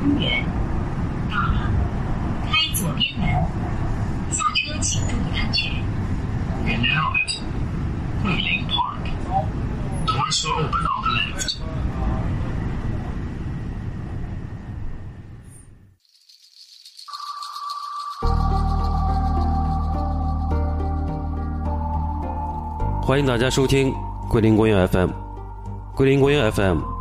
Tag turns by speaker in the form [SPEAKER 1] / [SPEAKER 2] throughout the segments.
[SPEAKER 1] 公园。到了，开左边门，下车请注意安全。
[SPEAKER 2] We now at Huiling Park. Doors will open on the left.
[SPEAKER 3] 欢迎大家收听桂林公园 FM。桂林公园 FM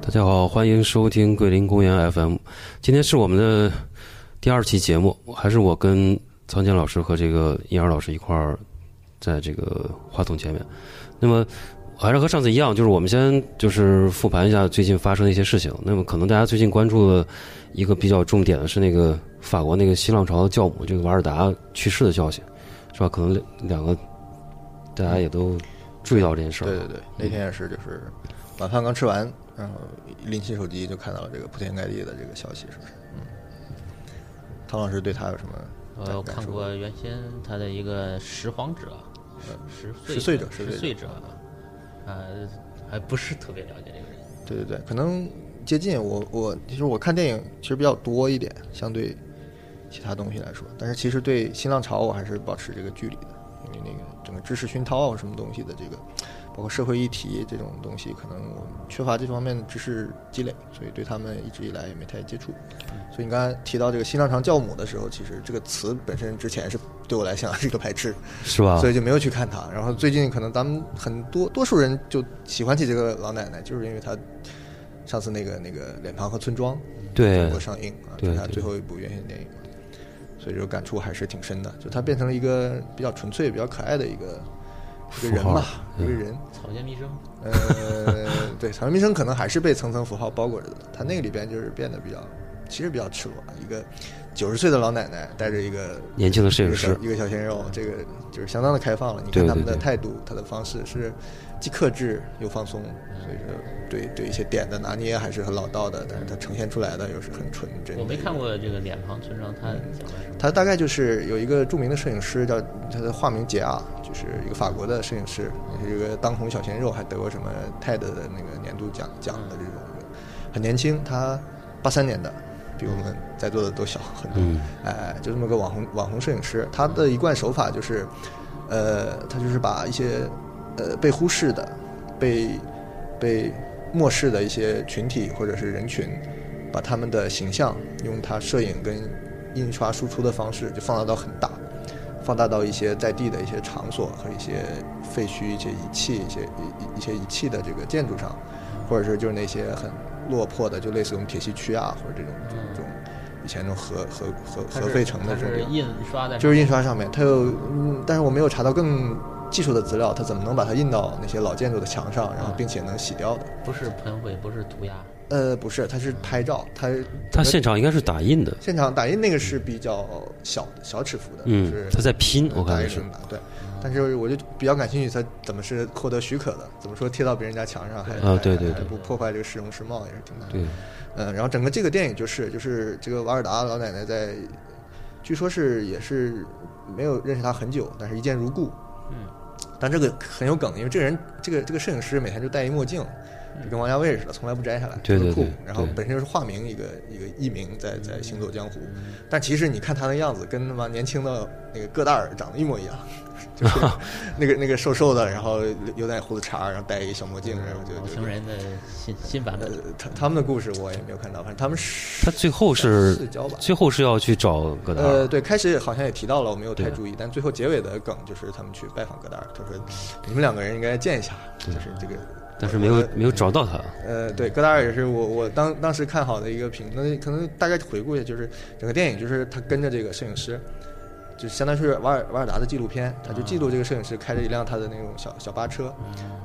[SPEAKER 3] 大家好，欢迎收听桂林公园 FM。今天是我们的第二期节目，还是我跟苍健老师和这个燕儿老师一块儿在这个话筒前面。那么还是和上次一样，就是我们先就是复盘一下最近发生的一些事情。那么可能大家最近关注的一个比较重点的是那个法国那个新浪潮教母这个瓦尔达去世的消息，是吧？可能两个大家也都注意到这件事儿
[SPEAKER 4] 对
[SPEAKER 3] 了。
[SPEAKER 4] 对对，那天也是，就是晚饭刚吃完，然后拎起手机就看到了这个铺天盖地的这个消息，是不是？嗯。汤老师对他有什么感？
[SPEAKER 5] 呃，我看过原先他的一个拾荒者，拾
[SPEAKER 4] 拾穗
[SPEAKER 5] 拾穗
[SPEAKER 4] 者拾穗
[SPEAKER 5] 拾
[SPEAKER 4] 者
[SPEAKER 5] 穗者，啊，还不是特别了解这个人。
[SPEAKER 4] 对对对，可能接近我我其实我看电影其实比较多一点，相对其他东西来说，但是其实对新浪潮我还是保持这个距离的，因为那个整个知识熏陶啊什么东西的这个，包括社会议题这种东西，可能我缺乏这方面的知识积累，所以对他们一直以来也没太接触。所以你刚才提到这个新浪潮教母的时候，其实这个词本身之前是对我来讲是一个排斥，
[SPEAKER 3] 是吧？
[SPEAKER 4] 所以就没有去看他。然后最近可能咱们很多多数人就喜欢起这个老奶奶，就是因为她上次那个那个《脸庞和村庄》
[SPEAKER 3] 对
[SPEAKER 4] 中国上映啊，
[SPEAKER 3] 对
[SPEAKER 4] 是她
[SPEAKER 3] 对
[SPEAKER 4] 最后一部院线电影嘛，所以这个感触还是挺深的。就她变成了一个比较纯粹、比较可爱的一个一个人
[SPEAKER 3] 符
[SPEAKER 4] 吧
[SPEAKER 3] 号，嗯
[SPEAKER 4] 一个人。
[SPEAKER 5] 草间弥生，
[SPEAKER 4] 呃， 对，草原弥生可能还是被层层符号包裹着的。他那个里边就是变得比较，其实比较赤裸，一个九十岁的老奶奶带着一个
[SPEAKER 3] 年轻的摄
[SPEAKER 4] 一
[SPEAKER 3] 影
[SPEAKER 4] 个小
[SPEAKER 3] 师，
[SPEAKER 4] 一个小鲜肉，这个就是相当的开放了。你
[SPEAKER 3] 对对
[SPEAKER 4] 看他们的
[SPEAKER 3] 对
[SPEAKER 4] 态度，他的方式是既克制又放松，所以说对对一些点的拿捏还是很老道的，但是它呈现出来的又是很纯真的。
[SPEAKER 5] 我没看过这个脸庞村庄，他讲的什么？
[SPEAKER 4] 嗯他大概就是有一个著名的摄影师叫他的化名杰啊，就是一个法国的摄影师，也是一个当红小鲜肉，还得过什么 TED 的那个年度奖奖的这种，很年轻，他八三年的，比我们在座的都小很多，哎，就这么个网红网红摄影师，他的一贯手法就是，呃，他就是把一些呃被忽视的、被被漠视的一些群体或者是人群，把他们的形象用他摄影跟印刷输出的方式就放大到很大，放大到一些在地的一些场所和一些废墟、一些遗弃、一些一一些遗弃的这个建筑上，或者是就是那些很落魄的，就类似于我们铁西区啊，或者这种这种这种以前那种核核核
[SPEAKER 5] 它是
[SPEAKER 4] 核废城的
[SPEAKER 5] 它
[SPEAKER 4] 这种地
[SPEAKER 5] 是
[SPEAKER 4] 方。
[SPEAKER 5] 印刷在，
[SPEAKER 4] 就是印刷上面，它有，嗯，但是我没有查到更技术的资料，它怎么能把它印到那些老建筑的墙上，然后并且能洗掉的？
[SPEAKER 5] 不是喷绘，不是涂鸦，
[SPEAKER 4] 呃，不是，它是拍照，它
[SPEAKER 3] 他现场应该是打印的，
[SPEAKER 4] 现场打印那个是比较小的小尺幅的，
[SPEAKER 3] 嗯
[SPEAKER 4] 就是
[SPEAKER 3] 它在拼我看
[SPEAKER 4] 打印
[SPEAKER 3] 是
[SPEAKER 4] 能打对。但是我就比较感兴趣，它怎么是获得许可的？怎么说贴到别人家墙上还
[SPEAKER 3] 啊
[SPEAKER 4] 还
[SPEAKER 3] 对对
[SPEAKER 4] 还
[SPEAKER 3] 对
[SPEAKER 4] 不破坏这个市容市貌也是挺难的。
[SPEAKER 3] 对，
[SPEAKER 4] 嗯，然后整个这个电影就是就是这个瓦尔达老奶奶在，据说是也是没有认识他很久，但是一见如故。
[SPEAKER 5] 嗯，
[SPEAKER 4] 但这个很有梗，因为这个人这个这个摄影师每天就戴一墨镜，就跟王家卫似的，从来不摘下来，
[SPEAKER 3] 对
[SPEAKER 4] 特别
[SPEAKER 3] 对
[SPEAKER 4] 酷
[SPEAKER 3] 对。
[SPEAKER 4] 然后
[SPEAKER 3] 对
[SPEAKER 4] 本身就是化名一个一个艺名在在行走江湖，但其实你看他的样子，跟他妈年轻的那个戈达尔长得一模一样。就是 那个那个瘦瘦的，然后有点胡子茬儿，然后戴一个小墨镜，然后就
[SPEAKER 5] 老
[SPEAKER 4] 就
[SPEAKER 5] 情人的新新版
[SPEAKER 4] 呃
[SPEAKER 5] 本。，
[SPEAKER 4] 他他们的故事我也没有看到，反正他们是
[SPEAKER 3] 他最后是
[SPEAKER 4] 四交吧
[SPEAKER 3] 最后是要去找戈达尔，
[SPEAKER 4] 呃，对，开始好像也提到了，我没有太
[SPEAKER 3] 啊对
[SPEAKER 4] 注意，但最后结尾的梗就是他们去拜访戈达尔，他说你们两个人应该见一下，就是这个，
[SPEAKER 3] 但是没有没有找到他。
[SPEAKER 4] 呃，对，戈达尔也是我我当当时看好的一个评，那可能大概回顾一下，就是整个电影就是他跟着这个摄影师，就相当于是瓦尔瓦尔达的纪录片，他就记录这个摄影师开着一辆他的那种小小巴车，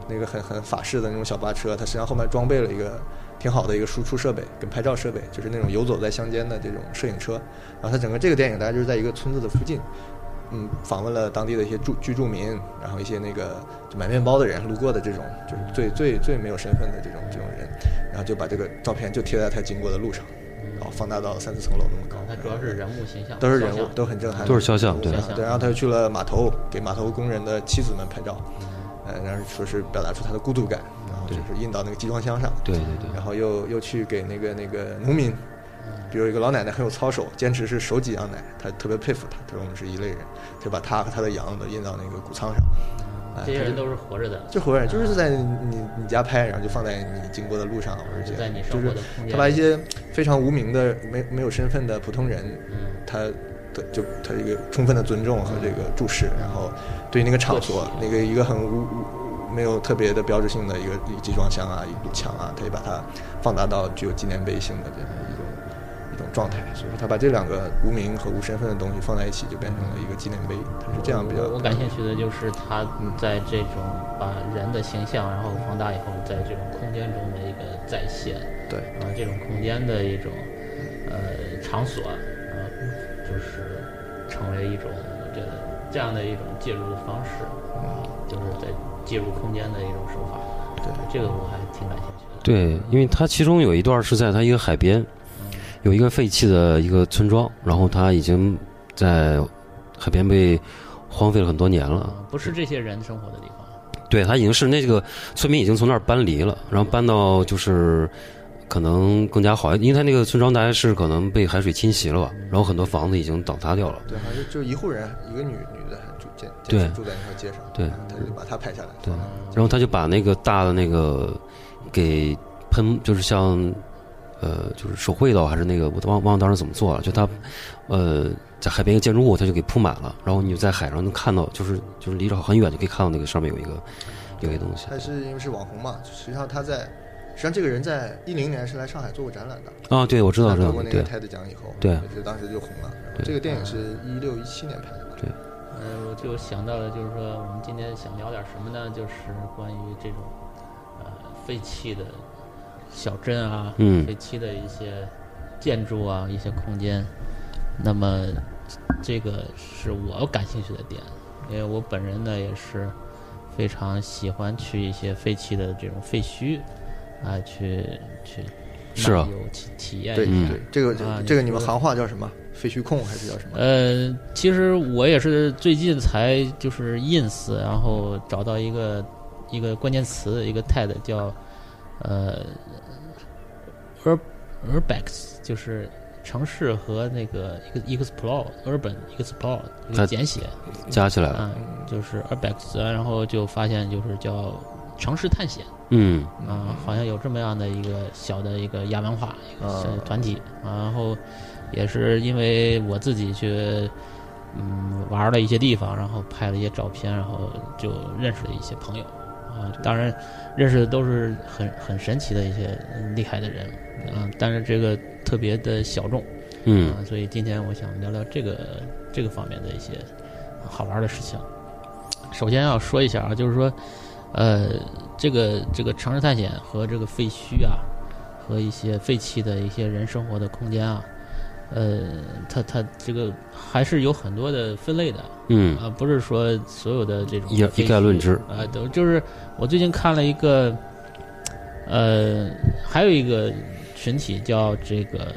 [SPEAKER 4] 那个很很法式的那种小巴车，他身上后面装备了一个挺好的一个输出设备跟拍照设备，就是那种游走在乡间的这种摄影车。然后他整个这个电影，大家就是在一个村子的附近，嗯，访问了当地的一些住居住民，然后一些那个就买面包的人路过的这种，就是最最最没有身份的这种这种人，然后就把这个照片就贴在他经过的路上，然后放大到三四层楼那么高。
[SPEAKER 5] 它主要是人物形象，
[SPEAKER 4] 都是人
[SPEAKER 5] 肖
[SPEAKER 4] 物，
[SPEAKER 5] 像
[SPEAKER 4] 都很震撼，
[SPEAKER 3] 都是肖像对
[SPEAKER 4] 对
[SPEAKER 5] 肖像
[SPEAKER 4] 然后他又去了码头，给码头工人的妻子们拍照，
[SPEAKER 5] 嗯
[SPEAKER 4] 呃，然后说是表达出他的孤独感，然后就是印到那个集装箱上，
[SPEAKER 3] 对对对
[SPEAKER 4] 然后又又去给那个那个农民，
[SPEAKER 5] 嗯
[SPEAKER 4] 比如一个老奶奶很有操守，坚持是手挤羊奶，他特别佩服他，他说我们是一类人，就把他和他的羊都印到那个谷仓上，哎
[SPEAKER 5] 嗯这些人都是活着的，
[SPEAKER 4] 就活人就是在你你家拍，然后就放在你经过的路上，而且
[SPEAKER 5] 就在你
[SPEAKER 4] 就
[SPEAKER 5] 生活
[SPEAKER 4] 是
[SPEAKER 5] 的空间
[SPEAKER 4] 他把一
[SPEAKER 5] 里
[SPEAKER 4] 些非常无名的、没没有身份的普通人，
[SPEAKER 5] 嗯
[SPEAKER 4] 他的就他一个充分的尊重和这个注视，然后对那个场所
[SPEAKER 5] 个体，
[SPEAKER 4] 那个一个很无无没有特别的标志性的一个一个集装箱啊、一堵墙啊，他也把它放大到具有纪念碑性的这样一种一种状态。所以说，他把这两个无名和无身份的东西放在一起，就变成了一个纪念碑。他是这样比较
[SPEAKER 5] 我我感兴趣的就是他
[SPEAKER 4] 嗯
[SPEAKER 5] 在这种把人的形象，然后放大以后，在这种空间中的一个再现，
[SPEAKER 4] 对
[SPEAKER 5] 然啊后这种空间的一种呃场所，然后就是成为一种这这样的一种介入方式，就是在介入空间的一种手法。
[SPEAKER 4] 嗯对
[SPEAKER 5] 这个我还挺感兴趣的。
[SPEAKER 3] 对，因为它其中有一段是在它一个海边，有一个废弃的一个村庄，然后它已经在海边被荒废了很多年了。
[SPEAKER 5] 嗯，不是这些人生活的地方。啊
[SPEAKER 3] 对，它已经是那个村民已经从那儿搬离了，然后搬到就是可能更加好一，因为它那个村庄大概是可能被海水侵袭了吧，然后很多房子已经倒塌掉了。
[SPEAKER 4] 对，好像就就一户人，一个女女的还住建
[SPEAKER 3] 对
[SPEAKER 4] 住在那条街上，
[SPEAKER 3] 对
[SPEAKER 4] 他就把她拍下来，
[SPEAKER 3] 对，然后他就把那个大的那个给喷，就是像呃，就是手绘到还是那个，我都忘忘了当时怎么做了。就他呃，在海边一个建筑物，他就给铺满了，然后你就在海上能看到，就是就是离着很远就可以看到那个上面有一个有一个东西
[SPEAKER 4] 他是因为是网红嘛，实际上他在，实际上这个人在一零年是来上海做过展览的，
[SPEAKER 3] 啊。对，我知道，
[SPEAKER 4] 他
[SPEAKER 3] 知
[SPEAKER 4] 得
[SPEAKER 3] 道
[SPEAKER 4] 过，那个
[SPEAKER 3] 对
[SPEAKER 4] TED 奖以后，
[SPEAKER 3] 对
[SPEAKER 4] 也是当时就红了。然后这个电影是一六一七年拍的吧？
[SPEAKER 3] 对，
[SPEAKER 5] 呃，我就想到了，就是说我们今天想聊点什么呢？就是关于这种呃废弃的小镇啊，
[SPEAKER 3] 嗯
[SPEAKER 5] 废弃的一些建筑啊，一些空间。那么这个是我感兴趣的点，因为我本人呢也是非常喜欢去一些废弃的这种废墟啊，去去
[SPEAKER 3] 是啊
[SPEAKER 5] 漫游去体验
[SPEAKER 4] 对
[SPEAKER 5] 一下
[SPEAKER 3] 嗯
[SPEAKER 4] 对。，这
[SPEAKER 5] 啊
[SPEAKER 4] 个
[SPEAKER 5] 你
[SPEAKER 4] 这个你们
[SPEAKER 5] 说的
[SPEAKER 4] 行话叫什么？废墟控还是叫什么？
[SPEAKER 5] 呃，其实我也是最近才就是 ins，然后找到一个一个关键词，一个 tag 叫呃 ur urbex，就是城市和那个一个 explore urban explore 一
[SPEAKER 3] 它
[SPEAKER 5] 个简写
[SPEAKER 3] 加起来了，
[SPEAKER 5] 啊、就是 urbex，然后就发现就是叫城市探险。
[SPEAKER 3] 嗯，
[SPEAKER 5] 啊，好像有这么样的一个小的一个亚文化一个
[SPEAKER 4] 啊
[SPEAKER 5] 小团体，啊然后也是因为我自己去嗯玩了一些地方，然后拍了一些照片，然后就认识了一些朋友啊，当然认识的都是很很神奇的一些嗯厉害的人啊，但是这个特别的小众
[SPEAKER 3] 嗯
[SPEAKER 5] 啊，所以今天我想聊聊这个这个方面的一些好玩的事情。首先要说一下啊，就是说，呃，这个这个城市探险和这个废墟啊，和一些废弃的一些人生活的空间啊，呃，它它这个还是有很多的分类的
[SPEAKER 3] 嗯，
[SPEAKER 5] 啊，不是说所有的这种
[SPEAKER 3] 一一概论之。
[SPEAKER 5] 啊，都就是我最近看了一个，呃，还有一个群体叫这个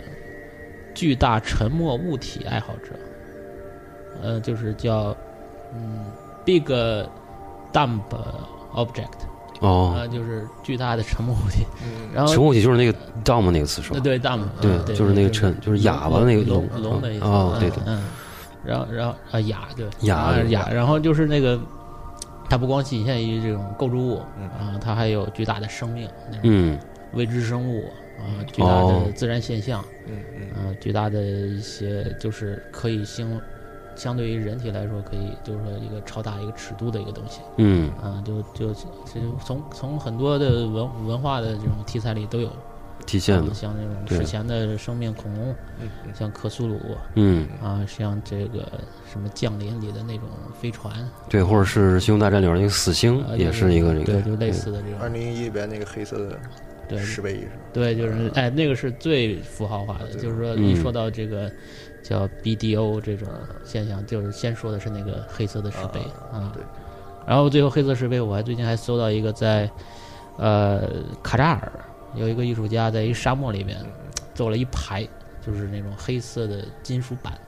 [SPEAKER 5] 巨大沉默物体爱好者，呃，就是叫嗯 big dump object，啊、
[SPEAKER 3] 哦，
[SPEAKER 5] 就是巨大的沉默物体。
[SPEAKER 4] 嗯，
[SPEAKER 5] 然后
[SPEAKER 3] 沉默物体就是那个 dam 那个词是
[SPEAKER 5] 呃
[SPEAKER 3] 吧？
[SPEAKER 5] 对 dump，
[SPEAKER 3] 对
[SPEAKER 5] 对，
[SPEAKER 3] 就是那个沉就是哑巴那个
[SPEAKER 5] 聋
[SPEAKER 3] 聋
[SPEAKER 5] 聋的意思
[SPEAKER 3] 哦
[SPEAKER 5] 嗯
[SPEAKER 3] 对对
[SPEAKER 5] 嗯，然后然后啊哑对
[SPEAKER 3] 哑
[SPEAKER 5] 啊
[SPEAKER 3] 对
[SPEAKER 5] 哑，然后就是那个，它不光仅限于这种构筑物
[SPEAKER 4] 嗯
[SPEAKER 5] 啊，它还有巨大的生命，那种
[SPEAKER 3] 嗯
[SPEAKER 5] 未知生物啊，巨大
[SPEAKER 3] 哦
[SPEAKER 5] 的自然现象，
[SPEAKER 4] 嗯嗯，
[SPEAKER 5] 啊，巨大的一些就是可以相相对于人体来说，可以就是说一个超大一个尺度的一个东西。
[SPEAKER 3] 嗯
[SPEAKER 5] 啊，就就其实从从很多的文文化的这种题材里都有，
[SPEAKER 3] 体现的
[SPEAKER 5] 啊，像这种
[SPEAKER 3] 对
[SPEAKER 5] 史前的生命恐龙，
[SPEAKER 4] 嗯嗯
[SPEAKER 5] 像克苏鲁
[SPEAKER 3] 嗯，
[SPEAKER 5] 啊，像这个什么降临里的那种飞船，
[SPEAKER 3] 对，或者是《星球大战》里边那个死星
[SPEAKER 5] 啊，
[SPEAKER 3] 也是一个这
[SPEAKER 5] 对，
[SPEAKER 3] 个，
[SPEAKER 5] 就类似的这
[SPEAKER 4] 二
[SPEAKER 5] 种，
[SPEAKER 4] 零一里边那个黑色的
[SPEAKER 5] 对
[SPEAKER 4] 十倍嗯是吧？
[SPEAKER 5] 对，就是哎，那个是最符号化的，就是说
[SPEAKER 3] 嗯
[SPEAKER 5] 一说到这个叫 BDO 这种现象，就是先说的是那个黑色的石碑啊，
[SPEAKER 4] 对，
[SPEAKER 5] 然后最后黑色石碑，我还最近还搜到一个在呃卡扎尔有一个艺术家在一沙漠里面
[SPEAKER 4] 嗯
[SPEAKER 5] 做了一排，就是那种黑色的金属板，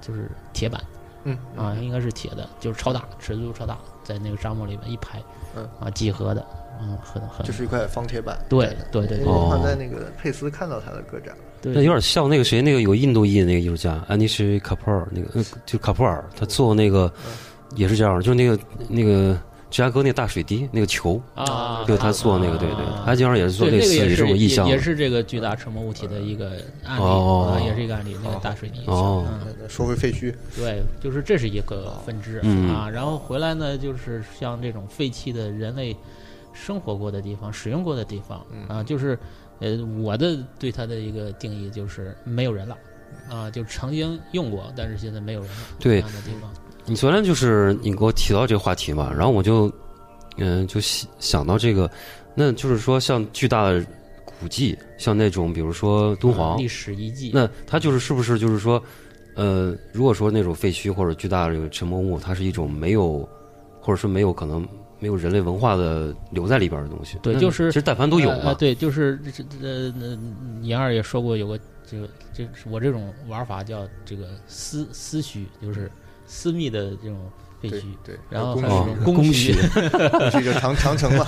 [SPEAKER 5] 就是铁板。
[SPEAKER 4] 嗯
[SPEAKER 5] 啊，应该是铁的，就是超大，尺度超大，在那个沙漠里面一排，
[SPEAKER 4] 嗯
[SPEAKER 5] 啊，几何的，嗯，很很
[SPEAKER 4] 就是一块方铁板。
[SPEAKER 5] 对对对
[SPEAKER 4] 因为
[SPEAKER 5] 对
[SPEAKER 4] 我好
[SPEAKER 3] 哦
[SPEAKER 4] 像在那个佩斯看到他的个展，
[SPEAKER 5] 对，
[SPEAKER 3] 那有点像那个谁，那个有个印度裔的那个艺术家安妮什卡普尔，那个呃就卡普尔，他做那个
[SPEAKER 5] 嗯
[SPEAKER 3] 也是这样的，就是那个那个芝加哥那大水滴那个球，
[SPEAKER 5] 啊，
[SPEAKER 3] 对他做那个，对对，他经常也是做
[SPEAKER 5] 对
[SPEAKER 3] 类
[SPEAKER 5] 那个
[SPEAKER 3] 似
[SPEAKER 5] 也
[SPEAKER 3] 于这
[SPEAKER 5] 是
[SPEAKER 3] 种意象
[SPEAKER 5] 也
[SPEAKER 3] 的
[SPEAKER 5] 也，是这个巨大沉没物体的一个案例
[SPEAKER 3] 哦
[SPEAKER 5] 啊，也是一个案例，那个大水泥，
[SPEAKER 3] 哦
[SPEAKER 5] 嗯
[SPEAKER 4] 那说回废墟，
[SPEAKER 5] 对，就是这是一个分支
[SPEAKER 3] 嗯
[SPEAKER 5] 啊。然后回来呢，就是像这种废弃的人类生活过的地方、使用过的地方啊，就是呃，我的对它的一个定义就是没有人了啊，就曾经用过，但是现在没有人了
[SPEAKER 3] 对
[SPEAKER 5] 这样的地方。
[SPEAKER 3] 你昨天就是你给我提到这个话题嘛，然后我就，嗯、就想想到这个，那就是说像巨大的古迹，像那种比如说敦煌
[SPEAKER 5] 历，史遗迹，
[SPEAKER 3] 那它就是是不是就是说，呃，如果说那种废墟或者巨大的这个沉没物，它是一种没有，或者说没有可能没有人类文化的留在里边的东西。
[SPEAKER 5] 对
[SPEAKER 3] 那
[SPEAKER 5] 就是
[SPEAKER 3] 其实但凡都有
[SPEAKER 5] 呃
[SPEAKER 3] 嘛
[SPEAKER 5] 呃。对，就是这这呃，呃严二也说过有个这个这是我这种玩法叫这个私私虚，就是私密的这种废
[SPEAKER 4] 对
[SPEAKER 5] 墟。
[SPEAKER 4] 对，
[SPEAKER 5] 然后
[SPEAKER 4] 公
[SPEAKER 5] 还
[SPEAKER 3] 哦
[SPEAKER 4] 墟，
[SPEAKER 5] 有这种
[SPEAKER 3] 公
[SPEAKER 5] 墟，
[SPEAKER 4] 公墟就长 长城嘛，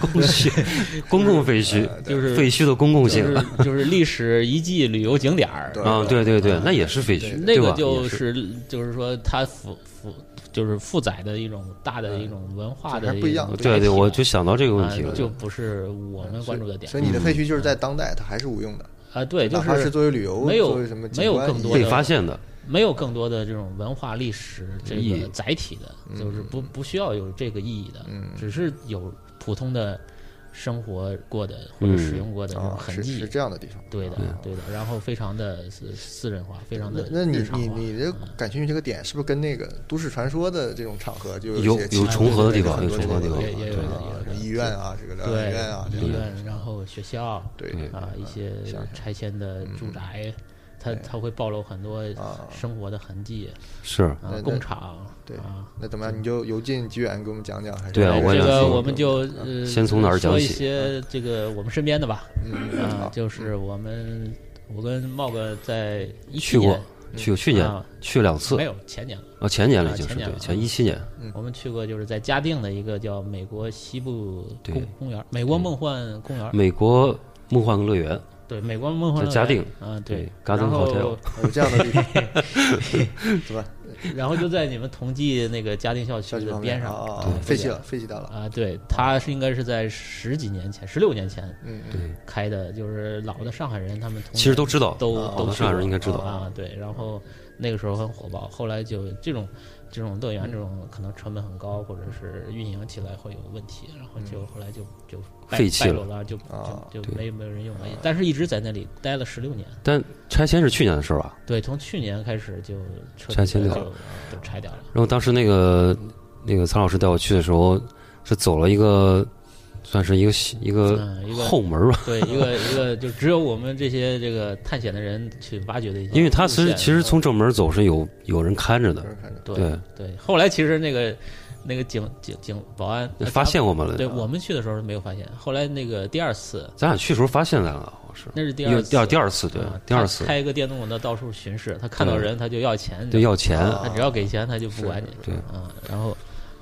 [SPEAKER 3] 公墟、 公共废墟、
[SPEAKER 4] 呃对
[SPEAKER 5] 就是
[SPEAKER 3] 废墟的公共性
[SPEAKER 5] 就是 就是历史遗迹旅游景点儿。
[SPEAKER 4] 对
[SPEAKER 3] 啊，对对对，那也是废
[SPEAKER 5] 呃对
[SPEAKER 3] 墟，
[SPEAKER 5] 那
[SPEAKER 3] 对
[SPEAKER 5] 个
[SPEAKER 3] 吧？
[SPEAKER 5] 就
[SPEAKER 3] 也是
[SPEAKER 5] 是就是说它负负就是负载的一种大的一种文化
[SPEAKER 4] 嗯
[SPEAKER 5] 的
[SPEAKER 4] 还不一样
[SPEAKER 5] 种
[SPEAKER 3] 对
[SPEAKER 5] 载
[SPEAKER 3] 对，
[SPEAKER 5] 体
[SPEAKER 3] 我
[SPEAKER 5] 了
[SPEAKER 3] 就想到这个问题
[SPEAKER 5] 啊
[SPEAKER 3] 了。
[SPEAKER 5] 就不是我们关注的点
[SPEAKER 4] 所
[SPEAKER 3] 嗯
[SPEAKER 4] 以你的废墟就是在当代它还是无用的，
[SPEAKER 5] 啊，对，就
[SPEAKER 4] 哪怕是
[SPEAKER 5] 是
[SPEAKER 4] 作为旅游，
[SPEAKER 5] 没有
[SPEAKER 4] 作为什么景
[SPEAKER 5] 没有
[SPEAKER 4] 观
[SPEAKER 5] 更多
[SPEAKER 4] 意义
[SPEAKER 3] 被发现的，
[SPEAKER 5] 没有更多的这种文化历史这
[SPEAKER 3] 意
[SPEAKER 5] 个
[SPEAKER 3] 义
[SPEAKER 5] 载体
[SPEAKER 4] 嗯
[SPEAKER 5] 的，就是不不需要有这个意义的，只是有普通的生活过的或
[SPEAKER 3] 嗯
[SPEAKER 5] 者使用过的这种
[SPEAKER 4] 啊，
[SPEAKER 5] 痕
[SPEAKER 4] 是是
[SPEAKER 5] 迹。
[SPEAKER 4] 这样的地方。啊
[SPEAKER 5] 对的，
[SPEAKER 3] 啊
[SPEAKER 5] 对的，然后非常的私私人化，非常
[SPEAKER 4] 那
[SPEAKER 5] 的
[SPEAKER 4] 那你
[SPEAKER 5] 日常
[SPEAKER 4] 你
[SPEAKER 5] 化
[SPEAKER 4] 你这感兴趣这个点是不是跟那个都市传说的这种场合就
[SPEAKER 3] 有
[SPEAKER 4] 一些
[SPEAKER 3] 有
[SPEAKER 4] 契合
[SPEAKER 3] 重合的地方
[SPEAKER 4] 很多
[SPEAKER 3] 有重合的地方
[SPEAKER 4] 这种
[SPEAKER 5] 也也有
[SPEAKER 4] 东西
[SPEAKER 5] 的也有
[SPEAKER 4] 啊
[SPEAKER 5] 的
[SPEAKER 4] 什么医院啊，这个疗
[SPEAKER 5] 对
[SPEAKER 4] 养院啊，这
[SPEAKER 5] 医
[SPEAKER 4] 个
[SPEAKER 5] 院，然后学校，
[SPEAKER 4] 对嗯
[SPEAKER 3] 对
[SPEAKER 5] 啊，一些
[SPEAKER 4] 想想
[SPEAKER 5] 拆迁的住宅，它它会暴露很多
[SPEAKER 4] 嗯啊
[SPEAKER 5] 生活的痕迹
[SPEAKER 3] 是
[SPEAKER 5] 啊
[SPEAKER 4] 那，
[SPEAKER 5] 工厂
[SPEAKER 4] 对
[SPEAKER 5] 啊。
[SPEAKER 4] 那怎么样？你就由近及远给我们讲讲，还是
[SPEAKER 3] 对啊
[SPEAKER 5] 哎
[SPEAKER 3] 我也
[SPEAKER 5] 这
[SPEAKER 3] 想
[SPEAKER 5] 个
[SPEAKER 3] 听
[SPEAKER 5] 我们就呃，
[SPEAKER 3] 先从哪儿讲
[SPEAKER 5] 说一
[SPEAKER 3] 起嗯
[SPEAKER 5] 些这个我们身边的吧，
[SPEAKER 4] 嗯
[SPEAKER 5] 啊
[SPEAKER 4] 好，
[SPEAKER 5] 就是我们我跟茂哥在一
[SPEAKER 3] 去过，去去年
[SPEAKER 5] 啊
[SPEAKER 3] 去两次
[SPEAKER 5] 没，有前年了，
[SPEAKER 3] 啊，前年了
[SPEAKER 5] 啊
[SPEAKER 3] 已经是
[SPEAKER 5] 前年
[SPEAKER 3] 对，
[SPEAKER 5] 了
[SPEAKER 3] 前一七年，
[SPEAKER 4] 嗯
[SPEAKER 5] 我们去过就是在嘉定的一个叫美国西部
[SPEAKER 3] 对
[SPEAKER 5] 公公园，美国梦幻公园，
[SPEAKER 3] 美国梦幻乐园，
[SPEAKER 5] 对，美国梦幻
[SPEAKER 3] 在嘉
[SPEAKER 5] 乐园
[SPEAKER 3] 定
[SPEAKER 5] 啊，对
[SPEAKER 3] 对，嘉定
[SPEAKER 5] 然后
[SPEAKER 3] hotel
[SPEAKER 4] 有这样的地方， 怎么
[SPEAKER 5] 然后就在你们同济那个嘉定校区
[SPEAKER 4] 小区
[SPEAKER 5] 的
[SPEAKER 4] 旁
[SPEAKER 5] 边上
[SPEAKER 4] 啊啊，啊废弃了，废弃掉了，
[SPEAKER 5] 啊，对，它是应该是在十几年前，十六年前
[SPEAKER 4] 嗯，嗯
[SPEAKER 3] 对，
[SPEAKER 5] 开的，就是老的上海人他们同
[SPEAKER 3] 其实都
[SPEAKER 5] 年
[SPEAKER 3] 知道，
[SPEAKER 5] 都
[SPEAKER 4] 啊
[SPEAKER 5] 都
[SPEAKER 3] 多
[SPEAKER 5] 去
[SPEAKER 3] 上海人
[SPEAKER 5] 过
[SPEAKER 3] 应该知道
[SPEAKER 5] 啊，对，然后那个时候很火爆，后来就这种这种乐园这种可能成本很高，或者是运营起来会有问题，然后就后来就就败
[SPEAKER 3] 废弃
[SPEAKER 5] 败
[SPEAKER 3] 了
[SPEAKER 5] 落了，就
[SPEAKER 4] 嗯啊
[SPEAKER 5] 就就没有没有人用了，但是一直在那里待了十六年，
[SPEAKER 3] 但拆迁是去年的事儿吧？
[SPEAKER 5] 对，从去年开始就彻底
[SPEAKER 3] 拆迁
[SPEAKER 5] 地
[SPEAKER 3] 掉
[SPEAKER 5] 就就拆掉了。
[SPEAKER 3] 然后当时那个那个苍老师带我去的时候，是走了一个算是一个西一个
[SPEAKER 5] 嗯一个
[SPEAKER 3] 呃后门吧，
[SPEAKER 5] 对，一个一个就只有我们这些这个探险的人去挖掘的一些路线，
[SPEAKER 3] 因为他其实其实从正门走是有有人看着的
[SPEAKER 4] 有，人看着，
[SPEAKER 5] 对
[SPEAKER 3] 对
[SPEAKER 5] 对。后来其实那个那个警警警保安呃
[SPEAKER 3] 发，现我们了
[SPEAKER 5] 对，我们去的时候没有发现，后来那个第二次，
[SPEAKER 3] 咱俩去的时候发现咱了，好像是
[SPEAKER 5] 那是第
[SPEAKER 3] 因为
[SPEAKER 5] 二
[SPEAKER 3] 第二第二次对
[SPEAKER 5] 啊
[SPEAKER 3] 第二次
[SPEAKER 5] 他开一个电动的到处巡视，他看到
[SPEAKER 3] 对
[SPEAKER 5] 人他就要钱，
[SPEAKER 3] 对要钱，
[SPEAKER 5] 他只要给钱他就不管你，
[SPEAKER 4] 嗯
[SPEAKER 3] 对
[SPEAKER 5] 啊，然后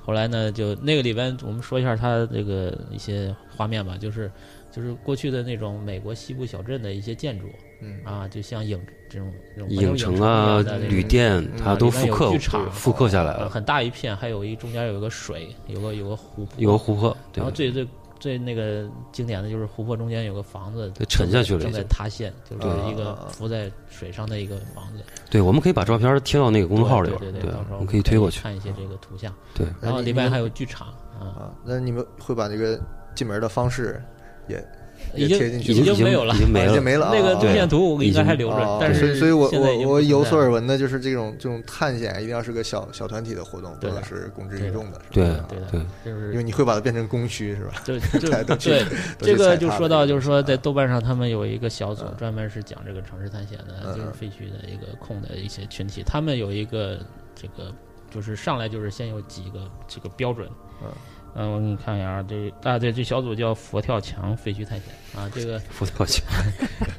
[SPEAKER 5] 后来呢，就那个里边我们说一下它这个一些画面吧，就是就是过去的那种美国西部小镇的一些建筑，
[SPEAKER 4] 嗯
[SPEAKER 5] 啊，就像影这种这种
[SPEAKER 3] 影
[SPEAKER 5] 城
[SPEAKER 3] 城啊旅啊
[SPEAKER 5] 旅
[SPEAKER 3] 店它都
[SPEAKER 5] 嗯里面
[SPEAKER 3] 复
[SPEAKER 5] 有
[SPEAKER 3] 刻
[SPEAKER 5] 剧场
[SPEAKER 3] 复刻下来
[SPEAKER 5] 呃
[SPEAKER 3] 了，
[SPEAKER 5] 很大一片，还有一中间有一个水，有个有个湖泊，
[SPEAKER 3] 有个湖泊，对
[SPEAKER 5] 然后最最最那个经典的就是湖泊中间有个房子
[SPEAKER 3] 对沉下去了已
[SPEAKER 5] 正在
[SPEAKER 3] 经
[SPEAKER 5] 塌陷，就是一个
[SPEAKER 4] 啊
[SPEAKER 5] 浮在水上的一个房子。
[SPEAKER 3] 对，我们可以把照片贴到那个公众号里
[SPEAKER 5] 对
[SPEAKER 3] 边，
[SPEAKER 5] 对对，到时候
[SPEAKER 3] 我们可以推过去，啊
[SPEAKER 5] 看一些这个图像。
[SPEAKER 3] 对，
[SPEAKER 5] 然
[SPEAKER 4] 那
[SPEAKER 5] 后
[SPEAKER 4] 你
[SPEAKER 5] 里面
[SPEAKER 4] 们
[SPEAKER 5] 还有剧场啊，
[SPEAKER 4] 啊，那你们会把这个进门的方式也也
[SPEAKER 5] 已
[SPEAKER 4] 贴
[SPEAKER 5] 经
[SPEAKER 4] 进去
[SPEAKER 5] 已
[SPEAKER 4] 了
[SPEAKER 3] 已经
[SPEAKER 5] 没有了
[SPEAKER 3] 已。经没
[SPEAKER 4] 啊已经
[SPEAKER 3] 了。
[SPEAKER 4] 没了啊。
[SPEAKER 5] 那个
[SPEAKER 4] 啊
[SPEAKER 5] 路线图我应该
[SPEAKER 3] 已经
[SPEAKER 5] 还留着
[SPEAKER 4] 哦，
[SPEAKER 5] 但
[SPEAKER 4] 所
[SPEAKER 5] 是
[SPEAKER 4] 以所以我
[SPEAKER 5] 现在已
[SPEAKER 4] 我
[SPEAKER 5] 经
[SPEAKER 4] 我
[SPEAKER 5] 不
[SPEAKER 4] 有
[SPEAKER 5] 存在
[SPEAKER 4] 所
[SPEAKER 5] 了
[SPEAKER 4] 耳闻的就是这种这种探险一定要是个小小团体的活动，不
[SPEAKER 5] 对的
[SPEAKER 4] 能是公之于
[SPEAKER 5] 对的
[SPEAKER 4] 众的，是吧
[SPEAKER 3] 对
[SPEAKER 4] 啊
[SPEAKER 5] 对的
[SPEAKER 3] 对，
[SPEAKER 5] 就是
[SPEAKER 4] 因为你会把它变成供需是吧？
[SPEAKER 5] 就就
[SPEAKER 4] 大家都去
[SPEAKER 5] 对
[SPEAKER 4] 都去
[SPEAKER 5] 这个
[SPEAKER 4] 踩
[SPEAKER 5] 就
[SPEAKER 4] 踏
[SPEAKER 5] 说
[SPEAKER 4] 的
[SPEAKER 5] 到，
[SPEAKER 4] 这
[SPEAKER 5] 就
[SPEAKER 4] 个
[SPEAKER 5] 是说
[SPEAKER 4] 东西啊
[SPEAKER 5] 在豆瓣上，他们有一个小组专门是讲这个城市探险的，
[SPEAKER 4] 嗯
[SPEAKER 5] 就是
[SPEAKER 4] 嗯
[SPEAKER 5] 废墟的一个空的一些群体，他们有一个这个就是上来就是先有几个这个标准。
[SPEAKER 4] 嗯
[SPEAKER 5] 嗯，我给你看一下啊，这啊对，这小组叫佛跳墙废墟探险啊，这个
[SPEAKER 3] 佛跳墙，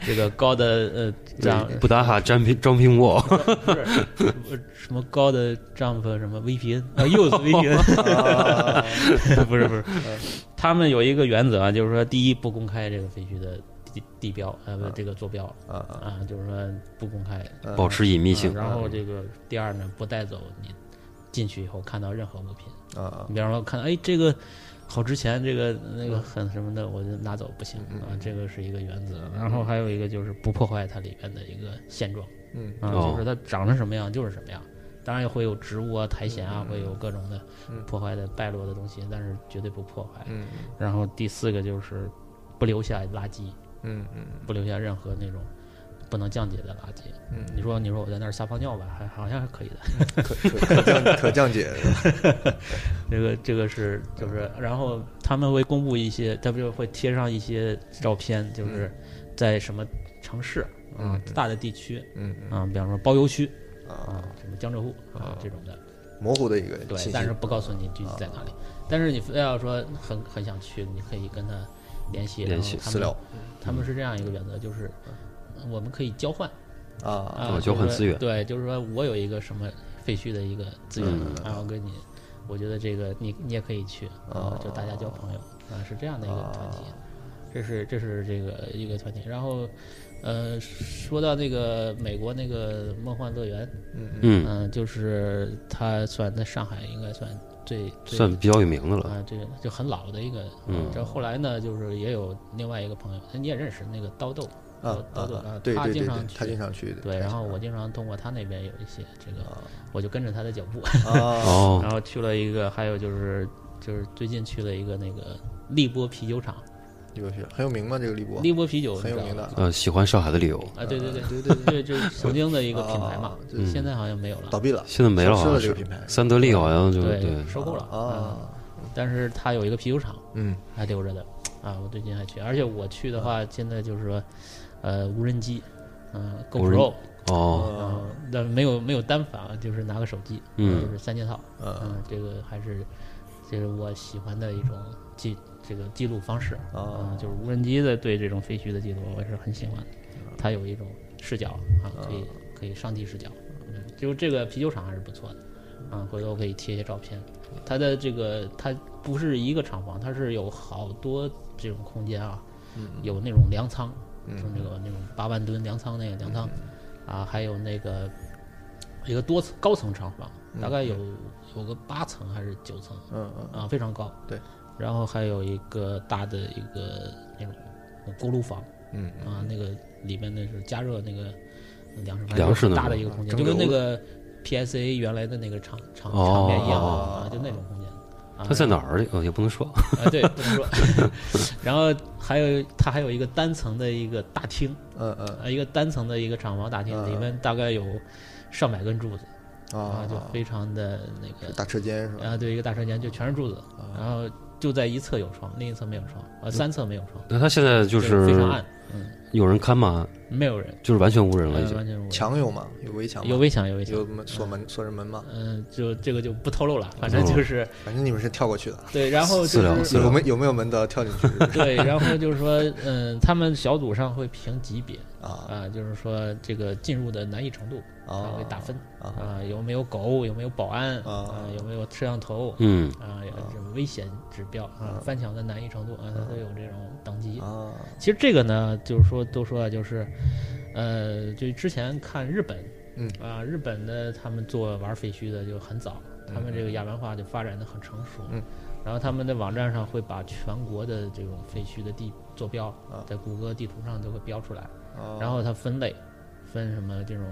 [SPEAKER 5] 这个高的呃 jump
[SPEAKER 3] 布达哈詹平张平沃，
[SPEAKER 5] 不是呃什么高的 jump 什么 VPN 啊，又是 VPN，
[SPEAKER 4] 啊
[SPEAKER 5] 不是不是，
[SPEAKER 4] 嗯
[SPEAKER 5] 他们有一个原则啊，就是说第一不公开这个废墟的地地标呃不是这个坐标
[SPEAKER 4] 啊啊
[SPEAKER 5] 啊，就是说不公开。
[SPEAKER 4] 啊
[SPEAKER 3] 保持隐秘性
[SPEAKER 5] 啊。然后这个第二呢，不带走你进去以后看到任何物品，
[SPEAKER 4] 啊啊嗯
[SPEAKER 5] 你比方说看哎这个好值钱，这个那个很什么的，我就拿走不行啊，这个是一个原
[SPEAKER 4] 嗯
[SPEAKER 5] 则。然后还有一个就是不破坏它里边的一个现状
[SPEAKER 4] 嗯
[SPEAKER 5] 啊，
[SPEAKER 3] 哦
[SPEAKER 5] 就是它长成什么样就是什么样。当然也会有植物啊、苔藓啊，会有各种的
[SPEAKER 4] 嗯
[SPEAKER 5] 破坏的败落的东西，但是绝对不破坏。
[SPEAKER 4] 嗯
[SPEAKER 5] 然后第四个就是不留下垃圾，
[SPEAKER 4] 嗯嗯
[SPEAKER 5] 不留下任何那种不能降解的垃圾。
[SPEAKER 4] 嗯
[SPEAKER 5] 你说你说我在那儿撒泡尿吧，还好像还可以的。
[SPEAKER 4] 嗯，可可可降可降解是吧
[SPEAKER 5] 这个这个是就是，然后他们会公布一些，他不就会贴上一些照片，就是在什么城市啊
[SPEAKER 4] 嗯、嗯
[SPEAKER 5] 大的地区
[SPEAKER 4] 嗯嗯
[SPEAKER 5] 啊，比方说包邮区啊
[SPEAKER 4] 啊，
[SPEAKER 5] 什么江浙沪啊这种的，
[SPEAKER 4] 模糊的一个
[SPEAKER 5] 对
[SPEAKER 4] 信，息啊
[SPEAKER 5] 但是不告诉你具体在哪里。但是你非要说很很想去，你可以跟他联系，
[SPEAKER 3] 联系
[SPEAKER 5] 然后他
[SPEAKER 4] 私
[SPEAKER 5] 们
[SPEAKER 4] 聊嗯
[SPEAKER 5] 他们是这样一个原则，就是我们可以交换
[SPEAKER 4] 啊
[SPEAKER 5] 啊，
[SPEAKER 3] 哦交
[SPEAKER 5] 就是
[SPEAKER 3] 换
[SPEAKER 5] 说
[SPEAKER 3] 资源
[SPEAKER 5] 对，就是说我有一个什么废墟的一个资源，
[SPEAKER 4] 嗯
[SPEAKER 5] 然后跟你，我觉得这个你你也可以去啊，就大家交朋友
[SPEAKER 4] 哦
[SPEAKER 5] 啊，是这样的一个团体。这是这是这个一个团体，然后，呃，说到那个美国那个梦幻乐园，
[SPEAKER 4] 嗯嗯
[SPEAKER 5] 嗯、
[SPEAKER 3] 嗯，
[SPEAKER 5] 就是它算在上海应该算最最
[SPEAKER 3] 算比较有名的了。
[SPEAKER 5] 啊，这个就很老的一个。啊
[SPEAKER 3] 嗯
[SPEAKER 5] 这后来呢，就是也有另外一个朋友，你也认识那个刀豆，
[SPEAKER 4] 啊啊
[SPEAKER 5] 刀豆
[SPEAKER 4] 啊，对
[SPEAKER 5] 他
[SPEAKER 4] 对
[SPEAKER 5] 经
[SPEAKER 4] 对
[SPEAKER 5] 常
[SPEAKER 4] 对，他经常去的，
[SPEAKER 5] 对，然后我经常通过他那边有一些这个， 我就跟着他的脚步，嗯
[SPEAKER 4] 啊
[SPEAKER 3] 哦
[SPEAKER 5] 然后去了一个，还有就是就是最近去了一个那个荔波啤酒厂，
[SPEAKER 4] 李国学很有名吗？这个李博
[SPEAKER 5] 荔波啤酒
[SPEAKER 4] 很有
[SPEAKER 5] 你知
[SPEAKER 4] 名
[SPEAKER 5] 道
[SPEAKER 4] 的
[SPEAKER 5] 吧
[SPEAKER 3] 呃，喜欢上海的理由，
[SPEAKER 5] 啊，对对对
[SPEAKER 4] 对对对
[SPEAKER 5] 对，这是曾经的一个品牌嘛嗯
[SPEAKER 4] 啊，就是
[SPEAKER 5] 现在好像没有了
[SPEAKER 4] 倒，闭了，
[SPEAKER 3] 现在没了，好
[SPEAKER 4] 消
[SPEAKER 3] 像
[SPEAKER 4] 失了这个
[SPEAKER 3] 是
[SPEAKER 4] 品牌
[SPEAKER 3] 三得利好像就
[SPEAKER 5] 对，收购了
[SPEAKER 4] 啊，
[SPEAKER 5] 嗯但是他有一个啤酒厂
[SPEAKER 4] 嗯
[SPEAKER 5] 还留着的，啊，我最近还去，而且我去的话，现在就是说，呃，无人机，嗯
[SPEAKER 3] 无人
[SPEAKER 5] ，GoPro，
[SPEAKER 3] 哦，
[SPEAKER 5] 嗯，但没有没有单反啊，就是拿个手机，
[SPEAKER 3] 嗯
[SPEAKER 5] 就是三件套，
[SPEAKER 4] 嗯
[SPEAKER 5] 嗯，这个还是这是我喜欢的一种记这个记录方式
[SPEAKER 4] 哦
[SPEAKER 5] 嗯就是无人机的对这种废墟的记录，我是很喜欢的。
[SPEAKER 4] 嗯
[SPEAKER 5] 它有一种视角啊，可以可以上帝视角，嗯，就这个啤酒厂还是不错的，啊，回头可以贴一些照片。
[SPEAKER 4] 嗯
[SPEAKER 5] 它的这个它不是一个厂房，它是有好多这种空间啊，
[SPEAKER 4] 嗯
[SPEAKER 5] 有那种粮仓，就是那个那种八万吨粮仓那个粮
[SPEAKER 4] 嗯
[SPEAKER 5] 仓，啊，还有那个一个多层高层厂房，大概有有个八层还是九层
[SPEAKER 4] 嗯嗯
[SPEAKER 5] 啊，非常高。
[SPEAKER 4] 对，
[SPEAKER 5] 然后还有一个大的一个那种锅炉房
[SPEAKER 4] 嗯
[SPEAKER 5] 啊，那个里面那是加热那个粮食，反正
[SPEAKER 3] 粮食
[SPEAKER 5] 很
[SPEAKER 3] 那
[SPEAKER 5] 大的
[SPEAKER 3] 种
[SPEAKER 5] 一个空间，
[SPEAKER 4] 蒸
[SPEAKER 5] 就跟那
[SPEAKER 4] 馏
[SPEAKER 5] 个 PSA 原来的那个厂厂
[SPEAKER 3] 哦
[SPEAKER 5] 场面一样啊，就那种空间。啊
[SPEAKER 3] 它在哪儿？呃，也不能 说。
[SPEAKER 5] 啊，对，不能说。 然后还有它还有一个单层的一个大厅，
[SPEAKER 4] 嗯嗯
[SPEAKER 5] 啊，一个单层的一个厂房大厅，
[SPEAKER 4] 嗯
[SPEAKER 5] 里面大概有上百根柱子，啊，就
[SPEAKER 4] 啊，
[SPEAKER 5] 非常的那个
[SPEAKER 4] 大车间是啊吧？
[SPEAKER 5] 啊，对，一个大车间就全是柱子，然后就在一侧有窗，另一侧没有窗，呃，三侧没有窗，
[SPEAKER 3] 那它现在就
[SPEAKER 5] 就是非常
[SPEAKER 3] 是
[SPEAKER 5] 暗，嗯，
[SPEAKER 3] 有人看吗？
[SPEAKER 5] 没有人，
[SPEAKER 3] 就是完全无人了，已
[SPEAKER 5] 呃
[SPEAKER 3] 经
[SPEAKER 5] 完全无人
[SPEAKER 4] 墙有吗？有围墙吗？
[SPEAKER 5] 有围墙，有围墙
[SPEAKER 4] 有，门锁门锁着门吗？
[SPEAKER 5] 嗯，就这个就不透露了，反
[SPEAKER 3] 嗯
[SPEAKER 5] 正就是
[SPEAKER 4] 反正你们是跳过去的，
[SPEAKER 5] 对，然后
[SPEAKER 3] 私聊
[SPEAKER 5] 就是
[SPEAKER 3] 私聊
[SPEAKER 4] 有没有没有门都要跳进去是吧
[SPEAKER 5] 对，然后就是说，嗯，他们小组上会评级别
[SPEAKER 4] 啊
[SPEAKER 5] 啊，就是说这个进入的难易程度，他会
[SPEAKER 4] 啊
[SPEAKER 5] 嗯打分
[SPEAKER 4] 啊
[SPEAKER 5] 啊，有没有狗，有没有保安
[SPEAKER 4] 啊
[SPEAKER 5] 啊，有没有摄像头，
[SPEAKER 3] 嗯，
[SPEAKER 5] 啊，有这种危险指标啊，翻墙的难易程度啊，它都有这种等级。
[SPEAKER 4] 啊
[SPEAKER 5] 其实这个呢，就是说都说啊，就是，呃，就之前看日本，
[SPEAKER 4] 嗯
[SPEAKER 5] 啊，日本的他们做玩废墟的就很早，他们这个亚文化就发展的很成熟，
[SPEAKER 4] 嗯，
[SPEAKER 5] 然后他们的网站上会把全国的这种废墟的地坐标
[SPEAKER 4] 啊，
[SPEAKER 5] 在谷歌地图上都会标出来，
[SPEAKER 4] 啊
[SPEAKER 5] 然后它分类，分什么这种。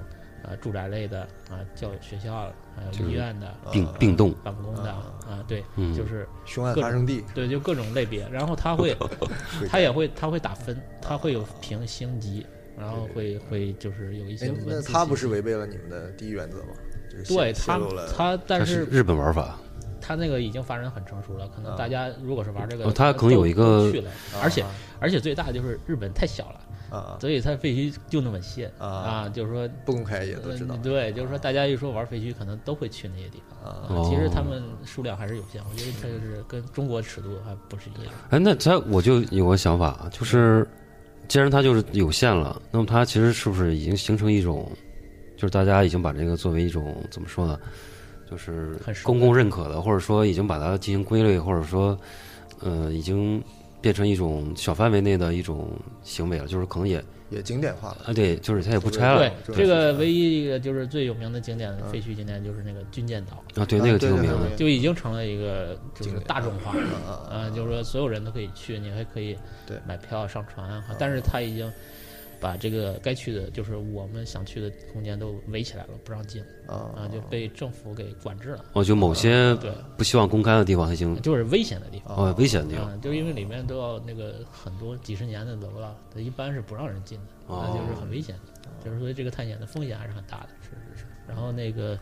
[SPEAKER 5] 呃住宅类的啊，教学校还有医院的、
[SPEAKER 3] 并并动，
[SPEAKER 5] 办公的哦啊，对，
[SPEAKER 3] 嗯
[SPEAKER 5] 就是
[SPEAKER 4] 凶案
[SPEAKER 5] 各
[SPEAKER 4] 发
[SPEAKER 5] 种
[SPEAKER 4] 生地，
[SPEAKER 5] 对，就各种类别，然后他 会哦
[SPEAKER 4] 对
[SPEAKER 5] 他也会他会打分，他会有评星级，然后会会就是有一些
[SPEAKER 4] 哎
[SPEAKER 5] 文，
[SPEAKER 4] 那
[SPEAKER 5] 字
[SPEAKER 4] 他
[SPEAKER 5] 信
[SPEAKER 4] 不是
[SPEAKER 5] 息
[SPEAKER 4] 违背了你们的第一原则吗？就是泄
[SPEAKER 5] 对
[SPEAKER 4] 泄
[SPEAKER 5] 他
[SPEAKER 4] 露了
[SPEAKER 5] 他，
[SPEAKER 3] 它
[SPEAKER 5] 但
[SPEAKER 3] 是
[SPEAKER 5] 是
[SPEAKER 3] 日本玩法，
[SPEAKER 5] 他那个已经发展很成熟了，可能大家如果是玩这个
[SPEAKER 3] 哦，它可能有一个
[SPEAKER 5] 都去了，而且而且最大的就是日本太小了，
[SPEAKER 4] 啊
[SPEAKER 5] 所以它废墟就那么些
[SPEAKER 4] 啊
[SPEAKER 5] 啊，就是说
[SPEAKER 4] 不公开也都知道
[SPEAKER 5] 嗯，对，就是说大家一说玩废墟，可能都会去那些地方。
[SPEAKER 4] 啊
[SPEAKER 5] 啊其实他
[SPEAKER 3] 哦
[SPEAKER 5] 们数量还是有限，我觉得它就是跟中国尺度还不是一样。
[SPEAKER 3] 哎，那他我就有个想法，啊就是既然它就是有限了，那么它其实是不是已经形成一种，就是大家已经把这个作为一种怎么说呢，就是
[SPEAKER 5] 很熟
[SPEAKER 3] 公共认可的，或者说已经把它进行归类，或者说呃已经变成一种小范围内的一种行为了，就是可能也
[SPEAKER 4] 也景点化了，
[SPEAKER 3] 啊对，就是它也不拆
[SPEAKER 4] 啊
[SPEAKER 3] 了
[SPEAKER 5] 对，
[SPEAKER 4] 这个
[SPEAKER 5] 这
[SPEAKER 4] 是
[SPEAKER 5] 个
[SPEAKER 4] 嗯
[SPEAKER 5] 唯一一个就是最有名的景点废墟景点就是那个军舰岛，
[SPEAKER 3] 啊，对那个
[SPEAKER 4] 啊
[SPEAKER 3] 挺有名
[SPEAKER 4] 对
[SPEAKER 3] 的
[SPEAKER 4] 对对
[SPEAKER 5] 就已经成了一个就是大众化了。
[SPEAKER 4] 啊啊
[SPEAKER 5] 啊，就是说所有人都可以去，你还可以
[SPEAKER 4] 对嗯
[SPEAKER 5] 买票上船啊。但是他已经把这个该去的，就是我们想去的空间都围起来了，不让进
[SPEAKER 4] 啊
[SPEAKER 5] 啊，就被政府给管制了。
[SPEAKER 3] 哦，就某些
[SPEAKER 5] 啊
[SPEAKER 4] 嗯
[SPEAKER 5] 对，
[SPEAKER 3] 不希望公开的地方，它已经
[SPEAKER 5] 就是危险的地方。
[SPEAKER 3] 哦危险的地方
[SPEAKER 5] 啊，就是因为里面都要那个很多几十年的楼了，它一般是不让人进的，那
[SPEAKER 3] 哦
[SPEAKER 5] 就是很危险的，就是所以这个探险的风险还是很大的。是是是。然后那个，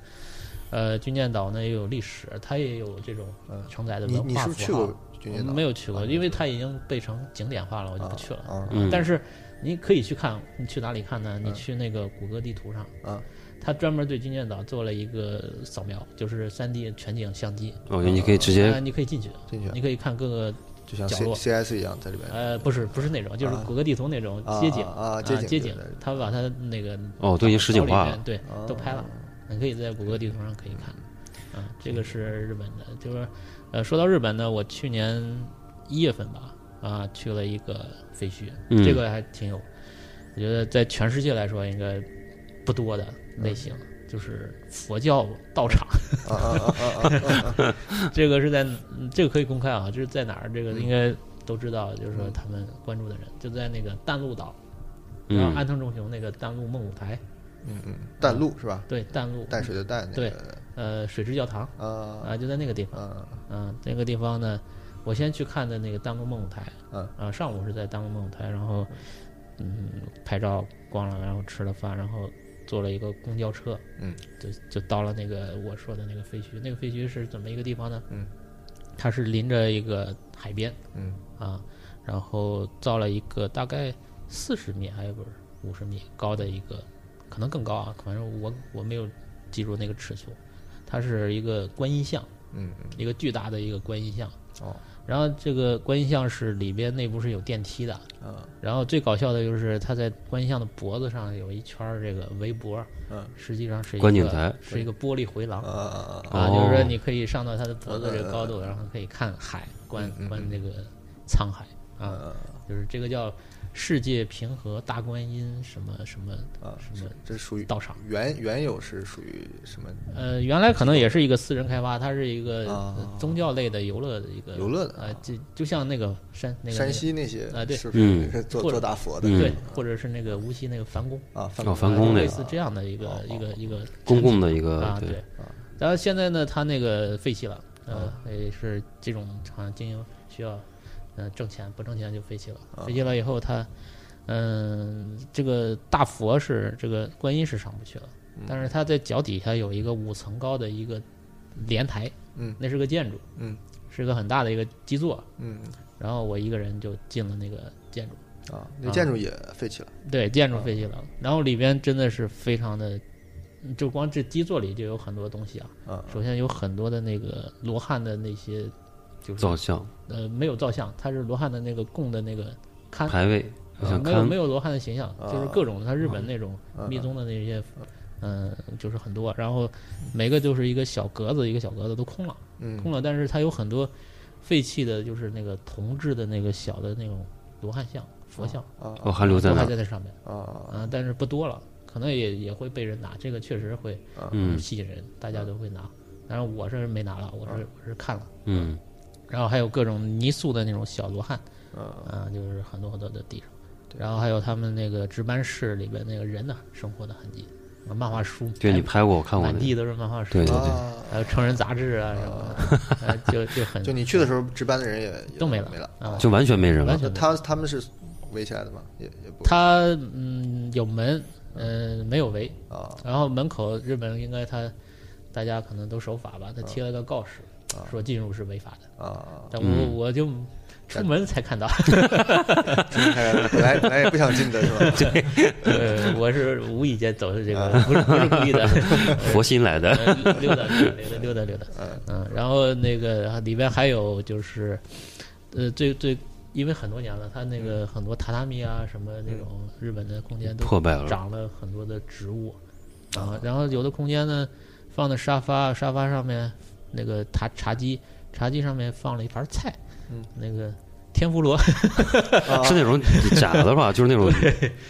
[SPEAKER 5] 呃，军舰岛呢也有历史，它也有这种承载的文
[SPEAKER 4] 嗯你
[SPEAKER 5] 化
[SPEAKER 4] 你是不是去
[SPEAKER 5] 符号
[SPEAKER 4] 过军舰岛？
[SPEAKER 5] 没有去过，因为它已经被成景点化了，我就不去了。
[SPEAKER 4] 啊
[SPEAKER 3] 嗯
[SPEAKER 4] 嗯
[SPEAKER 5] 但是你可以去看，你去哪里看呢？你去那个谷歌地图上，
[SPEAKER 4] 啊
[SPEAKER 5] 它专门对军舰岛做了一个扫描，就是3 D 全景相机，
[SPEAKER 3] 哦，你可以直接
[SPEAKER 5] 啊，你可以进去，
[SPEAKER 4] 进去
[SPEAKER 5] 你可以看各个，
[SPEAKER 4] 就像
[SPEAKER 5] 角
[SPEAKER 4] C
[SPEAKER 5] 落
[SPEAKER 4] C S 一样在里边
[SPEAKER 5] 呃，不是不是那种，就是谷歌地图那种
[SPEAKER 4] 啊
[SPEAKER 5] 街景
[SPEAKER 4] 啊啊街
[SPEAKER 5] 街
[SPEAKER 4] 景
[SPEAKER 5] 景
[SPEAKER 4] 对哦对对，
[SPEAKER 5] 它把它那个
[SPEAKER 3] 哦都已经实景化
[SPEAKER 5] 岛里
[SPEAKER 3] 了
[SPEAKER 5] 面，对，都拍了，你可以在谷歌地图上可以看。啊，这个是日本的，就是，呃，说到日本呢，我去年一月份吧，啊，去了一个废墟，
[SPEAKER 3] 嗯
[SPEAKER 5] 这个还挺有，我觉得在全世界来说应该不多的类型，就是佛教道场。
[SPEAKER 4] 啊啊啊啊啊啊啊！
[SPEAKER 5] 这个是在嗯这个可以公开啊，这是在哪儿？这个应该都知道，就是说他们关注的人就在那个淡路岛，
[SPEAKER 3] 嗯
[SPEAKER 5] 然后安藤忠雄那个淡路梦舞台，
[SPEAKER 4] 嗯嗯，淡路是吧？
[SPEAKER 5] 对淡路
[SPEAKER 4] 淡水的淡那
[SPEAKER 5] 对
[SPEAKER 4] 个
[SPEAKER 5] 呃水之教堂
[SPEAKER 4] 啊
[SPEAKER 5] 啊，就在那个地方，
[SPEAKER 4] 啊
[SPEAKER 5] 嗯、那个地方呢，我先去看的那个淡路梦舞台，
[SPEAKER 4] 嗯
[SPEAKER 5] 啊，上午是在淡路梦舞台，然后嗯拍照逛了，然后吃了饭，然后坐了一个公交车，
[SPEAKER 4] 嗯，
[SPEAKER 5] 就就到了那个我说的那个废墟，那个废墟是怎么一个地方呢？
[SPEAKER 4] 嗯，
[SPEAKER 5] 它是临着一个海边。
[SPEAKER 4] 嗯
[SPEAKER 5] 啊，然后造了一个大概四十米哎还有不是五十米高的一个，可能更高啊，反正我我没有记住那个尺寸，它是一个观音像，
[SPEAKER 4] 嗯嗯
[SPEAKER 5] 一个巨大的一个观音像。
[SPEAKER 4] 哦
[SPEAKER 5] 然后这个观音像是里边内部是有电梯的，
[SPEAKER 4] 啊
[SPEAKER 5] 然后最搞笑的就是它在观音像的脖子上有一圈儿这个围脖，
[SPEAKER 4] 嗯
[SPEAKER 5] 实际上是一
[SPEAKER 3] 观景
[SPEAKER 5] 个
[SPEAKER 3] 台
[SPEAKER 5] 是一个玻璃回廊
[SPEAKER 4] 啊啊。啊啊！
[SPEAKER 5] 啊，就是说
[SPEAKER 3] 哦
[SPEAKER 5] 你可以上到它的脖子这个高度，然后可以看海，观
[SPEAKER 3] 嗯
[SPEAKER 5] 观这个沧海啊，就是这个叫世界平和大观音什么什么
[SPEAKER 4] 啊
[SPEAKER 5] 什么
[SPEAKER 4] 这属于
[SPEAKER 5] 道场。
[SPEAKER 4] 原原有是属于什么
[SPEAKER 5] 呃，原来可能也是一个私人开发，它是一个
[SPEAKER 4] 啊
[SPEAKER 5] 呃宗教类的游乐的一个
[SPEAKER 4] 游乐的
[SPEAKER 5] 啊，就就像那个山那个
[SPEAKER 4] 山西那些
[SPEAKER 5] 啊对
[SPEAKER 4] 是不
[SPEAKER 3] 嗯
[SPEAKER 4] 是做
[SPEAKER 5] 或者
[SPEAKER 4] 做大佛的
[SPEAKER 5] 那个对
[SPEAKER 4] 嗯，
[SPEAKER 5] 或者是那个无锡那个梵宫，呃
[SPEAKER 4] 啊梵
[SPEAKER 3] 哦
[SPEAKER 4] 谷
[SPEAKER 3] 梵宫那
[SPEAKER 5] 类
[SPEAKER 3] 个
[SPEAKER 5] 似这样的一个
[SPEAKER 4] 哦
[SPEAKER 5] 一个一个
[SPEAKER 3] 公共的一个
[SPEAKER 5] 啊，
[SPEAKER 3] 对
[SPEAKER 5] 对。然后现在呢，他那个废弃了，呃，也是这种好像经营需要，呃，挣钱不挣钱就废弃了。废弃了以后，他，嗯、这个大佛是这个观音是上不去了，但是他在脚底下有一个五层高的一个莲台，
[SPEAKER 4] 嗯
[SPEAKER 5] 那是个建筑，
[SPEAKER 4] 嗯，
[SPEAKER 5] 是个很大的一个基座。
[SPEAKER 4] 嗯
[SPEAKER 5] 然后我一个人就进了那个建筑，
[SPEAKER 4] 啊，那建筑也废弃了
[SPEAKER 5] 对，建筑废弃了，然后里边真的是非常的，就光这基座里就有很多东西啊，
[SPEAKER 4] 啊
[SPEAKER 5] 首先有很多的那个罗汉的那些，就是
[SPEAKER 3] 造像
[SPEAKER 5] 呃没有造像，它是罗汉的那个供的那个龛，
[SPEAKER 3] 排位，我
[SPEAKER 5] 呃
[SPEAKER 3] 想
[SPEAKER 5] 没有
[SPEAKER 3] 看
[SPEAKER 5] 没有罗汉的形
[SPEAKER 3] 啊
[SPEAKER 5] 象，就是各种它日
[SPEAKER 3] 嗯
[SPEAKER 5] 本那种
[SPEAKER 4] 啊
[SPEAKER 5] 密宗的那些，嗯、就是很多，然后每个就是一个小格子一个小格子都空了，
[SPEAKER 4] 嗯
[SPEAKER 5] 空了，但是它有很多废弃的，就是那个铜制的那个小的那种罗汉像、佛像，
[SPEAKER 4] 啊
[SPEAKER 3] 哦，还留在
[SPEAKER 5] 都
[SPEAKER 3] 那
[SPEAKER 5] 还
[SPEAKER 3] 儿
[SPEAKER 5] 在那上面
[SPEAKER 4] 啊啊
[SPEAKER 5] 啊、但是不多了，可能也也会被人拿，这个确实会。
[SPEAKER 3] 嗯啊
[SPEAKER 5] 吸引人，大家都会拿。但是我是没拿了，我是我是看了。
[SPEAKER 3] 嗯，
[SPEAKER 5] 然后还有各种泥塑的那种小罗汉，
[SPEAKER 4] 啊
[SPEAKER 5] 啊，就是很多很多的地上。然后还有他们那个值班室里边那个人的生活的痕迹，漫画书，哎
[SPEAKER 3] 对你拍过，我看过
[SPEAKER 5] 满
[SPEAKER 3] 那个。
[SPEAKER 5] 地都是漫画书，
[SPEAKER 3] 对对对
[SPEAKER 4] 啊，
[SPEAKER 5] 还有成人杂志啊什么的，呃就就很
[SPEAKER 4] 就你去的时候，值班的人也也
[SPEAKER 5] 都没
[SPEAKER 4] 没了
[SPEAKER 5] 了。啊。
[SPEAKER 3] 就完全没人了
[SPEAKER 5] 完。全没有
[SPEAKER 4] 他他们是围起来的吗？也也不
[SPEAKER 5] 他嗯有门，嗯、没有围，
[SPEAKER 4] 啊
[SPEAKER 5] 然后门口日本应该他大家可能都守法吧，他
[SPEAKER 4] 嗯
[SPEAKER 5] 贴了个告示，说进入是违法的，
[SPEAKER 4] 啊！
[SPEAKER 5] 但我、
[SPEAKER 3] 嗯
[SPEAKER 5] 我就出门才看到，
[SPEAKER 4] 本来本来也不想进的是吧？
[SPEAKER 5] 呃， 我是无意间走的这个，不是不是故意的，
[SPEAKER 3] 佛心来的，
[SPEAKER 5] 呃溜达溜达溜达溜达溜达，嗯，然后那个里边还有就是，呃，最最。因为很多年了，他那个很多榻榻米啊，什么那种日本的空间都
[SPEAKER 3] 破败了。
[SPEAKER 5] 长了很多的植物，啊，然后有的空间呢放的沙发，沙发上面那个茶茶几，茶几上面放了一盘菜，
[SPEAKER 4] 嗯，
[SPEAKER 5] 那个天妇罗，
[SPEAKER 4] 啊
[SPEAKER 3] 是那种假的吧？就是那种，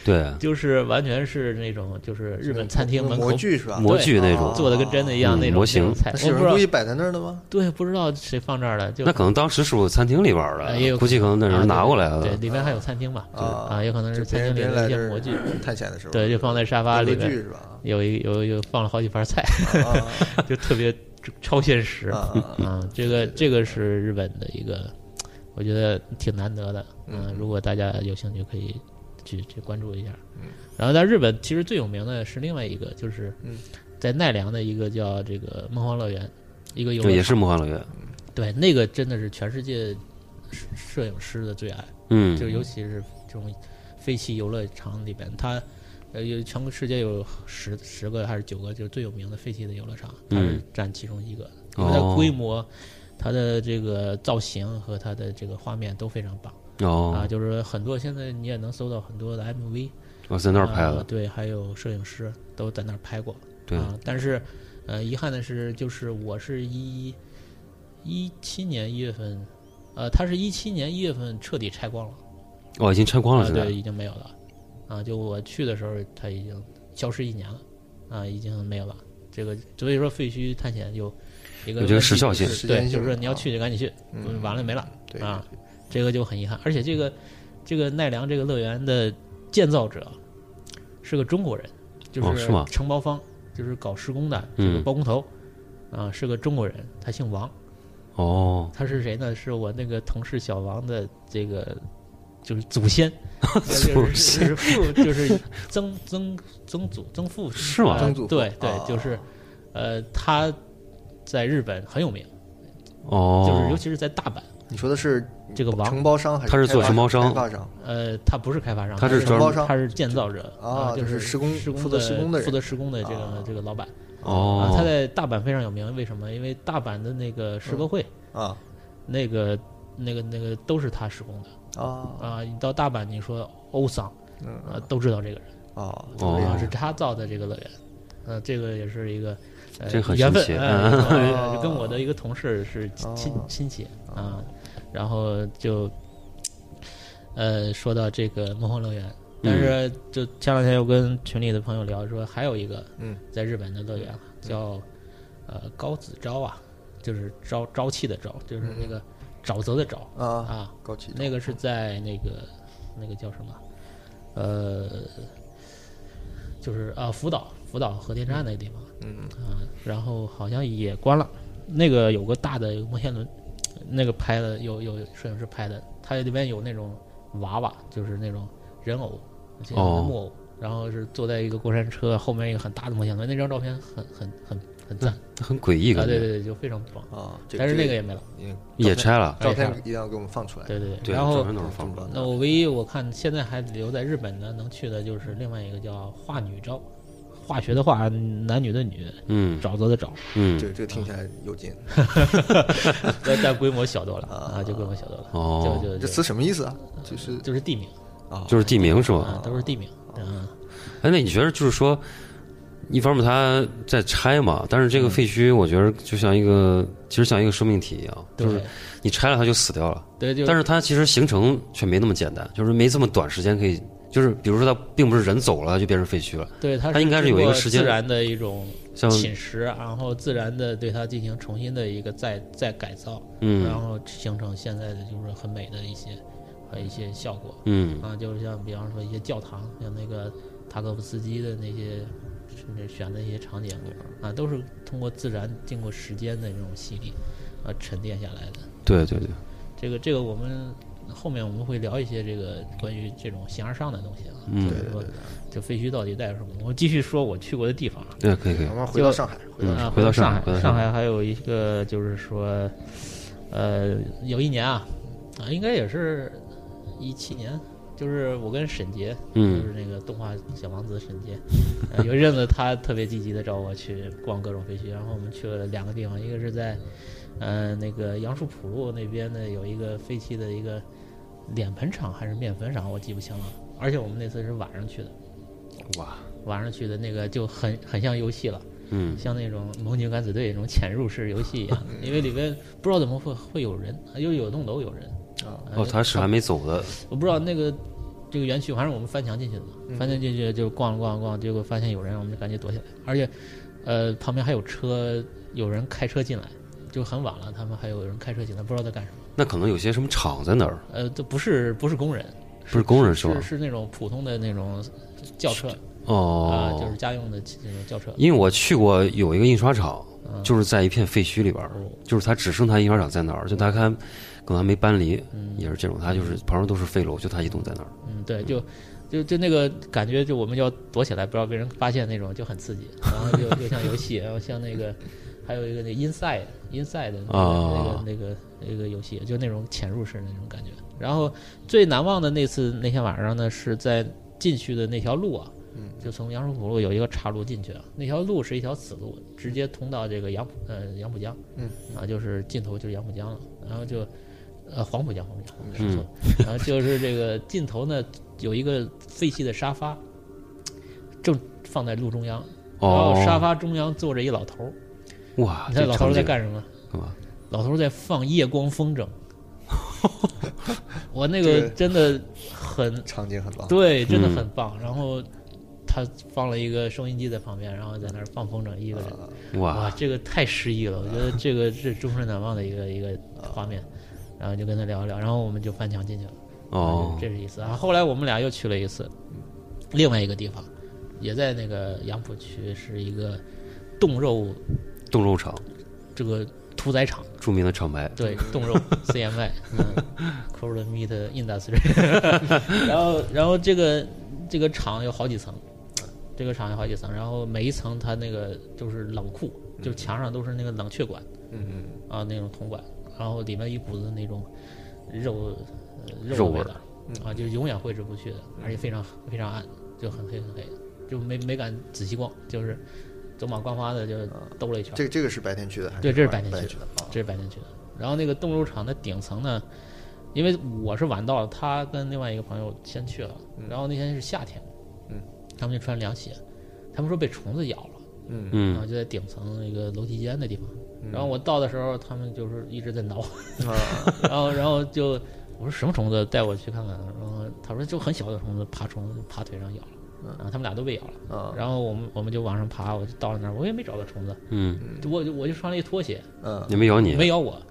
[SPEAKER 3] 对，
[SPEAKER 5] 就是完全是那种就是日本餐厅门口
[SPEAKER 4] 模具是吧？
[SPEAKER 3] 模具那种
[SPEAKER 4] 对
[SPEAKER 5] 啊做的跟真的一样
[SPEAKER 3] 嗯
[SPEAKER 5] 那种
[SPEAKER 3] 模型
[SPEAKER 5] 那种菜
[SPEAKER 4] 那，是
[SPEAKER 5] 我
[SPEAKER 4] 有
[SPEAKER 5] 不
[SPEAKER 4] 人故
[SPEAKER 5] 知
[SPEAKER 4] 意
[SPEAKER 5] 道，
[SPEAKER 4] 摆在那儿的吗？
[SPEAKER 5] 对，不知道谁放这儿的，就
[SPEAKER 3] 那可能当时是我餐厅里玩
[SPEAKER 5] 呃也
[SPEAKER 3] 的，
[SPEAKER 5] 有
[SPEAKER 3] 估计可能那人拿过来
[SPEAKER 5] 啊对，
[SPEAKER 3] 的。
[SPEAKER 5] 里面还有餐厅嘛，
[SPEAKER 4] 啊
[SPEAKER 5] 啊，有可能
[SPEAKER 4] 就是别
[SPEAKER 5] 餐
[SPEAKER 4] 人
[SPEAKER 5] 厅
[SPEAKER 4] 别
[SPEAKER 5] 里
[SPEAKER 4] 人
[SPEAKER 5] 的
[SPEAKER 4] 来
[SPEAKER 5] 一
[SPEAKER 4] 这
[SPEAKER 5] 些
[SPEAKER 4] 儿
[SPEAKER 5] 模具，
[SPEAKER 4] 探险的时候，
[SPEAKER 5] 对，就放在沙发里
[SPEAKER 4] 有个剧
[SPEAKER 5] 面，
[SPEAKER 4] 是吧？
[SPEAKER 5] 有一有有放了好几盘菜，
[SPEAKER 4] 啊
[SPEAKER 5] 就特别超现实
[SPEAKER 4] 啊啊！
[SPEAKER 5] 嗯，这个这个是日本的一个，我觉得挺难得的。嗯，如果大家有兴趣，可以去去关注一下。
[SPEAKER 4] 嗯，
[SPEAKER 5] 然后在日本其实最有名的是另外一个，就是
[SPEAKER 4] 嗯
[SPEAKER 5] 在奈良的一个叫这个梦幻乐园，一个游乐
[SPEAKER 3] 哦对，也
[SPEAKER 5] 场
[SPEAKER 3] 是魔幻乐园。
[SPEAKER 5] 对那个真的是全世界摄摄影师的最爱，
[SPEAKER 3] 嗯，
[SPEAKER 5] 就尤其是这种废弃游乐场里边，它。呃，有全国世界有十十个还是九个，就是最有名的废弃的游乐场，它是
[SPEAKER 3] 嗯
[SPEAKER 5] 占其中一个的。因为它
[SPEAKER 3] 哦
[SPEAKER 5] 规模、它的这个造型和它的这个画面都非常棒、
[SPEAKER 3] 哦，
[SPEAKER 5] 啊，就是很多现在你也能搜到很多的 MV，
[SPEAKER 3] 我哦在那儿拍
[SPEAKER 5] 啊
[SPEAKER 3] 的。
[SPEAKER 5] 对，还有摄影师都在那儿拍过，
[SPEAKER 3] 对，
[SPEAKER 5] 啊，但是呃，遗憾的是，就是我是一一七年一月份，呃，它是一七年一月份彻底拆光了，
[SPEAKER 3] 哦，已经拆光了，
[SPEAKER 5] 啊，
[SPEAKER 3] 现
[SPEAKER 5] 对，
[SPEAKER 3] 在。
[SPEAKER 5] 已经没有了，啊，就我去的时候，它已经消失一年了，啊，已经没有了。这个所以说废墟探险有一个
[SPEAKER 3] 有这个
[SPEAKER 5] 问
[SPEAKER 3] 时
[SPEAKER 5] 题
[SPEAKER 3] 效
[SPEAKER 5] 就
[SPEAKER 3] 性
[SPEAKER 5] 是
[SPEAKER 4] 时间
[SPEAKER 5] 对，
[SPEAKER 4] 性
[SPEAKER 5] 就是说
[SPEAKER 4] 的
[SPEAKER 5] 你要
[SPEAKER 4] 啊
[SPEAKER 5] 去就赶紧去，
[SPEAKER 4] 嗯
[SPEAKER 5] 完了没了，
[SPEAKER 4] 对
[SPEAKER 5] 啊，这个就很遗憾。而且这个这个奈良这个乐园的建造者是个中国人，就
[SPEAKER 3] 哦是吗
[SPEAKER 5] 承包方，就是搞施工的这
[SPEAKER 3] 嗯
[SPEAKER 5] 个包工头，啊，是个中国人，他姓王，
[SPEAKER 3] 哦，
[SPEAKER 5] 他是谁呢？是我那个同事小王的这个就是 祖先，就是就是父就是曾曾曾祖曾父
[SPEAKER 3] 是吗
[SPEAKER 5] 呃
[SPEAKER 4] 曾祖父
[SPEAKER 5] 对对
[SPEAKER 4] 啊，
[SPEAKER 5] 就是呃，他在日本很有名，
[SPEAKER 3] 哦，
[SPEAKER 5] 就是尤其是在大阪，
[SPEAKER 4] 你说的是
[SPEAKER 5] 这个王
[SPEAKER 4] 承包商还是
[SPEAKER 3] 他是做
[SPEAKER 4] 开发
[SPEAKER 3] 承包商
[SPEAKER 4] 开发商
[SPEAKER 5] 呃，他不是开发商，
[SPEAKER 3] 他是
[SPEAKER 5] 是
[SPEAKER 3] 承
[SPEAKER 4] 包商
[SPEAKER 5] 他是建造者
[SPEAKER 4] 啊
[SPEAKER 5] 就
[SPEAKER 4] 就是施工
[SPEAKER 5] 施工
[SPEAKER 4] 负责施工的人
[SPEAKER 5] 负责施工的这
[SPEAKER 4] 啊
[SPEAKER 5] 个这个老板啊，
[SPEAKER 3] 哦，
[SPEAKER 5] 他在大阪非常有名，为什么？因为大阪的那个世博会，
[SPEAKER 4] 啊
[SPEAKER 5] 那个那个那个都是他施工的。
[SPEAKER 4] 啊嗯
[SPEAKER 5] 啊，你到大阪，你说欧桑，啊，都知道这个人，
[SPEAKER 4] 啊！
[SPEAKER 5] 啊，
[SPEAKER 3] 哦
[SPEAKER 5] 是他造的这个乐园，呃，这个也是一个，呃
[SPEAKER 3] 这很
[SPEAKER 5] 缘分
[SPEAKER 3] 神，奇
[SPEAKER 5] 呃
[SPEAKER 3] 嗯
[SPEAKER 5] 呃跟我的一个同事是亲
[SPEAKER 4] 哦
[SPEAKER 5] 亲戚啊，然后就，呃，说到这个梦幻乐园，但是就前两天又跟群里的朋友聊说，还有一个
[SPEAKER 4] 嗯
[SPEAKER 5] 在日本的乐园啊叫呃高子昭啊，就是朝朝气的朝，就是那个沼泽的沼
[SPEAKER 4] 嗯啊，
[SPEAKER 5] 啊。
[SPEAKER 4] 高启
[SPEAKER 5] 那个是在那个那个叫什么？呃，就是啊，福岛福岛核电站那个地方
[SPEAKER 4] 嗯
[SPEAKER 5] 啊，然后好像也关了。那个有个大的摩天轮，那个拍的有有摄影师拍的，它里面有那种娃娃，就是那种人偶，就是
[SPEAKER 3] 哦
[SPEAKER 5] 木偶，然后是坐在一个过山车后面一个很大的摩天轮，那张照片很很很很赞啊，
[SPEAKER 3] 很诡异，
[SPEAKER 5] 对
[SPEAKER 3] 感
[SPEAKER 5] 对
[SPEAKER 3] 觉
[SPEAKER 5] 对，就非常棒。
[SPEAKER 4] 啊，这
[SPEAKER 5] 但是那个也没了，
[SPEAKER 4] 也
[SPEAKER 3] 也拆了。
[SPEAKER 4] 照片一定要给我们放出来。
[SPEAKER 5] 对对
[SPEAKER 3] 对，
[SPEAKER 5] 然后
[SPEAKER 3] 照片都是放出来的。
[SPEAKER 5] 那我唯一我看现在还留在日本的能去的就是另外一个叫化女昭，化学的化，男女的女，
[SPEAKER 3] 嗯
[SPEAKER 5] 沼泽的 沼，
[SPEAKER 3] 嗯，
[SPEAKER 4] 这这个听起来有劲，
[SPEAKER 5] 但但规模小多了
[SPEAKER 4] 啊
[SPEAKER 5] 啊，就规模小多了，
[SPEAKER 3] 哦
[SPEAKER 5] 就
[SPEAKER 4] 这
[SPEAKER 5] 就
[SPEAKER 4] 词
[SPEAKER 5] 就
[SPEAKER 4] 什么意思啊？就是
[SPEAKER 5] 就是地名
[SPEAKER 4] 啊，
[SPEAKER 3] 就是地名是吧？
[SPEAKER 5] 啊，都是地名，嗯，
[SPEAKER 3] 哎，那你觉得就是说，一方面它在拆嘛，但是
[SPEAKER 5] 嗯
[SPEAKER 3] 这个废墟，我觉得就像一个，其实像一个生命体一样，就是
[SPEAKER 5] 对
[SPEAKER 3] 你拆了它就死掉了，
[SPEAKER 5] 对，就
[SPEAKER 3] 但是它其实形成却没那么简单，就是没这么短时间可以，就是比如说它并不是人走了它就变成废墟了，
[SPEAKER 5] 对它
[SPEAKER 3] 它应该是有一个
[SPEAKER 5] 经过
[SPEAKER 3] 时间
[SPEAKER 5] 自然的一种
[SPEAKER 3] 像
[SPEAKER 5] 侵蚀，然后自然的对它进行重新的一个再再改造，然
[SPEAKER 3] 嗯
[SPEAKER 5] 后形成现在的就是很美的一些和一些效果，
[SPEAKER 3] 嗯
[SPEAKER 5] 啊，就是像比方说一些教堂，像那个塔可夫斯基的那些甚至选择一些场景啊，都是通过自然经过时间的这种洗礼，啊沉淀下来的。
[SPEAKER 3] 对对对，
[SPEAKER 5] 这个这个我们后面我们会聊一些这个关于这种形而上的东西啊，
[SPEAKER 3] 嗯
[SPEAKER 5] 就是说这废墟到底代表什么？我继续说我去过的地方啊，
[SPEAKER 3] 对，可以可以
[SPEAKER 4] 我，们回到上海，回到
[SPEAKER 5] 啊，
[SPEAKER 3] 回到上
[SPEAKER 5] 上
[SPEAKER 3] 海回到上海
[SPEAKER 5] 上海还有一个就是说，呃，有一年啊，啊，应该也是一七年，就是我跟沈杰，
[SPEAKER 3] 嗯
[SPEAKER 5] 就是那个动画小王子沈杰，呃、有一阵子他特别积极的找我去逛各种废墟，然后我们去了两个地方，一个是在呃那个杨树浦路那边呢有一个废弃的一个脸盆厂还是面粉厂，我记不清了，而且我们那次是晚上去的，
[SPEAKER 3] 哇，
[SPEAKER 5] 晚上去的那个就很很像游戏了。
[SPEAKER 3] 嗯
[SPEAKER 5] 像那种《魔女敢死队》那种潜入式游戏一样，因为里边不知道怎么会会有人，又有栋楼有人。
[SPEAKER 4] 啊
[SPEAKER 5] 呃
[SPEAKER 3] 哦，他是还没走的，
[SPEAKER 5] 我不知道那个这个园区，反正我们翻墙进去的嘛，翻墙进去就逛了逛了逛，结果发现有人，我们就赶紧躲起来。而且，呃，旁边还有车，有人开车进来，就很晚了，他们还有人开车进来，不知道在干什么。
[SPEAKER 3] 那可能有些什么厂在哪儿？
[SPEAKER 5] 呃，这不是不是工人，
[SPEAKER 3] 不是工人是吧
[SPEAKER 5] 是是那种普通的那种轿车啊、
[SPEAKER 3] 哦，
[SPEAKER 5] 就是家用的那种轿车。
[SPEAKER 3] 因为我去过有一个印刷厂，
[SPEAKER 5] 嗯
[SPEAKER 3] 就是在一片废墟里边儿，就是它只剩它印刷厂在那儿，就它还可能还没搬离，也是这种，它就是旁边都是废楼，就它一栋在那儿。
[SPEAKER 5] 嗯，对，就就就那个感觉，就我们就要躲起来，不要被人发现那种，就很刺激。然后就就像游戏，然后像那个还有一个那 Inside Inside 的那个、
[SPEAKER 3] 哦
[SPEAKER 5] 那个那个那个游戏，就那种潜入式的那种感觉。然后最难忘的那次那天晚上呢，是在进去的那条路啊。就从杨浦路有一个岔路进去啊，那条路是一条死路，直接通到这个杨浦呃杨浦江，
[SPEAKER 4] 嗯
[SPEAKER 5] 啊就是尽头就是杨浦江了，然后就呃黄浦江黄浦江，说错了，然后就是这个尽头呢有一个废弃的沙发，正放在路中央，然后
[SPEAKER 3] 哦，
[SPEAKER 5] 沙发中央坐着一老头儿，
[SPEAKER 3] 哇，啊
[SPEAKER 5] 你
[SPEAKER 3] 这
[SPEAKER 5] 猜老头
[SPEAKER 3] 场
[SPEAKER 5] 儿在
[SPEAKER 3] 景
[SPEAKER 5] 干什么？
[SPEAKER 3] 干嘛？
[SPEAKER 5] 老头儿在放夜光风筝，我那
[SPEAKER 4] 这
[SPEAKER 5] 个
[SPEAKER 4] 个
[SPEAKER 5] 真的很
[SPEAKER 4] 场景很棒。
[SPEAKER 5] 对，真的
[SPEAKER 3] 嗯
[SPEAKER 5] 很棒。然后他放了一个收音机在旁边，然后在那儿放风筝，一个人。
[SPEAKER 4] 啊
[SPEAKER 5] 哇，
[SPEAKER 3] 哇，
[SPEAKER 5] 这个太诗意了，我觉得这个是终身难忘的一个一个画面。然后就跟他聊一聊，然后我们就翻墙进去了。
[SPEAKER 3] 哦，
[SPEAKER 5] 这是一次。啊，后来我们俩又去了一次，另外一个地方，也在那个杨浦区，是一个冻肉
[SPEAKER 3] 冻肉厂，
[SPEAKER 5] 这个屠宰场。
[SPEAKER 3] 著名的厂牌，
[SPEAKER 5] 对，冻 肉 CMY，嗯，Cold Meat Industry，然后然后这个这个厂有好几层，这个厂有好几层，然后每一层它那个就是冷库，就墙上都是那个冷却管，嗯嗯，啊那种铜管，然后里面一股子那种肉呃
[SPEAKER 3] 肉味
[SPEAKER 5] 的味嗯
[SPEAKER 3] 儿
[SPEAKER 5] 道，啊就永远挥之不去的，而且非常非常暗，就很黑很黑，就没没敢仔细逛，就是走马观花的就兜了一圈儿。
[SPEAKER 4] 这这个是白天去的还，
[SPEAKER 5] 对，这是白
[SPEAKER 4] 晚
[SPEAKER 5] 天
[SPEAKER 4] 白
[SPEAKER 5] 去
[SPEAKER 4] 去的啊。
[SPEAKER 5] 这是白天去的。然后那个冻肉厂的顶层呢，因为我是晚到了，他跟另外一个朋友先去了，然后那天是夏天，
[SPEAKER 4] 嗯，
[SPEAKER 5] 他们就穿凉鞋，他们说被虫子咬了，然后
[SPEAKER 3] 嗯，
[SPEAKER 5] 就在顶层那个楼梯间的地方。
[SPEAKER 4] 嗯
[SPEAKER 5] 然后我到的时候，他们就是一直在挠，
[SPEAKER 4] 啊
[SPEAKER 5] 然后然后就我说什么虫子，带我去看看。然后他说就很小的虫子，爬虫子爬腿上咬了，然后他们俩都被咬
[SPEAKER 4] 嗯啊
[SPEAKER 5] 了。然后我们我们就往上爬，我就到了那儿，我也没找到虫子，
[SPEAKER 3] 嗯，
[SPEAKER 5] 我就我就穿了一拖鞋，
[SPEAKER 4] 嗯，
[SPEAKER 3] 也没咬你，
[SPEAKER 5] 啊
[SPEAKER 3] 啊
[SPEAKER 5] 没咬我。
[SPEAKER 4] 哦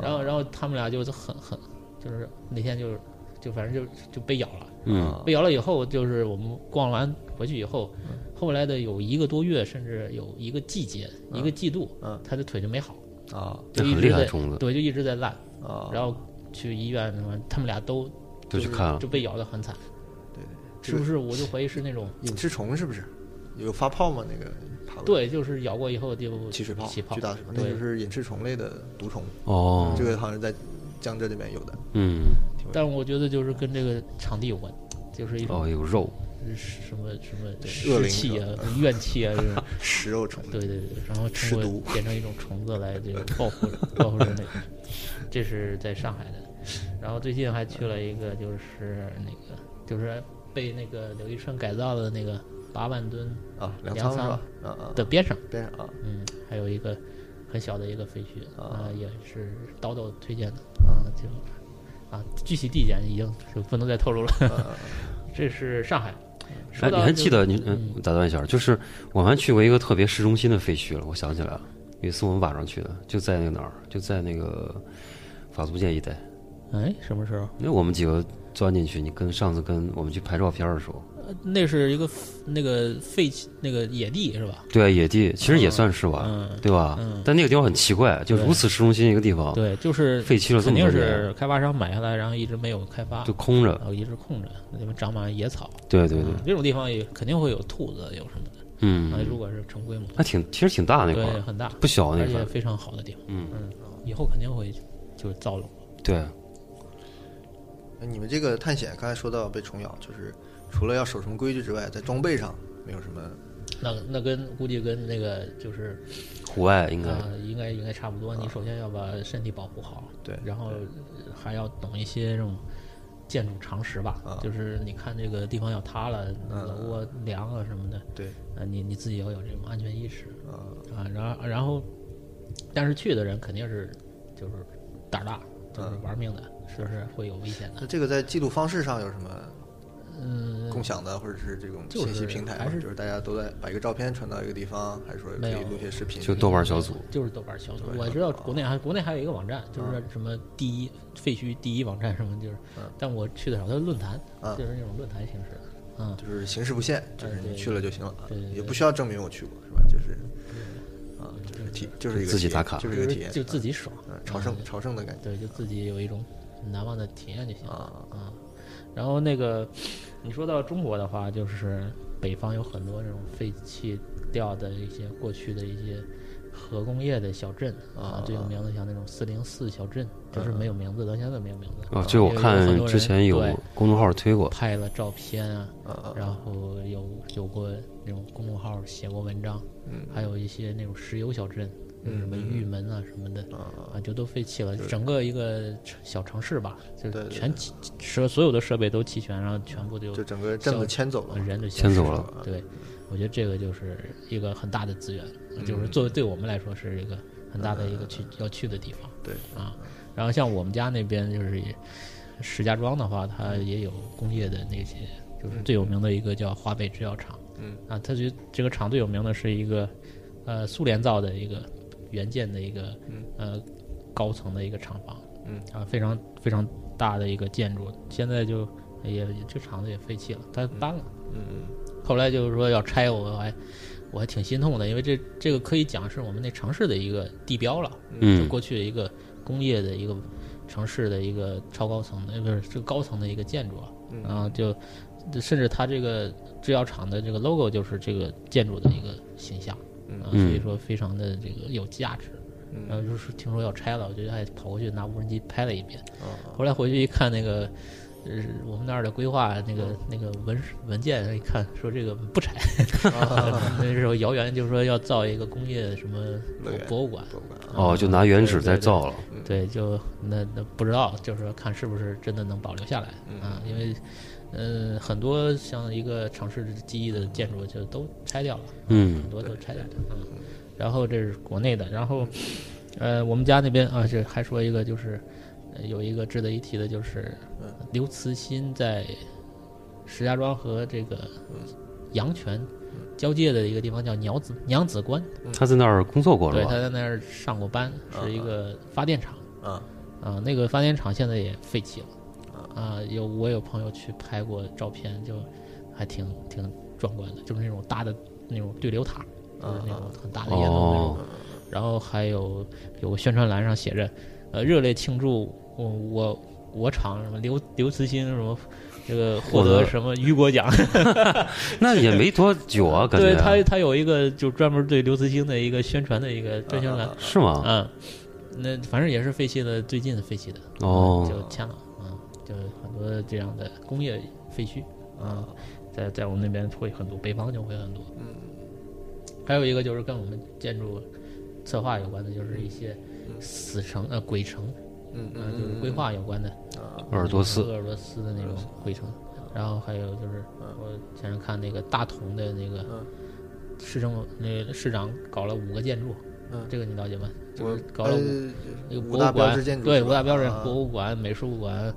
[SPEAKER 5] 然后，然后他们俩就是很很，就是那天就是，就反正就就被咬了。
[SPEAKER 4] 哦
[SPEAKER 3] 嗯，
[SPEAKER 5] 被咬了以后，就是我们逛完回去以后，
[SPEAKER 4] 嗯
[SPEAKER 5] 后来的有一个多月，甚至有一个季节、一个季度，
[SPEAKER 4] 嗯
[SPEAKER 5] 他的腿就没好，
[SPEAKER 4] 啊
[SPEAKER 5] 就
[SPEAKER 3] 这
[SPEAKER 5] 一
[SPEAKER 3] 很
[SPEAKER 5] 直
[SPEAKER 3] 厉害
[SPEAKER 5] 在
[SPEAKER 3] 的虫子，
[SPEAKER 5] 对，就一直在烂。
[SPEAKER 4] 啊，
[SPEAKER 5] 然后去医院什么，他们俩都
[SPEAKER 3] 就去
[SPEAKER 5] 是
[SPEAKER 3] 看了
[SPEAKER 5] 就，被咬得很惨。
[SPEAKER 4] 嗯对对，
[SPEAKER 5] 是不是？我就怀疑是那种，
[SPEAKER 4] 隐翅虫是不是有发泡吗？那个爬过
[SPEAKER 5] 对，就是咬过以后就
[SPEAKER 4] 起水泡，
[SPEAKER 5] 起泡
[SPEAKER 4] 巨大水泡，那
[SPEAKER 5] 对
[SPEAKER 4] 就是隐翅虫类的毒虫。
[SPEAKER 5] 啊
[SPEAKER 3] 哦
[SPEAKER 4] 这，个好像在江浙这边有的。
[SPEAKER 3] 嗯，
[SPEAKER 5] 但我觉得就是跟这个场地有关，就是一种
[SPEAKER 3] 哦，有肉，
[SPEAKER 5] 什么什么
[SPEAKER 4] 恶
[SPEAKER 5] 湿
[SPEAKER 4] 灵
[SPEAKER 5] 气
[SPEAKER 4] 是
[SPEAKER 5] 啊
[SPEAKER 4] 吧、
[SPEAKER 5] 怨气啊这种，
[SPEAKER 4] 食肉虫，
[SPEAKER 5] 对对对，然后
[SPEAKER 4] 吃
[SPEAKER 5] 通
[SPEAKER 4] 毒
[SPEAKER 5] 过变成一种虫子来这个报复报复人类，这是在上海的。然后最近还去了一个，就是那个就是被那个刘医生改造的那个八万吨
[SPEAKER 4] 啊，粮
[SPEAKER 5] 粮
[SPEAKER 4] 仓是
[SPEAKER 5] 仓
[SPEAKER 4] 吧？啊啊，
[SPEAKER 5] 的边上，
[SPEAKER 4] 边上啊，
[SPEAKER 5] 嗯，还有一个很小的一个废墟，啊、也是叨叨推荐的，啊，就啊，具体地点已经就不能再透露了。
[SPEAKER 4] 啊
[SPEAKER 5] 这是上海。
[SPEAKER 3] 哎，
[SPEAKER 5] 说
[SPEAKER 3] 你
[SPEAKER 5] 到
[SPEAKER 3] 还
[SPEAKER 5] 就
[SPEAKER 3] 记得你？嗯，我打断一下，就是我们还去过一个特别市中心的废墟了，我想起来了，有一次我们晚上去的，就在那个哪儿，就在那个法租界一带。
[SPEAKER 5] 哎，什么时候？
[SPEAKER 3] 那我们几个钻进去，你跟上次跟我们去拍照片的时候，
[SPEAKER 5] 那是一个那个废弃那个野地是吧？
[SPEAKER 3] 对啊，野地其实也算是吧，
[SPEAKER 5] 嗯，
[SPEAKER 3] 对吧？
[SPEAKER 5] 嗯
[SPEAKER 3] 但那个地方很奇怪，就
[SPEAKER 5] 对
[SPEAKER 3] 如此市中心一个地方，
[SPEAKER 5] 对，就是
[SPEAKER 3] 哦废弃了这
[SPEAKER 5] 肯
[SPEAKER 3] 么多
[SPEAKER 5] 定
[SPEAKER 3] 年，
[SPEAKER 5] 是开发商买下来，然后一直没有开发
[SPEAKER 3] 就，空着
[SPEAKER 5] 然。后一直空着，那地方长满野草。
[SPEAKER 3] 对对对
[SPEAKER 5] 嗯，这种地方也肯定会有兔子，有什么的。那如
[SPEAKER 3] 嗯，
[SPEAKER 5] 果是成规模，
[SPEAKER 3] 还挺其实挺大那块
[SPEAKER 5] 对，
[SPEAKER 3] 儿，
[SPEAKER 5] 很大，
[SPEAKER 3] 不小那
[SPEAKER 5] 而
[SPEAKER 3] 块
[SPEAKER 5] 且
[SPEAKER 3] 儿。
[SPEAKER 5] 非常好的地方。
[SPEAKER 3] 嗯，
[SPEAKER 5] 嗯，以后肯定会就是造楼。
[SPEAKER 3] 对，
[SPEAKER 4] 那你们这个探险，刚才说到被虫咬，就是除了要守什么规矩之外，在装备上没有什么
[SPEAKER 5] 那那跟估计跟那个就是
[SPEAKER 3] 户外应该啊
[SPEAKER 5] 呃，应该应该差不多。你首先要把身体保护好，
[SPEAKER 4] 对
[SPEAKER 5] 然后还要懂一些这种建筑常识吧，
[SPEAKER 4] 啊
[SPEAKER 5] 就是你看这个地方要塌了，
[SPEAKER 4] 嗯
[SPEAKER 5] 楼啊、梁啊什么的，
[SPEAKER 4] 对
[SPEAKER 5] 呃，你你自己要有这种安全意识
[SPEAKER 4] 啊
[SPEAKER 5] 啊。然后然后，但是去的人肯定是就是胆儿大，就是
[SPEAKER 4] 嗯
[SPEAKER 5] 玩命的，是不是会有危险的？
[SPEAKER 4] 那这个在记录方式上有什么
[SPEAKER 5] 嗯，
[SPEAKER 4] 共享的，或者是这种
[SPEAKER 5] 就是
[SPEAKER 4] 信息平台吗？
[SPEAKER 5] 还是
[SPEAKER 4] 就是大家都在把一个照片传到一个地方，还是说可
[SPEAKER 5] 没有
[SPEAKER 4] 以录些视频？
[SPEAKER 3] 就豆瓣小组，
[SPEAKER 5] 就是豆瓣小组
[SPEAKER 4] 豆瓣。小组
[SPEAKER 5] 我知道国内还国内还有一个网站，就是什么第一废墟第一网站什么，就是
[SPEAKER 4] 啊嗯，
[SPEAKER 5] 但我去的少，它是论坛，
[SPEAKER 4] 嗯
[SPEAKER 5] 就是那种论坛形式的。嗯，
[SPEAKER 4] 啊就是形式不限，就是
[SPEAKER 5] 对
[SPEAKER 4] 你去了就行了，
[SPEAKER 5] 对对对
[SPEAKER 4] 也不需要证明我去过，是吧？就是啊，就是体，就是一个
[SPEAKER 3] 自己
[SPEAKER 4] 体验
[SPEAKER 3] 打卡
[SPEAKER 4] 就是一
[SPEAKER 5] 就
[SPEAKER 4] 个
[SPEAKER 5] 是
[SPEAKER 4] 体验，
[SPEAKER 5] 就自
[SPEAKER 4] 己
[SPEAKER 5] 己爽，嗯
[SPEAKER 4] 朝圣朝圣的感觉
[SPEAKER 5] 对，就自己有一种难忘的体验就行了。
[SPEAKER 4] 啊，
[SPEAKER 5] 嗯，然后那个你说到中国的话，就是北方有很多这种废弃掉的一些过去的一些核工业的小镇啊
[SPEAKER 4] 啊，
[SPEAKER 5] 最有名的像那种四零四小镇，就是没有名字，到现在没有名字。啊
[SPEAKER 3] 哦，这个我
[SPEAKER 5] 嗯有有很
[SPEAKER 3] 看
[SPEAKER 5] 多人
[SPEAKER 3] 之前有
[SPEAKER 5] 对
[SPEAKER 3] 公众号推过，
[SPEAKER 5] 拍了照片啊，
[SPEAKER 4] 啊
[SPEAKER 5] 然后有有过那种公众号写过文章，
[SPEAKER 4] 嗯
[SPEAKER 5] 还有一些那种石油小镇，就是什么玉门啊什么的，
[SPEAKER 4] 啊，
[SPEAKER 5] 啊，就都废弃了，整个一个城小城市吧，就
[SPEAKER 4] 对对
[SPEAKER 5] 全齐设所有的设备都齐全，然后全部就
[SPEAKER 4] 就整嗯个镇子
[SPEAKER 5] 小
[SPEAKER 4] 迁走了嘛，
[SPEAKER 5] 人就消
[SPEAKER 3] 迁
[SPEAKER 5] 失
[SPEAKER 3] 走了。
[SPEAKER 5] 对，我觉得这个就是一个很大的资源，就是
[SPEAKER 4] 嗯
[SPEAKER 5] 作为对我们来说是一个很大的一个去要去的地方。
[SPEAKER 4] 对
[SPEAKER 5] 啊，然后像我们家那边就是石家庄的话，它也有工业的那些，就是最有名的一个叫华北制药厂。
[SPEAKER 4] 嗯
[SPEAKER 5] 啊，它就这个厂最有名的是一个呃苏联造的一个原件的一个、
[SPEAKER 4] 嗯
[SPEAKER 5] 呃高层的一个厂房。
[SPEAKER 4] 嗯
[SPEAKER 5] 啊，非常非常大的一个建筑，现在就也这厂子也废弃了，它搬了。
[SPEAKER 4] 嗯
[SPEAKER 5] 后来就是说要拆，我还我还挺心痛的，因为这这个可以讲是我们那城市的一个地标了，就
[SPEAKER 3] 嗯，
[SPEAKER 5] 过去的一个工业的一个城市的一个超高层的，呃不是这个高层的一个建筑啊，
[SPEAKER 4] 嗯
[SPEAKER 5] 然后就甚至它这个制药厂的这个 logo 就是这个建筑的一个形象，
[SPEAKER 4] 嗯
[SPEAKER 5] 啊，所以说非常的这个有价值。
[SPEAKER 4] 嗯
[SPEAKER 5] 然后就是听说要拆了，我就还跑过去拿无人机拍了一遍。
[SPEAKER 4] 啊
[SPEAKER 5] 后来回去一看，那个呃我们那儿的规划那个那个文文件，一看说这个不拆。 那时候谣言就说要造一个工业什么
[SPEAKER 4] 啊乐园
[SPEAKER 5] 博物馆，啊
[SPEAKER 4] 博物馆
[SPEAKER 3] 哦，就拿原址再造了，
[SPEAKER 5] 嗯对，就那那不知道，就是说看是不是真的能保留下来啊，因为。嗯，很多像一个城市记忆的建筑就都拆掉了，
[SPEAKER 3] 嗯
[SPEAKER 5] 很，多都拆掉了。嗯，然后这是国内的，然后呃，我们家那边啊，这还说一个就是、呃有一个值得一提的，就是
[SPEAKER 4] 嗯
[SPEAKER 5] 刘慈欣在石家庄和这个阳泉交界的一个地方叫娘子娘子关，
[SPEAKER 3] 他在那儿工作过
[SPEAKER 5] 对，
[SPEAKER 3] 是
[SPEAKER 5] 他
[SPEAKER 3] 吧？
[SPEAKER 5] 在那儿上过班，是一个发电厂。
[SPEAKER 4] 啊
[SPEAKER 5] 啊、那个发电厂现在也废弃了，啊、有我有朋友去拍过照片，就还挺挺壮观的，就是那种大的那种对流塔，就是那种很大的烟囱那种，
[SPEAKER 3] 哦，
[SPEAKER 5] 然后还有有个宣传栏上写着，呃，热烈庆祝我我我厂什么刘刘慈欣什么。这个获
[SPEAKER 3] 获
[SPEAKER 5] 得
[SPEAKER 3] 得
[SPEAKER 5] 什么雨果奖？
[SPEAKER 3] 那也没多久啊，感
[SPEAKER 5] 对
[SPEAKER 3] 觉
[SPEAKER 5] 他，他有一个就专门对刘慈欣的一个宣传的一个专宣栏，
[SPEAKER 3] 是吗？
[SPEAKER 5] 啊，那反正也是废弃的，最近废弃的
[SPEAKER 3] 哦
[SPEAKER 5] 就签了，嗯，就很多这样的工业废墟，嗯，在在我们那边会很多，北方就会很多，嗯，还有一个就是跟我们建筑策划有关的，就是一些死城呃鬼城，
[SPEAKER 4] 嗯
[SPEAKER 5] 啊，就是规划有关的，
[SPEAKER 3] 鄂尔多斯，
[SPEAKER 5] 鄂尔多斯的那种鬼城，然后还有就是我前阵看那个大同的那个
[SPEAKER 4] 嗯
[SPEAKER 5] 市政那个市长搞了五个建筑，
[SPEAKER 4] 嗯
[SPEAKER 5] 这个你了解吗？就
[SPEAKER 4] 我
[SPEAKER 5] 是搞了五
[SPEAKER 4] 呃
[SPEAKER 5] 一个
[SPEAKER 4] 五
[SPEAKER 5] 博
[SPEAKER 4] 大
[SPEAKER 5] 物
[SPEAKER 4] 标
[SPEAKER 5] 馆
[SPEAKER 4] 志建，筑
[SPEAKER 5] 对
[SPEAKER 4] 是吧
[SPEAKER 5] 五大标志
[SPEAKER 4] 啊
[SPEAKER 5] 博物馆、美术馆、呃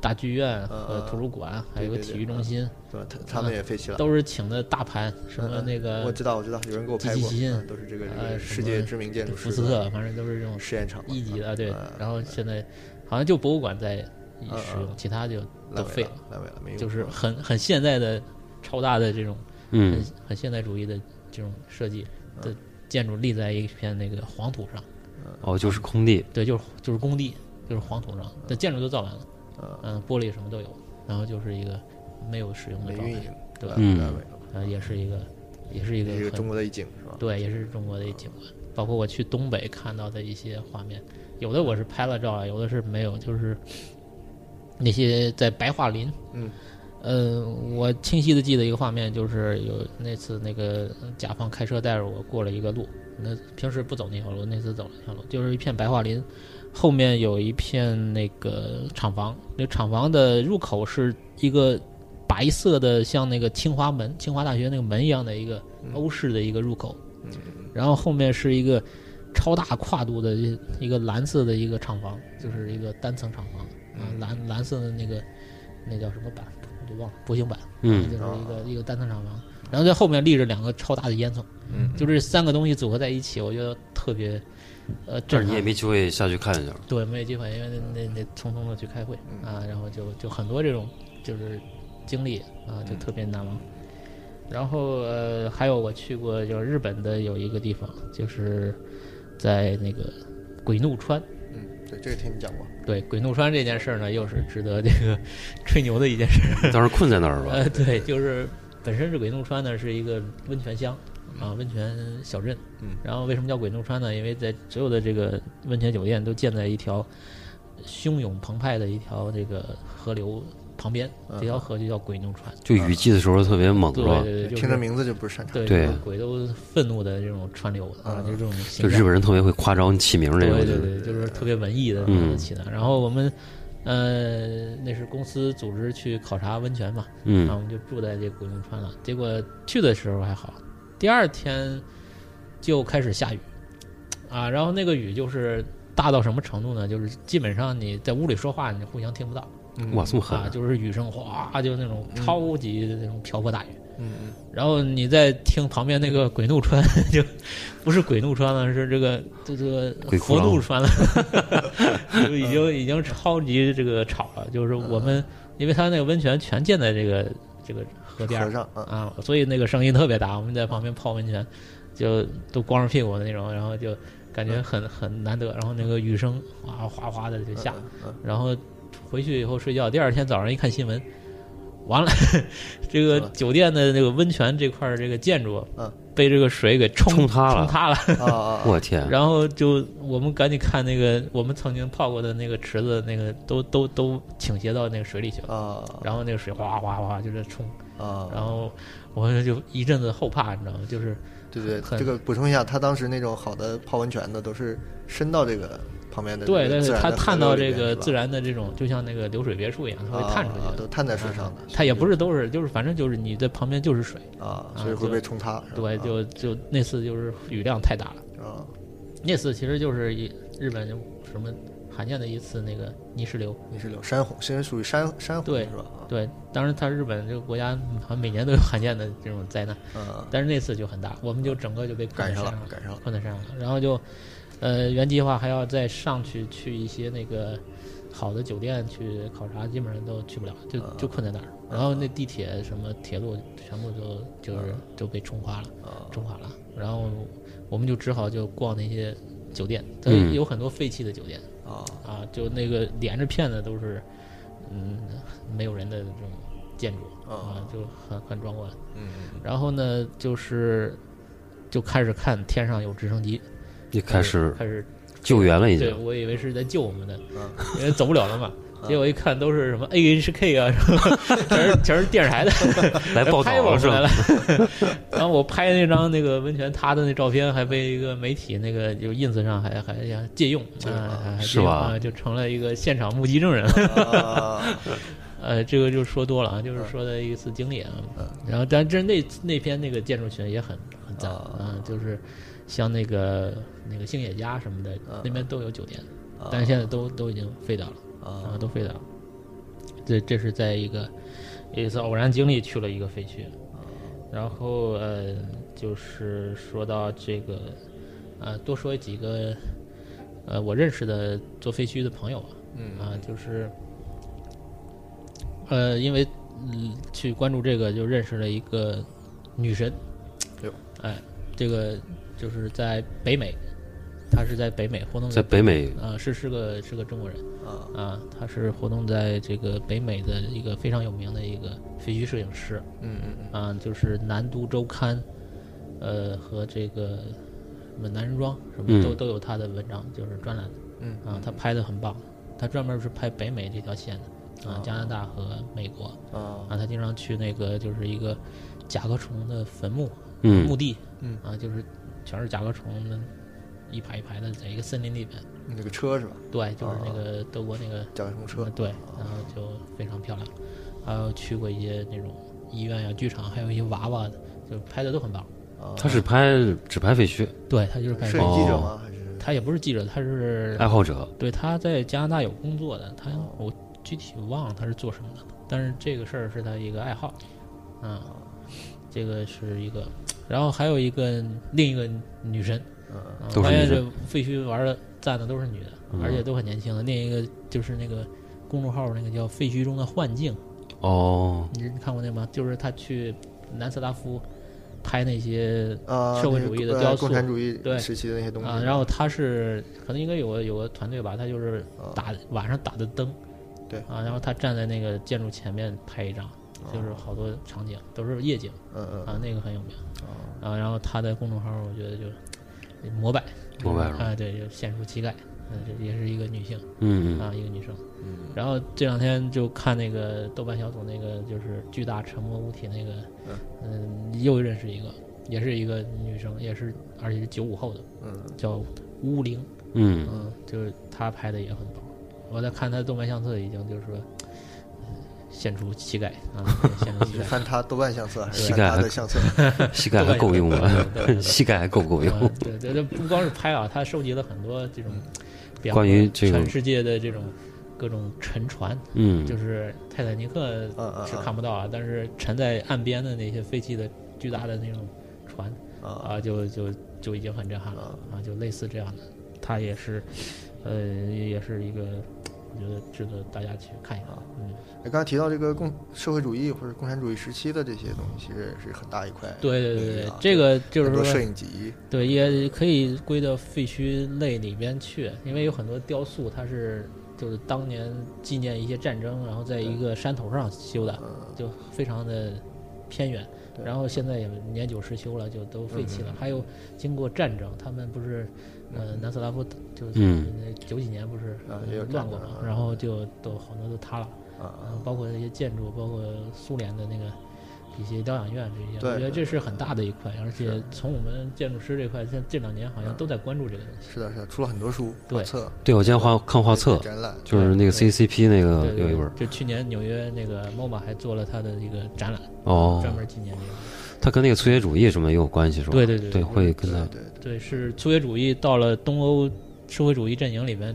[SPEAKER 5] 大剧院和
[SPEAKER 4] 嗯
[SPEAKER 5] 图书馆，还有个
[SPEAKER 4] 对对
[SPEAKER 5] 体
[SPEAKER 4] 对
[SPEAKER 5] 育中心，
[SPEAKER 4] 对吧？他他们也废弃了。
[SPEAKER 5] 都是请的大牌，什么
[SPEAKER 4] 嗯
[SPEAKER 5] 那
[SPEAKER 4] 我
[SPEAKER 5] 个
[SPEAKER 4] 知道，我知道，有人给我拍
[SPEAKER 5] 基
[SPEAKER 4] 过，
[SPEAKER 5] 基金
[SPEAKER 4] 嗯都是这个这
[SPEAKER 5] 呃
[SPEAKER 4] 个
[SPEAKER 5] 什
[SPEAKER 4] 世
[SPEAKER 5] 么
[SPEAKER 4] 界知名建筑
[SPEAKER 5] 福
[SPEAKER 4] 师
[SPEAKER 5] 斯特，反正都是这种
[SPEAKER 4] 试验场嘛
[SPEAKER 5] 一级的，对
[SPEAKER 4] 嗯。
[SPEAKER 5] 然后现在好像就博物馆在
[SPEAKER 4] 嗯
[SPEAKER 5] 使用，其他就都
[SPEAKER 4] 烂尾嗯
[SPEAKER 5] 废了，
[SPEAKER 4] 烂尾了，没用。
[SPEAKER 5] 就是很很现代的超大的这种很
[SPEAKER 3] 嗯
[SPEAKER 5] 很现代主义的这种设计
[SPEAKER 4] 嗯
[SPEAKER 5] 的建筑立在一片那个黄土上，
[SPEAKER 3] 哦，就是空地，
[SPEAKER 5] 对，就是就是工地，就是黄土
[SPEAKER 4] 嗯
[SPEAKER 5] 上，但建筑都造完了，嗯，玻璃什么都有，然后就是一个没有使用的
[SPEAKER 4] 没
[SPEAKER 5] 状
[SPEAKER 4] 运
[SPEAKER 5] 态，
[SPEAKER 4] 营，
[SPEAKER 5] 对
[SPEAKER 3] 嗯
[SPEAKER 4] 烂尾了
[SPEAKER 5] 呃，也是一个也是一个
[SPEAKER 4] 这个
[SPEAKER 5] 很
[SPEAKER 4] 中国的一景是吧？
[SPEAKER 5] 对，也是中国的一景观。包括我去东北看到的一些画面，有的我是拍了照啊，有的是没有，就是那些在白桦林。
[SPEAKER 4] 嗯。
[SPEAKER 5] 呃，我清晰的记得一个画面，就是有那次那个甲方开车带着我过了一个路，那平时不走那条路，那次走了那条路，就是一片白桦林，后面有一片那个厂房，那厂房的入口是一个白色的，像那个清华门、清华大学那个门一样的一个
[SPEAKER 4] 嗯
[SPEAKER 5] 欧式的一个入口，然后后面是一个超大跨度的一一个蓝色的一个厂房，就是一个单层厂房啊，
[SPEAKER 4] 嗯
[SPEAKER 3] 嗯
[SPEAKER 5] 蓝蓝色的那个那叫什么板，我就忘了，薄型板，
[SPEAKER 3] 嗯
[SPEAKER 5] 就是一个一个单层厂房，然后在后面立着两个超大的烟囱，
[SPEAKER 4] 嗯，
[SPEAKER 5] 就这三个东西组合在一起，我觉得特别呃
[SPEAKER 3] 这儿
[SPEAKER 5] 震
[SPEAKER 3] 你也
[SPEAKER 5] 撼。
[SPEAKER 3] 没机会下去看 一下。
[SPEAKER 5] 对，没有机会，因为那那那匆匆的去开会啊，然后就就很多这种就是经历啊，就特别难忘。然后呃，还有我去过就是日本的有一个地方，就是在那个鬼怒川。
[SPEAKER 4] 嗯，对，这个听你讲过，
[SPEAKER 5] 对鬼怒川这件事儿呢，又是值得这个吹牛的一件事儿。
[SPEAKER 3] 当时困在那儿了吧？
[SPEAKER 5] 呃，对，就是本身是鬼怒川呢是一个温泉乡
[SPEAKER 3] 嗯
[SPEAKER 5] 啊，温泉小镇。
[SPEAKER 4] 嗯，
[SPEAKER 5] 然后为什么叫鬼怒川呢？因为在所有的这个温泉酒店都建在一条汹涌澎湃的一条这个河流旁边，这条河就叫鬼怒川。
[SPEAKER 3] 就雨季的时候特别嗯猛，是
[SPEAKER 5] 对
[SPEAKER 3] 吧？
[SPEAKER 5] 对对，就是
[SPEAKER 4] 听着名字就不是擅长。
[SPEAKER 5] 对
[SPEAKER 3] 对嗯
[SPEAKER 5] 就是鬼都愤怒的这种川流啊，就是这种
[SPEAKER 3] 就
[SPEAKER 5] 形象
[SPEAKER 3] 日本人特别会夸张起名这个，就
[SPEAKER 5] 对对
[SPEAKER 3] 是嗯
[SPEAKER 5] 对，就是特别文艺的名字起的。然后我们呃，那是公司组织去考察温泉嘛，然后
[SPEAKER 3] 嗯
[SPEAKER 5] 我们就住在这鬼怒川了。结果去的时候还好，第二天就开始下雨啊，然后那个雨就是大到什么程度呢？就是基本上你在屋里说话，你互相听不到
[SPEAKER 3] 嗯哇，这么狠
[SPEAKER 5] 啊，，就是雨声哗，就那种超级的那种瓢泼大雨。
[SPEAKER 4] 嗯
[SPEAKER 5] 然后你再听旁边那个鬼怒川， 就不是鬼怒川了，是这个这这个
[SPEAKER 3] 鬼哭
[SPEAKER 5] 佛
[SPEAKER 3] 狼嗯
[SPEAKER 5] 怒川了， 就已经已经超级这个吵了。就是我们，因为他那个温泉全建在这个这个河
[SPEAKER 4] 嗯，
[SPEAKER 5] 边儿
[SPEAKER 4] 和尚啊，
[SPEAKER 5] 啊，所以那个声音特别大。我们在旁边泡温泉，就都光着屁股的那种，然后就感觉很很难得。然后那个雨声哗哗哗的就下，
[SPEAKER 4] 嗯
[SPEAKER 5] 然后回去以后睡觉，第二天早上一看新闻，完了， 这个酒店的那个温泉这块儿这个建筑
[SPEAKER 4] 嗯，
[SPEAKER 5] 被这个水给冲
[SPEAKER 3] 冲塌了哎
[SPEAKER 5] 冲塌了。
[SPEAKER 4] 啊啊，
[SPEAKER 3] 我天，
[SPEAKER 5] 然后就我们赶紧看那个我们曾经泡过的那个池子，那个都都都倾斜到那个水里去了。
[SPEAKER 4] 啊
[SPEAKER 5] 然后那个水哗哗哗就在冲，
[SPEAKER 4] 啊，
[SPEAKER 5] 然后我就一阵子后怕，你知道吗？就是
[SPEAKER 4] 对对，
[SPEAKER 5] 很
[SPEAKER 4] 这个补充一下，他当时那种好的泡温泉的都是伸到这个旁边的这
[SPEAKER 5] 对，
[SPEAKER 4] 个
[SPEAKER 5] 但
[SPEAKER 4] 自
[SPEAKER 5] 是
[SPEAKER 4] 然
[SPEAKER 5] 它
[SPEAKER 4] 的河
[SPEAKER 5] 探
[SPEAKER 4] 流
[SPEAKER 5] 到
[SPEAKER 4] 里
[SPEAKER 5] 这
[SPEAKER 4] 面
[SPEAKER 5] 个
[SPEAKER 4] 是吧
[SPEAKER 5] 自然的这种，就像那个流水别墅一样，它
[SPEAKER 4] 啊
[SPEAKER 5] 会探出
[SPEAKER 4] 啊
[SPEAKER 5] 去
[SPEAKER 4] 都
[SPEAKER 5] 的。嗯
[SPEAKER 4] 探在水上的
[SPEAKER 5] 它也不是都是，就是反正就是你在旁边就是水，
[SPEAKER 4] 啊，
[SPEAKER 5] 啊
[SPEAKER 4] 所以会
[SPEAKER 5] 就
[SPEAKER 4] 被冲塌。是吧
[SPEAKER 5] 对，就就那次就是雨量太大了，
[SPEAKER 4] 啊，
[SPEAKER 5] 那次其实就是一日本就什么罕见的一次那个泥石流，
[SPEAKER 4] 泥石流山洪，现在属于山山洪
[SPEAKER 5] 对
[SPEAKER 4] 是吧？啊
[SPEAKER 5] 对，当然它日本这个国家好像每年都有罕见的这种灾难，
[SPEAKER 4] 嗯，
[SPEAKER 5] 但是那次就很大，我们就整个就被困
[SPEAKER 4] 赶
[SPEAKER 5] 在
[SPEAKER 4] 上
[SPEAKER 5] 山
[SPEAKER 4] 了
[SPEAKER 5] 上，了。
[SPEAKER 4] 赶上了。
[SPEAKER 5] 困在山上了，然后就，呃，原计划还要再上去去一些那个好的酒店去考察，基本上都去不了，就
[SPEAKER 4] 啊
[SPEAKER 5] 就困在那儿。然后那地铁什么铁路全部都
[SPEAKER 4] 啊
[SPEAKER 5] 就是都被冲垮了，冲垮了。然后我们就只好就逛那些酒店，它
[SPEAKER 3] 嗯
[SPEAKER 5] 有很多废弃的酒店
[SPEAKER 4] 啊
[SPEAKER 5] 啊，就那个连着片的都是，嗯，没有人的这种建筑
[SPEAKER 4] 哦
[SPEAKER 5] 啊，就很很壮观。
[SPEAKER 4] 嗯，
[SPEAKER 5] 然后呢，就是就开始看天上有直升机，
[SPEAKER 3] 一开始
[SPEAKER 5] 开始，
[SPEAKER 3] 救援了已
[SPEAKER 5] 对
[SPEAKER 3] 经，
[SPEAKER 5] 我以为是在救我们的
[SPEAKER 4] 嗯，
[SPEAKER 5] 因为走不了了嘛。结果一看都是什么 AHK 啊，什么全是全是电视台的
[SPEAKER 3] 来报道
[SPEAKER 5] 拍我
[SPEAKER 3] 了是
[SPEAKER 5] 回来
[SPEAKER 3] 吧
[SPEAKER 5] 了。 然后我拍那张那个温泉塌的那照片，还被一个媒体那个就 ins 上还还还借用，啊，还还
[SPEAKER 3] 是
[SPEAKER 5] 借用
[SPEAKER 3] 吧
[SPEAKER 5] 啊，就成了一个现场目击证人。
[SPEAKER 4] 啊，
[SPEAKER 5] 呃，这个就说多了啊，就是说的一次经历啊。
[SPEAKER 3] 嗯
[SPEAKER 5] 然后，但这那那篇那个建筑群也很很赞
[SPEAKER 4] 啊
[SPEAKER 5] 啊，就是像那个那个星野家什么的，
[SPEAKER 3] 嗯
[SPEAKER 5] 那边都有酒店，
[SPEAKER 3] 啊
[SPEAKER 4] 啊
[SPEAKER 5] 但是现在都都已经废掉了
[SPEAKER 4] 嗯
[SPEAKER 5] 啊，都废掉了。这这是在一个一次偶然经历去了一个废墟，
[SPEAKER 4] 嗯
[SPEAKER 5] 然后呃，就是说到这个，呃，多说几个呃我认识的
[SPEAKER 4] 嗯
[SPEAKER 5] 啊做废墟的朋友啊，嗯啊，就是呃，因为嗯去关注这个，就认识了一个女神
[SPEAKER 4] 哎呦。
[SPEAKER 5] 哎，这个就是在北美，她是在北美活动
[SPEAKER 3] 在北美
[SPEAKER 5] 啊、是是个是个中国人
[SPEAKER 4] 啊，
[SPEAKER 5] 啊，她是活动在这个北美的一个非常有名的一个废墟摄影师
[SPEAKER 4] 嗯嗯嗯，
[SPEAKER 5] 啊，就是《南都周刊》呃和这个什么《男人装》什么
[SPEAKER 3] 嗯
[SPEAKER 5] 都、都有她的文章，就是专栏。
[SPEAKER 4] 嗯
[SPEAKER 5] 啊，她拍的很棒，她专门是拍北美这条线的
[SPEAKER 3] 哦
[SPEAKER 5] 啊，加拿大和美国。
[SPEAKER 4] 啊，
[SPEAKER 5] 啊，他经常去那个就是一个甲壳虫的坟墓、
[SPEAKER 3] 嗯
[SPEAKER 5] 墓地，
[SPEAKER 4] 嗯
[SPEAKER 5] 啊，就是全是甲壳虫的，一排一排的，在一个森林里面。
[SPEAKER 4] 那个车是吧？
[SPEAKER 5] 对，就是
[SPEAKER 3] 哦
[SPEAKER 5] 那
[SPEAKER 4] 啊
[SPEAKER 5] 个德国那个、
[SPEAKER 4] 叫什么车？
[SPEAKER 5] 嗯对，然后就非常漂亮。还有去过一些那种医院呀、剧场，还有一些娃娃，就拍的都很棒。
[SPEAKER 4] 啊，
[SPEAKER 3] 他是拍只拍废墟，
[SPEAKER 5] 对他就是拍啊
[SPEAKER 4] 摄
[SPEAKER 5] 这个
[SPEAKER 4] 影记者
[SPEAKER 3] 哦
[SPEAKER 4] 吗？还是
[SPEAKER 5] 他也不是记者，他是
[SPEAKER 3] 爱好者。
[SPEAKER 5] 对他在加拿大有工作的，他我具体忘了他是做什么的，但是这个事儿是他一个爱好，嗯，这个是一个，然后还有一个另一个女神，嗯
[SPEAKER 3] 都是
[SPEAKER 5] 发现
[SPEAKER 3] 女
[SPEAKER 5] 这
[SPEAKER 3] 神
[SPEAKER 5] 废墟玩的赞的都是女的，
[SPEAKER 3] 嗯
[SPEAKER 5] 而且都很年轻的。另一个就是那个公众号那个叫“废墟中的幻境
[SPEAKER 3] 哦”，，
[SPEAKER 5] 你看过那吗？就是他去南斯拉夫拍那些
[SPEAKER 4] 啊，
[SPEAKER 5] 社会
[SPEAKER 4] 那
[SPEAKER 5] 主
[SPEAKER 4] 个
[SPEAKER 5] 义的
[SPEAKER 4] 呃
[SPEAKER 5] 雕塑
[SPEAKER 4] 共产主义
[SPEAKER 5] 对
[SPEAKER 4] 时期的那些东西
[SPEAKER 5] 啊，然后他是可能应该有个有个团队吧，他就是
[SPEAKER 4] 啊
[SPEAKER 5] 打晚上打的灯，
[SPEAKER 4] 对
[SPEAKER 5] 啊，然后他站在那个建筑前面拍一张，就是好多场景都是夜景
[SPEAKER 4] 嗯嗯
[SPEAKER 5] 啊，那个很有名啊。然后他的公众号我觉得就呃膜拜
[SPEAKER 3] 膜拜了。
[SPEAKER 5] 啊，对，就显出膝盖，嗯，这也是一个女性
[SPEAKER 3] 嗯嗯
[SPEAKER 5] 啊，一个女生。
[SPEAKER 4] 嗯
[SPEAKER 5] 然后这两天就看那个豆瓣小组那个就是巨大沉默物体那个，嗯，又认识一个，也是一个女生，也是而且是九五后的，
[SPEAKER 4] 嗯
[SPEAKER 5] 叫乌灵。
[SPEAKER 3] 嗯，
[SPEAKER 5] 嗯，就是他拍的也很棒。我在看他的动漫相册，已经就是说，呃显出膝盖啊，显出膝
[SPEAKER 4] 你是
[SPEAKER 5] 盖。
[SPEAKER 4] 翻他豆瓣相册还是
[SPEAKER 3] 膝
[SPEAKER 4] 翻
[SPEAKER 3] 盖
[SPEAKER 4] 他
[SPEAKER 3] 还
[SPEAKER 4] 的相册？
[SPEAKER 3] 嗯膝盖还够用吗
[SPEAKER 5] 对对对？对
[SPEAKER 3] 膝盖还 够不够
[SPEAKER 5] 嗯
[SPEAKER 3] 用？
[SPEAKER 5] 对对对，不光是拍啊，他收集了很多这种比
[SPEAKER 3] 嗯
[SPEAKER 5] 较
[SPEAKER 3] 关于这个
[SPEAKER 5] 全世界的这种各种沉船，
[SPEAKER 3] 嗯，
[SPEAKER 5] 就是泰坦尼克
[SPEAKER 4] 嗯嗯
[SPEAKER 5] 是看不到啊，但是沉在岸边的那些废弃的巨大的那种船
[SPEAKER 4] 啊
[SPEAKER 5] 啊，就就就已经很震撼了啊，就类似这样的，他也是，呃，也是一个，我觉得值得大家去看一看
[SPEAKER 4] 啊。
[SPEAKER 5] 嗯，
[SPEAKER 4] 刚才提到这个共社会主义或者共产主义时期的这些东西，其实也是很大一块。
[SPEAKER 5] 对对对对
[SPEAKER 4] 啊，
[SPEAKER 5] 这个就是
[SPEAKER 4] 很多摄
[SPEAKER 5] 说，
[SPEAKER 4] 影集，
[SPEAKER 5] 对，也可以归到废墟类里边去，因为有很多雕塑，它是就是当年纪念一些战争，然后在一个山头上修的，
[SPEAKER 4] 嗯
[SPEAKER 5] 就非常的偏远。
[SPEAKER 4] 对嗯
[SPEAKER 5] 然后现在也年久失修了，就都废弃了。还有经过战争，他们不是，呃，南斯拉夫就是
[SPEAKER 3] 嗯
[SPEAKER 5] 那九几年不是
[SPEAKER 4] 啊也有
[SPEAKER 5] 乱
[SPEAKER 4] 战
[SPEAKER 5] 过
[SPEAKER 4] 争
[SPEAKER 5] 嘛
[SPEAKER 4] 啊，
[SPEAKER 5] 然后就都好多都塌了，
[SPEAKER 4] 啊，
[SPEAKER 5] 然后包括一些建筑，包括苏联的那个一些疗养院这些，
[SPEAKER 4] 对
[SPEAKER 5] 我觉
[SPEAKER 4] 对
[SPEAKER 5] 得这是很大的一块。而且从我们建筑师这块，像这两年好像
[SPEAKER 4] 嗯
[SPEAKER 5] 都在关注这个东西。
[SPEAKER 4] 是的，是的，出了很多书、
[SPEAKER 5] 对
[SPEAKER 4] 画册、
[SPEAKER 3] 对，我今天画看画册，
[SPEAKER 4] 展览，
[SPEAKER 3] 就是那个
[SPEAKER 5] 对
[SPEAKER 3] CCP 那个
[SPEAKER 5] 对对
[SPEAKER 3] 嗯有一
[SPEAKER 5] 对
[SPEAKER 3] 本儿
[SPEAKER 5] 就去年纽约那个 MoMA 还做了他的一个展览，
[SPEAKER 3] 哦，
[SPEAKER 5] 专门纪念这个。
[SPEAKER 3] 它跟那个苏维埃主义什么也有关系是吧？
[SPEAKER 5] 对对对
[SPEAKER 3] 对，
[SPEAKER 5] 对
[SPEAKER 3] 会跟它
[SPEAKER 4] 对对对，
[SPEAKER 5] 对，是苏维主义到了东欧社会主义阵营里边，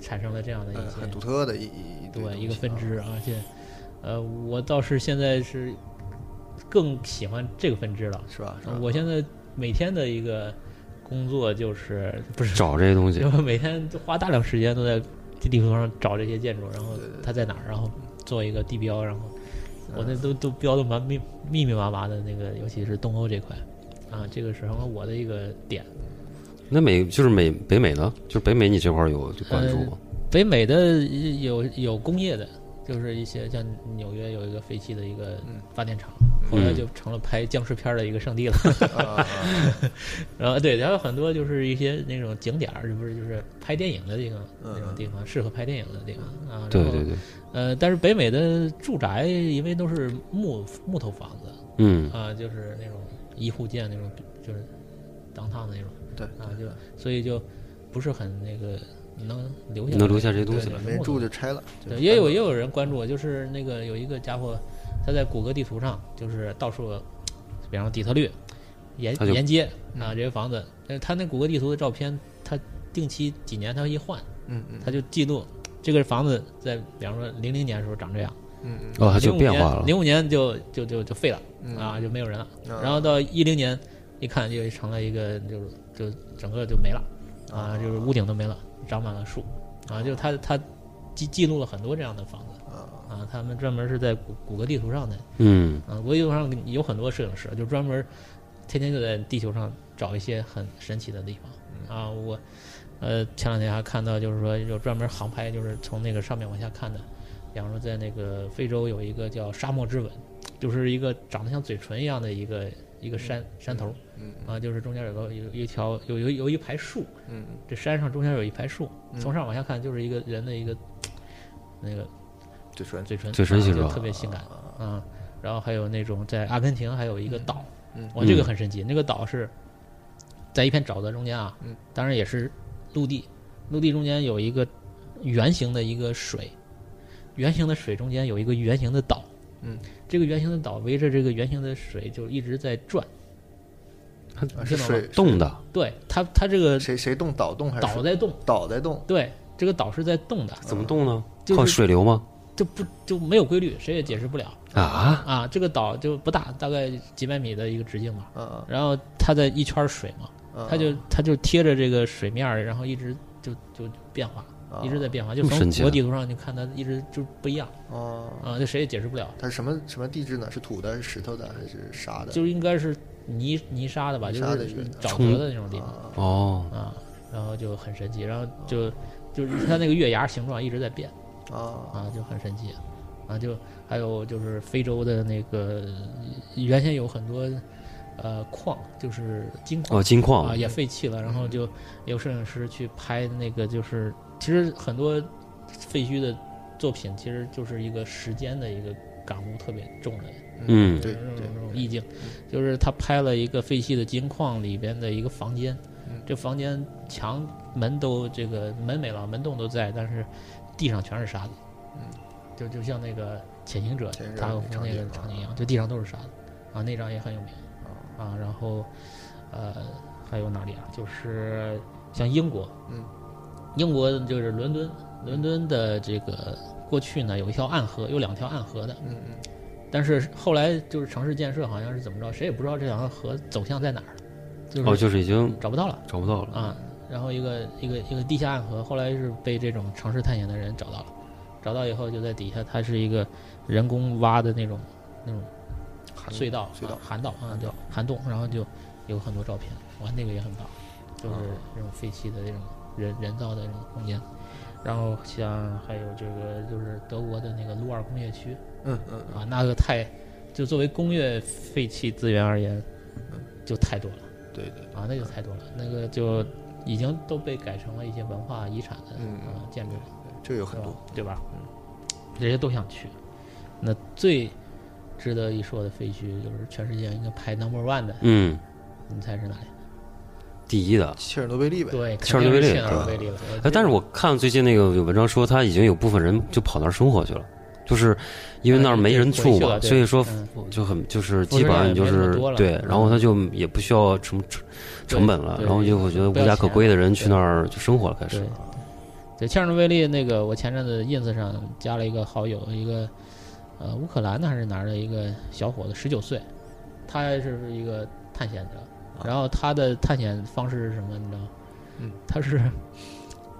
[SPEAKER 5] 产生了这样的一
[SPEAKER 4] 呃
[SPEAKER 5] 些
[SPEAKER 4] 很独特的一一一堆东
[SPEAKER 5] 对
[SPEAKER 4] 西
[SPEAKER 5] 一个分
[SPEAKER 4] 啊
[SPEAKER 5] 支，而且，呃，我倒是现在是更喜欢这个分支了。
[SPEAKER 4] 是吧？是啊
[SPEAKER 5] 呃
[SPEAKER 4] 吧？
[SPEAKER 5] 我现在每天的一个工作就是 不是，
[SPEAKER 3] 找这些东西
[SPEAKER 5] 然。后每天都花大量时间都在地地图上找这些建筑，然后它在哪儿，然后做一个地标，然后我
[SPEAKER 4] 嗯
[SPEAKER 5] 那都都标的蛮密密密麻麻的那个，尤其是东欧这块，啊，这个是成了我的一个点。
[SPEAKER 3] 那美就是美北美呢，就是北美你这块儿有关注吗？
[SPEAKER 5] 北美的有有工业的，就是一些像纽约有一个废弃的一个
[SPEAKER 4] 嗯
[SPEAKER 5] 发电厂，后来就成了拍僵尸片儿的一个圣地了。
[SPEAKER 4] 啊，
[SPEAKER 5] 然后对，然后很多就是一些那种景点儿，这不是就是拍电影的地方，
[SPEAKER 4] 嗯
[SPEAKER 5] 那种地方适合拍电影的地方啊。然
[SPEAKER 3] 对
[SPEAKER 5] 后
[SPEAKER 3] 对。对，
[SPEAKER 5] 呃，但是北美的住宅因为都是木木头房子
[SPEAKER 3] 嗯，
[SPEAKER 5] 啊，就是那种一户建那种，就是当烫的那种
[SPEAKER 4] 对，
[SPEAKER 5] 啊，就所以就不是很那个能留下
[SPEAKER 3] 能留下这些东西
[SPEAKER 5] 对
[SPEAKER 3] 来。
[SPEAKER 4] 没人
[SPEAKER 5] 木头
[SPEAKER 4] 住就拆了，就
[SPEAKER 5] 对，也有
[SPEAKER 4] 搬
[SPEAKER 5] 也有人关注我，就是那个有一个家伙，他在谷歌地图上就是到处，比方说底特律、沿
[SPEAKER 3] 他就
[SPEAKER 5] 沿街啊这些房子，但是他那谷歌地图的照片，他定期几年他一换，
[SPEAKER 4] 走，嗯嗯
[SPEAKER 5] 他就记录这个房子在比方说零零年的时候长这样，
[SPEAKER 4] 嗯嗯
[SPEAKER 3] 哦，它就变化了。
[SPEAKER 5] 呃
[SPEAKER 3] 嗯
[SPEAKER 5] 零五年就就就就废了
[SPEAKER 4] 嗯
[SPEAKER 5] 啊，就没有人了，
[SPEAKER 4] 啊
[SPEAKER 5] 然后到一零年一看就成了一个就是就整个就没了啊，就是屋顶都没了，长满了树啊，就是他他记记录了很多这样的房子。
[SPEAKER 4] 啊，
[SPEAKER 5] 啊，啊，他们专门是在谷谷歌地图上的，
[SPEAKER 3] 嗯
[SPEAKER 5] 啊，谷歌地图上有很多摄影师，就专门天天就在地球上找一些很神奇的地方啊。我呃前两天还看到，就是说有专门航拍，就是从那个上面往下看的，比方说在那个非洲有一个叫沙漠之吻，就是一个长得像嘴唇一样的一个一个山山头
[SPEAKER 4] 嗯
[SPEAKER 5] 啊，就是中间有个有有一条有有有一排树，
[SPEAKER 4] 嗯
[SPEAKER 5] 这山上中间有一排树，
[SPEAKER 4] 嗯
[SPEAKER 5] 从上往下看就是一个人的一个那个
[SPEAKER 4] 嘴唇，
[SPEAKER 5] 嘴唇，
[SPEAKER 3] 嘴唇形
[SPEAKER 5] 啊就
[SPEAKER 3] 状
[SPEAKER 5] 特别性感啊。然后还有那种在阿根廷还有一个岛，
[SPEAKER 4] 嗯
[SPEAKER 5] 哇，这个很神奇，那个岛是在一片沼泽中间啊，
[SPEAKER 4] 嗯
[SPEAKER 5] 当然也是陆地，陆地中间有一个圆形的一个水，圆形的水中间有一个圆形的岛，
[SPEAKER 4] 嗯，
[SPEAKER 5] 这个圆形的岛围着这个圆形的水就一直在转，
[SPEAKER 4] 啊
[SPEAKER 5] 是
[SPEAKER 4] 是
[SPEAKER 5] 吗
[SPEAKER 4] 水
[SPEAKER 3] 动的，
[SPEAKER 5] 对它它这个
[SPEAKER 4] 谁谁动岛动还是啊
[SPEAKER 5] 岛在动，
[SPEAKER 4] 岛在动？
[SPEAKER 5] 对，这个岛是在动的，
[SPEAKER 3] 怎么动呢？
[SPEAKER 5] 就是
[SPEAKER 3] 靠水流吗？
[SPEAKER 5] 就不就没有规律，谁也解释不了
[SPEAKER 3] 啊，
[SPEAKER 5] 啊。这个岛就不大，大概几百米的一个直径吧，
[SPEAKER 4] 嗯
[SPEAKER 5] 然后它在一圈水嘛，
[SPEAKER 4] 嗯，
[SPEAKER 5] 它就它就贴着这个水面儿，然后一直就就就变化，
[SPEAKER 4] 啊
[SPEAKER 5] 一直在变化，就
[SPEAKER 3] 这么
[SPEAKER 5] 从
[SPEAKER 3] 神奇
[SPEAKER 5] 国
[SPEAKER 3] 啊
[SPEAKER 5] 地图上你看它一直就不一样
[SPEAKER 4] 哦，
[SPEAKER 5] 啊，这谁也解释不了，
[SPEAKER 4] 它是什么什么地质呢？是土的，是石头的，还是沙的？
[SPEAKER 5] 就应该是泥泥沙的吧，
[SPEAKER 4] 嗯泥
[SPEAKER 5] 就
[SPEAKER 4] 沙的
[SPEAKER 5] 是
[SPEAKER 4] 一个嗯
[SPEAKER 5] 沼
[SPEAKER 3] 冲
[SPEAKER 5] 泽的那
[SPEAKER 4] 啊
[SPEAKER 5] 种地方
[SPEAKER 3] 哦，
[SPEAKER 5] 啊，然后就很神奇，然后就就是它那个月牙形状一直在变
[SPEAKER 4] 啊
[SPEAKER 5] 啊，就很神奇啊，就还有就是非洲的那个原先有很多呃矿，就是金矿
[SPEAKER 3] 哦，金
[SPEAKER 5] 啊，
[SPEAKER 3] 矿，
[SPEAKER 5] 也废弃了，然后就有摄影师去拍那个，就是其实很多废墟的作品，其实就是一个时间的一个感悟特别重的
[SPEAKER 3] 嗯
[SPEAKER 4] 对
[SPEAKER 5] 这种
[SPEAKER 4] 对嗯
[SPEAKER 5] 这种意境。就是他拍了一个废弃的金矿里边的一个房间
[SPEAKER 4] 嗯，
[SPEAKER 5] 这房间墙门都这个门没了，门洞都在，但是地上全是沙子，
[SPEAKER 4] 嗯，
[SPEAKER 5] 就就像那个《潜行者
[SPEAKER 4] 潜行》者
[SPEAKER 5] 塔可夫
[SPEAKER 4] 那场
[SPEAKER 5] 那个
[SPEAKER 4] 景
[SPEAKER 5] 场景一
[SPEAKER 4] 啊
[SPEAKER 5] 样，就地上都是沙子啊，那张也很有名。啊，然后呃还有哪里啊？就是像英国，
[SPEAKER 4] 嗯，
[SPEAKER 5] 英国就是伦敦，伦敦的这个过去呢有一条暗河，有两条暗河的，
[SPEAKER 4] 嗯嗯
[SPEAKER 5] 但是后来就是城市建设好像是怎么着，谁也不知道这两条河走向在哪儿了，
[SPEAKER 3] 哦，
[SPEAKER 5] 就是
[SPEAKER 3] 就是已经
[SPEAKER 5] 找不到了
[SPEAKER 3] 找不到了，
[SPEAKER 5] 啊。然后一个一个一个地下暗河，后来是被这种城市探险的人找到了，找到以后就在底下，它是一个人工挖的那种那种
[SPEAKER 4] 嗯，
[SPEAKER 5] 隧道、
[SPEAKER 4] 隧道
[SPEAKER 5] 啊涵道啊，叫涵洞，然后就有很多照片，哇，那个也很棒，就是
[SPEAKER 4] 嗯
[SPEAKER 5] 这种废弃的这种人人造的这种空间。然后像还有这个就是德国的那个鲁尔工业区
[SPEAKER 4] 嗯嗯
[SPEAKER 5] 啊，那个太就作为工业废弃资源而言，就太多了
[SPEAKER 4] 嗯，对对，
[SPEAKER 5] 啊，那个太多了，那个就已经都被改成了一些文化遗产的
[SPEAKER 4] 嗯
[SPEAKER 5] 啊建筑了。
[SPEAKER 4] 这个有很
[SPEAKER 5] 对吧
[SPEAKER 4] 多。？
[SPEAKER 5] 对吧？
[SPEAKER 3] 嗯
[SPEAKER 5] 嗯这些都想去。那最值得一说的废墟，就是全世界应该排 number one 的，
[SPEAKER 3] 嗯，
[SPEAKER 5] 你猜是哪里？
[SPEAKER 3] 第一的。
[SPEAKER 4] 切尔诺贝利呗，
[SPEAKER 5] 对，
[SPEAKER 3] 切尔
[SPEAKER 5] 肯
[SPEAKER 3] 诺
[SPEAKER 5] 定
[SPEAKER 3] 贝
[SPEAKER 5] 是
[SPEAKER 3] 利
[SPEAKER 5] 切尔诺贝利了。
[SPEAKER 3] 哎，但是我看最近那个有文章说，他已经有部分人就跑那儿生活去了，就是因为那儿没人住嘛，
[SPEAKER 5] 嗯对
[SPEAKER 3] 所以说
[SPEAKER 5] 嗯
[SPEAKER 3] 就很就是
[SPEAKER 5] 服
[SPEAKER 3] 基
[SPEAKER 5] 饰
[SPEAKER 3] 本上
[SPEAKER 5] 量
[SPEAKER 3] 你就
[SPEAKER 5] 也没那么
[SPEAKER 3] 是
[SPEAKER 5] 多了
[SPEAKER 3] 对，
[SPEAKER 5] 嗯
[SPEAKER 3] 然后他就也不需要什么成成本了，
[SPEAKER 5] 对
[SPEAKER 3] 然后就我觉得无
[SPEAKER 5] 不要
[SPEAKER 3] 家可
[SPEAKER 5] 钱
[SPEAKER 3] 归的人
[SPEAKER 5] 了
[SPEAKER 3] 去
[SPEAKER 5] 对
[SPEAKER 3] 那儿就生活了，开始
[SPEAKER 5] 对，对，切尔诺贝利那个，我前阵子 ins 上加了一个好友，一个呃乌克兰的还是哪儿的一个小伙子，十九岁，他是一个探险者，然后他的探险方式是什么？你知道吗？
[SPEAKER 4] 啊嗯，
[SPEAKER 5] 他是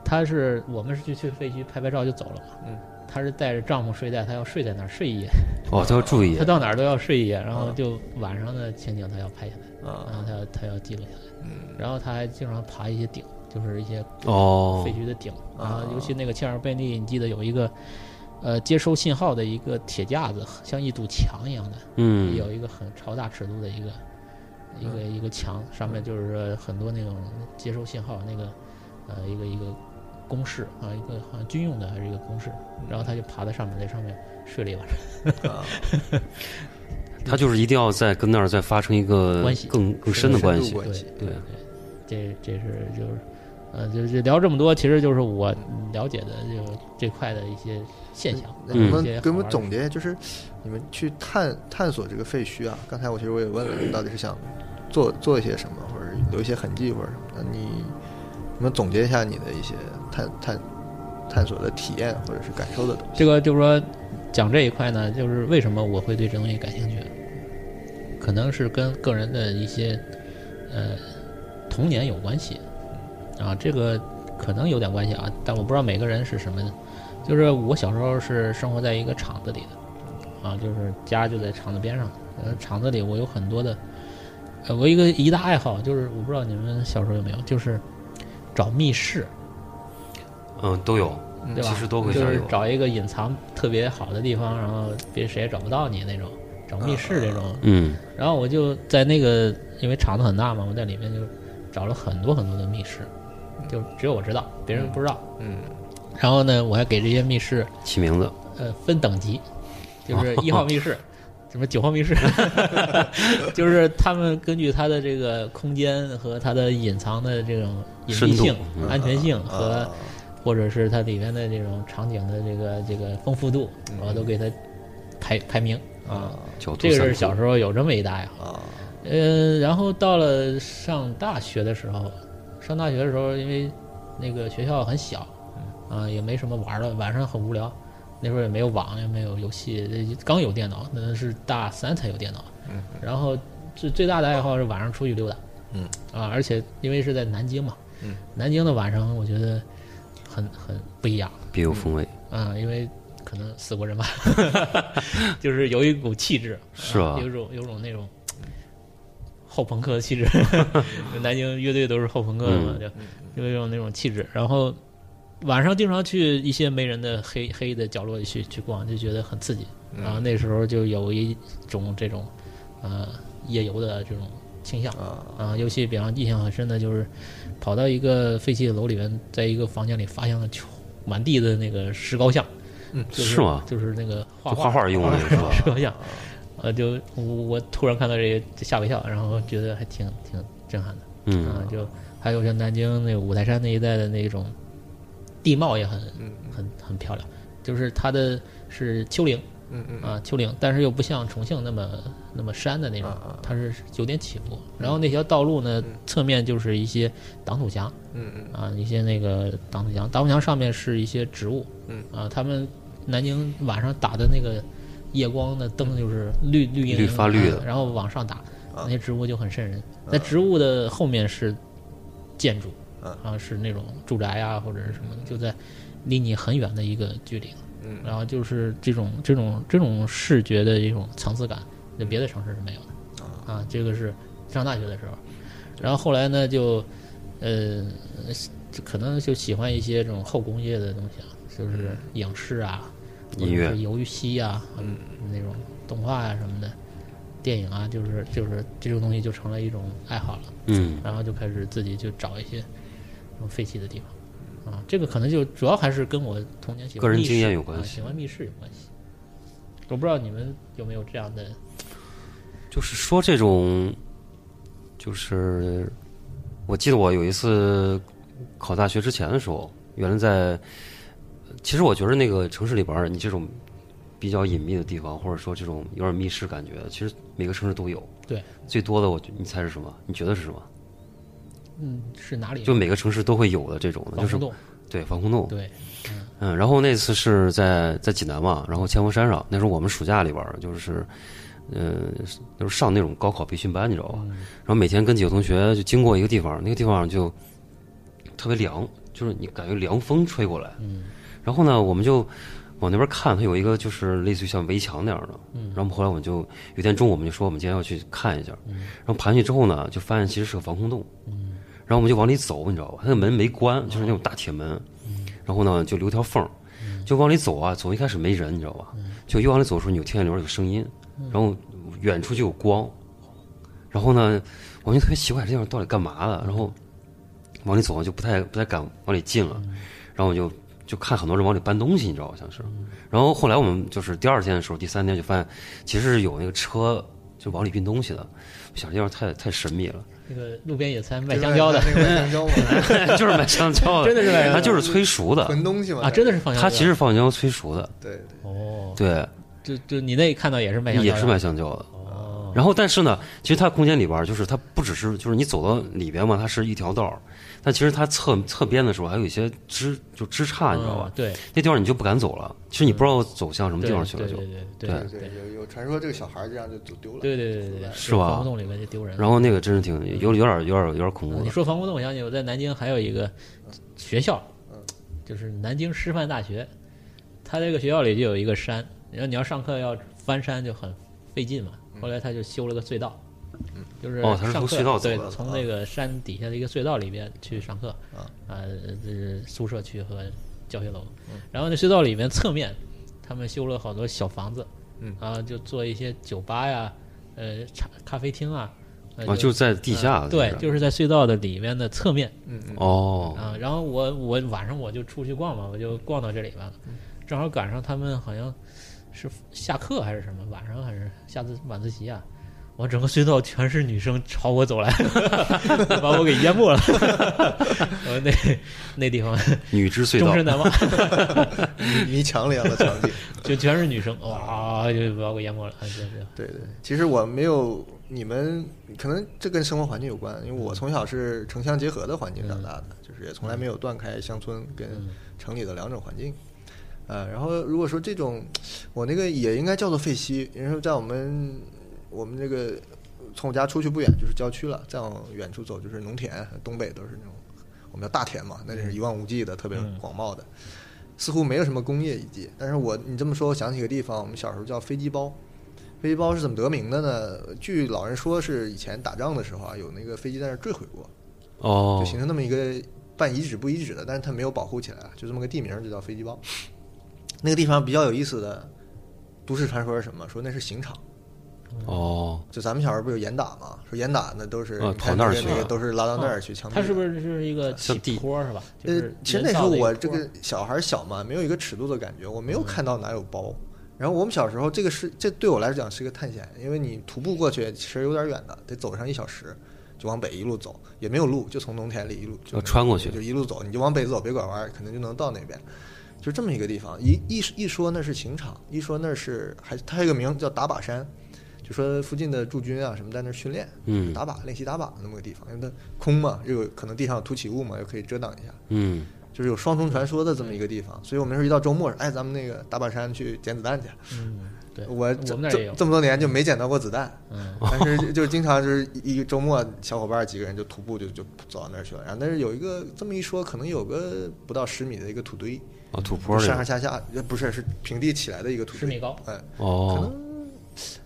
[SPEAKER 5] 他是我们是去去废墟拍拍照就走了嘛，
[SPEAKER 4] 嗯，
[SPEAKER 5] 他是带着帐篷睡袋，他要睡在那儿睡一夜，
[SPEAKER 3] 哦，他要注意
[SPEAKER 5] 他，到哪儿都要睡一夜，然后
[SPEAKER 4] 啊
[SPEAKER 5] 就晚上的情景他要拍下来，然后
[SPEAKER 4] 啊，
[SPEAKER 5] 他要他要记录下来，
[SPEAKER 4] 嗯
[SPEAKER 5] 然后他还经常爬一些顶，就是一些
[SPEAKER 3] 哦
[SPEAKER 5] 废墟的顶
[SPEAKER 4] 啊
[SPEAKER 5] 啊，尤其那个切尔贝利，你记得有一个呃接收信号的一个铁架子，像一堵墙一样的，
[SPEAKER 3] 嗯，
[SPEAKER 5] 有一个很超大尺度的一个一个一个墙，上
[SPEAKER 3] 嗯
[SPEAKER 5] 面就是说很多那种接收信号那个呃一个一个公式啊，一个好像军用的还是一个公式，然后他就爬在上面，在上面睡了一晚上。
[SPEAKER 4] 啊
[SPEAKER 3] 他就是一定要在跟那儿再发生一个
[SPEAKER 5] 关系
[SPEAKER 3] 更更深的
[SPEAKER 4] 深
[SPEAKER 3] 关
[SPEAKER 4] 度
[SPEAKER 3] 系，
[SPEAKER 4] 关系
[SPEAKER 5] 对对，这这是就是。呃，就是聊这么多，其实就是我了解的就这块的一些现象。
[SPEAKER 4] 那能不
[SPEAKER 5] 一些
[SPEAKER 4] 能给我
[SPEAKER 5] 好玩
[SPEAKER 4] 们
[SPEAKER 5] 的
[SPEAKER 4] 总结一下，就是你们去探探索这个废墟啊？刚才我其实我也问了，你到底是想做做一些什么，或者留一些痕迹，或者什么的？你你们总结一下你的一些探探探索的体验或者是感受的东西。
[SPEAKER 5] 这个就是说，讲这一块呢，就是为什么我会对这东西感兴趣，可能是跟个人的一些呃童年有关系啊，这个可能有点关系啊，但我不知道每个人是什么，就是我小时候是生活在一个厂子里的，啊，就是家就在厂子边上。呃，厂子里我有很多的，呃，我有一个一大爱好就是，我不知道你们小时候有没有，就是找密室，
[SPEAKER 3] 嗯，都有，
[SPEAKER 5] 对吧？
[SPEAKER 3] 其实都会
[SPEAKER 5] 就
[SPEAKER 3] 想
[SPEAKER 5] 是
[SPEAKER 3] 有
[SPEAKER 5] 找一个隐藏特别好的地方，然后别谁也找不到你那种，找密室这种。
[SPEAKER 3] 嗯
[SPEAKER 5] 然后我就在那个，因为厂子很大嘛，我在里面就找了很多很多的密室，
[SPEAKER 3] 嗯
[SPEAKER 5] 就只有我知道，别人不知道。
[SPEAKER 4] 嗯，
[SPEAKER 5] 然后呢，我还给这些密室
[SPEAKER 3] 嗯起名字，
[SPEAKER 5] 呃分等 级，就是一号密室，什么九号密室， 就是他们根据它的这个空间和它的隐藏的这种隐
[SPEAKER 3] 深
[SPEAKER 5] 蔽
[SPEAKER 3] 度
[SPEAKER 5] 性、
[SPEAKER 3] 嗯
[SPEAKER 5] 安全性和、
[SPEAKER 4] 啊
[SPEAKER 5] 或者是它里面的这种场景的这个这个丰富度，
[SPEAKER 4] 嗯
[SPEAKER 5] 我都给它排排名啊。
[SPEAKER 3] 角度
[SPEAKER 5] 这个
[SPEAKER 3] 三
[SPEAKER 5] 是
[SPEAKER 3] 度
[SPEAKER 5] 小时候有这么一大爱好。
[SPEAKER 4] 啊，
[SPEAKER 5] 呃，然后到了上大学的时候，上大学的时候，因为那个学校很小，啊、也没什么玩儿的，晚上很无聊。那时候也没有网，也没有游戏，刚有电脑，那是大三才有电脑。然后最最大的爱好是晚上出去溜达。
[SPEAKER 4] 嗯。
[SPEAKER 5] 啊，而且因为是在南京嘛，
[SPEAKER 4] 嗯，
[SPEAKER 5] 南京的晚上我觉得很很不一样。
[SPEAKER 3] 别有风味，
[SPEAKER 5] 啊，因为可能死过人吧， 就是有一股气质，啊
[SPEAKER 3] 是吧
[SPEAKER 5] 有一种有一种那种后朋克的气质， 南京乐队都是后朋克的嘛，
[SPEAKER 3] 嗯
[SPEAKER 5] 就有一种那种气质。然后晚上经常去一些没人的黑黑的角落里去去逛，就觉得很刺激。
[SPEAKER 3] 嗯
[SPEAKER 4] 嗯
[SPEAKER 5] 然后那时候就有一种这种呃夜游的这种倾向
[SPEAKER 4] 啊
[SPEAKER 5] 啊，尤其比方印象很深的就是跑到一个废弃的楼里面，在一个房间里发现了满地的那个石膏像，就是
[SPEAKER 3] 吗？
[SPEAKER 5] 就是那个画
[SPEAKER 3] 就画啊画用的那个是 吧？
[SPEAKER 5] 石膏像，呃，就我我突然看到这个就吓我一跳，然后觉得还挺挺震撼的。啊
[SPEAKER 3] 嗯，，
[SPEAKER 5] 就还有像南京那个五台山那一带的那种地貌也很
[SPEAKER 4] 嗯
[SPEAKER 5] 很很漂亮，就是它的是丘陵
[SPEAKER 4] 嗯嗯
[SPEAKER 5] 啊丘陵，但是又不像重庆那么那么山的那种
[SPEAKER 4] 啊啊，嗯
[SPEAKER 5] 它是有点起伏。然后那条道路呢，侧面就是一些挡土墙
[SPEAKER 4] 嗯嗯
[SPEAKER 5] 啊，一些那个挡土墙，挡土墙上面是一些植物，
[SPEAKER 4] 嗯
[SPEAKER 5] 啊，他们南京晚上打的那个夜光的灯就是绿绿莹莹
[SPEAKER 3] 绿发绿的
[SPEAKER 5] 啊然后往上打，
[SPEAKER 4] 啊
[SPEAKER 5] 那些植物就很瘆人。那植物的后面是建筑，
[SPEAKER 4] 啊
[SPEAKER 5] 啊，是那种住宅啊或者是什么的，就在离你很远的一个距离了。
[SPEAKER 4] 嗯
[SPEAKER 5] 然后就是这种这种这种视觉的一种层次感，那别的城市是没有的。啊，这个是上大学的时候，然后后来呢就，呃，就可能就喜欢一些这种后工业的东西啊，就是影视啊，
[SPEAKER 3] 嗯音乐
[SPEAKER 5] 或者是游戏啊，嗯，那种动画啊什么的，电影啊，就是就是这种东西就成了一种爱好了。
[SPEAKER 3] 嗯，
[SPEAKER 5] 然后就开始自己就找一些那种废弃的地方。啊，这个可能就主要还是跟我童年喜欢
[SPEAKER 3] 个人
[SPEAKER 5] 密室
[SPEAKER 3] 经验有关
[SPEAKER 5] 啊
[SPEAKER 3] 系
[SPEAKER 5] 喜欢密室有关系。我不知道你们有没有这样的
[SPEAKER 3] 就是说这种，就是我记得我有一次考大学之前的时候，原来在，其实我觉得那个城市里边儿，你这种比较隐秘的地方，或者说这种有点密室感觉，其实每个城市都有。
[SPEAKER 5] 对，
[SPEAKER 3] 最多的我，你猜是什么？你觉得是什么？
[SPEAKER 5] 嗯，是哪里？
[SPEAKER 3] 就每个城市都会有的这种的，
[SPEAKER 5] 防
[SPEAKER 3] 就是
[SPEAKER 5] 空洞，
[SPEAKER 3] 对防空洞。
[SPEAKER 5] 对，
[SPEAKER 3] 嗯，然后那次是在在济南嘛，然后千佛山上，那时候我们暑假里边儿就是，呃，就是上那种高考培训班，你知道吧？然后每天跟几个同学就经过一个地方，那个地方就特别凉，就是你感觉凉风吹过来。
[SPEAKER 5] 嗯。
[SPEAKER 3] 然后呢，我们就往那边看，它有一个就是类似于像围墙那样的。嗯。然后我们后来我们就有一天中午我们就说我们今天要去看一下，嗯、然后爬进去之后呢，就发现其实是个防空洞。嗯。然后我们就往里走，你知道吧？它那个门没关，就是那种大铁门。然后呢，就留条缝儿，
[SPEAKER 5] 嗯
[SPEAKER 3] 就往里走啊，走一开始没人，你知道吧？就越往里走的时候，你就听见里边有声音，然后远处就有光，然后呢，我就特别奇怪这地方到底干嘛
[SPEAKER 5] 嗯
[SPEAKER 3] 的，然后往里走就不太不太敢往里进
[SPEAKER 5] 嗯
[SPEAKER 3] 了，然后我就就看很多人往里搬东西，你知道好像是，
[SPEAKER 5] 嗯
[SPEAKER 3] 然后后来我们就是第二天的时候，第三天就发现其实是有那个车就往里运东西的，我想这地方太太神秘了，
[SPEAKER 5] 那个路边野餐卖香蕉的
[SPEAKER 4] 那个卖香蕉 嘛，
[SPEAKER 3] 就是卖香蕉的，
[SPEAKER 5] 真的是卖香蕉
[SPEAKER 3] 它就是催熟的，
[SPEAKER 4] 囤东西嘛
[SPEAKER 5] 啊，真的是放香蕉。
[SPEAKER 3] 它其实放香蕉催熟的，
[SPEAKER 4] 对对
[SPEAKER 5] 哦，
[SPEAKER 3] 对。
[SPEAKER 5] 就就你那看到也是哦卖香蕉
[SPEAKER 3] 也
[SPEAKER 5] 的，
[SPEAKER 3] 是卖香蕉的。然后，但是呢，其实它空间里边儿就是它不只是就是你走到里边嘛，它是一条道儿，但其实它侧侧边的时候还有一些枝就枝杈，你知道吧
[SPEAKER 5] 嗯？对，
[SPEAKER 3] 那地方你就不敢走了，其实你不知道走向什么
[SPEAKER 5] 对
[SPEAKER 3] 地方去了
[SPEAKER 5] 对
[SPEAKER 3] 就。
[SPEAKER 5] 对对
[SPEAKER 3] 对
[SPEAKER 4] 对，有有传说这个小孩这样就丢丢了，
[SPEAKER 5] 对对对对对，
[SPEAKER 3] 是吧
[SPEAKER 5] 防空洞里面就丢人了。
[SPEAKER 3] 然后那个真是挺有有点有点有点恐怖
[SPEAKER 5] 啊你
[SPEAKER 3] 的。
[SPEAKER 5] 说防空洞，我想
[SPEAKER 3] 嗯
[SPEAKER 5] 起我在南京还有一个学校，就是南京师范大学，他这个学校里就有一个山，然后你要上课要翻山就很费劲嘛。后来他就修了个隧道，就是
[SPEAKER 3] 嗯哦他是
[SPEAKER 5] 上
[SPEAKER 3] 从
[SPEAKER 5] 课
[SPEAKER 3] 隧道走
[SPEAKER 5] 对
[SPEAKER 3] 的，啊
[SPEAKER 5] 从那个山底下的一个隧道里边去上课
[SPEAKER 3] 嗯
[SPEAKER 4] 啊，
[SPEAKER 5] 呃，这是宿舍区和教学楼。
[SPEAKER 3] 嗯
[SPEAKER 5] 然后那隧道里面侧面，他们修了好多小房子，
[SPEAKER 4] 嗯
[SPEAKER 5] 啊，就做一些酒吧呀，呃，茶咖啡厅啊，呃
[SPEAKER 3] 啊，就在地下的，
[SPEAKER 5] 呃对，就是在隧道的里面的侧面。
[SPEAKER 4] 嗯嗯
[SPEAKER 3] 哦，
[SPEAKER 5] 啊，然后我我晚上我就出去逛嘛，我就逛到这里边了，
[SPEAKER 3] 嗯
[SPEAKER 5] 正好赶上他们好像是下课还是什么，晚上还是下自晚自习啊，我整个隧道全是女生朝 我走来，把我给淹没了，我那那地方
[SPEAKER 3] 女之隧
[SPEAKER 5] 终
[SPEAKER 3] 道
[SPEAKER 5] 身，难忘，
[SPEAKER 4] 你你强烈了强烈。
[SPEAKER 5] 就全是女生，哇，就把我淹没了，啊对对，
[SPEAKER 4] 对对，其实我没有你们，可能这跟生活环境有关，因为我从小是城乡结合的环境长大的，就是也从来没有断开乡村跟城里的两种环境。呃，然后如果说这种，我那个也应该叫做废墟，因为在我们我们这个从我家出去不远就是郊区了，再往远处走就是农田，东北都是那种我们叫大田嘛，那是一望无际的，特别广袤的。似乎没有什么工业遗迹，但是我你这么说，我想起个地方，我们小时候叫飞机包，飞机包是怎么得名的呢？据老人说，是以前打仗的时候啊，有那个飞机在那儿坠毁过，就
[SPEAKER 3] 哦，
[SPEAKER 4] 形成那么一个半遗址不遗址的，但是它没有保护起来啊，就这么个地名儿就叫飞机包。那个地方比较有意思的都市传说是什么？说那是刑场。
[SPEAKER 3] 哦，
[SPEAKER 4] 就咱们小时候不有严打吗？说严打那都是
[SPEAKER 3] 啊
[SPEAKER 4] 你看
[SPEAKER 3] 跑那儿
[SPEAKER 4] 个
[SPEAKER 3] 去
[SPEAKER 4] 那个
[SPEAKER 3] 啊
[SPEAKER 4] 都是拉到那儿去枪毙的。
[SPEAKER 5] 它哦是不是就是一个
[SPEAKER 3] 像
[SPEAKER 5] 起
[SPEAKER 3] 地
[SPEAKER 5] 坡是吧？就
[SPEAKER 4] 呃
[SPEAKER 5] 是，
[SPEAKER 4] 其实
[SPEAKER 5] 人
[SPEAKER 4] 那时
[SPEAKER 5] 造
[SPEAKER 4] 候
[SPEAKER 5] 的一
[SPEAKER 4] 我
[SPEAKER 5] 坡
[SPEAKER 4] 这个小孩儿小嘛，没有一个尺度的感觉，我没有看到哪有包。然后我们小时候，这个是这对我来讲是一个探险，因为你徒步过去其实有点远的，得走上一小时，就往北一路走，也没有路，就从农田里一路就
[SPEAKER 3] 要穿过去
[SPEAKER 4] 就一路走，你就往北走，别拐弯，可能就能到那边。就这么一个地方，一一一说那是刑场，一说那是还它还有个名叫打靶山，就说附近的驻军啊什么在那儿训练，
[SPEAKER 3] 嗯
[SPEAKER 4] 打靶练习打靶那么个地方，因为它空嘛，又有可能地上有凸起物嘛，又可以遮挡一下。
[SPEAKER 3] 嗯，
[SPEAKER 4] 就是有双重传说的这么一个地方，所以我们那时候一到周末，哎，咱们那个打靶山去捡子弹去。
[SPEAKER 5] 嗯，对，
[SPEAKER 4] 我
[SPEAKER 5] 我
[SPEAKER 4] 这
[SPEAKER 5] 们那儿也
[SPEAKER 4] 这
[SPEAKER 5] 有，
[SPEAKER 4] 这么多年就没捡到过子弹，
[SPEAKER 5] 嗯，
[SPEAKER 4] 但是就就是经常就是一一个周末，小伙伴几个人就徒步就就走到那儿去了。然后但是有一个这么一说，可能有个不到十米的一个土堆，
[SPEAKER 3] 啊，土坡
[SPEAKER 4] 就上
[SPEAKER 3] 那
[SPEAKER 4] 上
[SPEAKER 3] 个，
[SPEAKER 4] 下下呃不是是平地起来的一个土堆，
[SPEAKER 5] 十米高
[SPEAKER 4] 嗯，可
[SPEAKER 3] 哦，
[SPEAKER 4] 能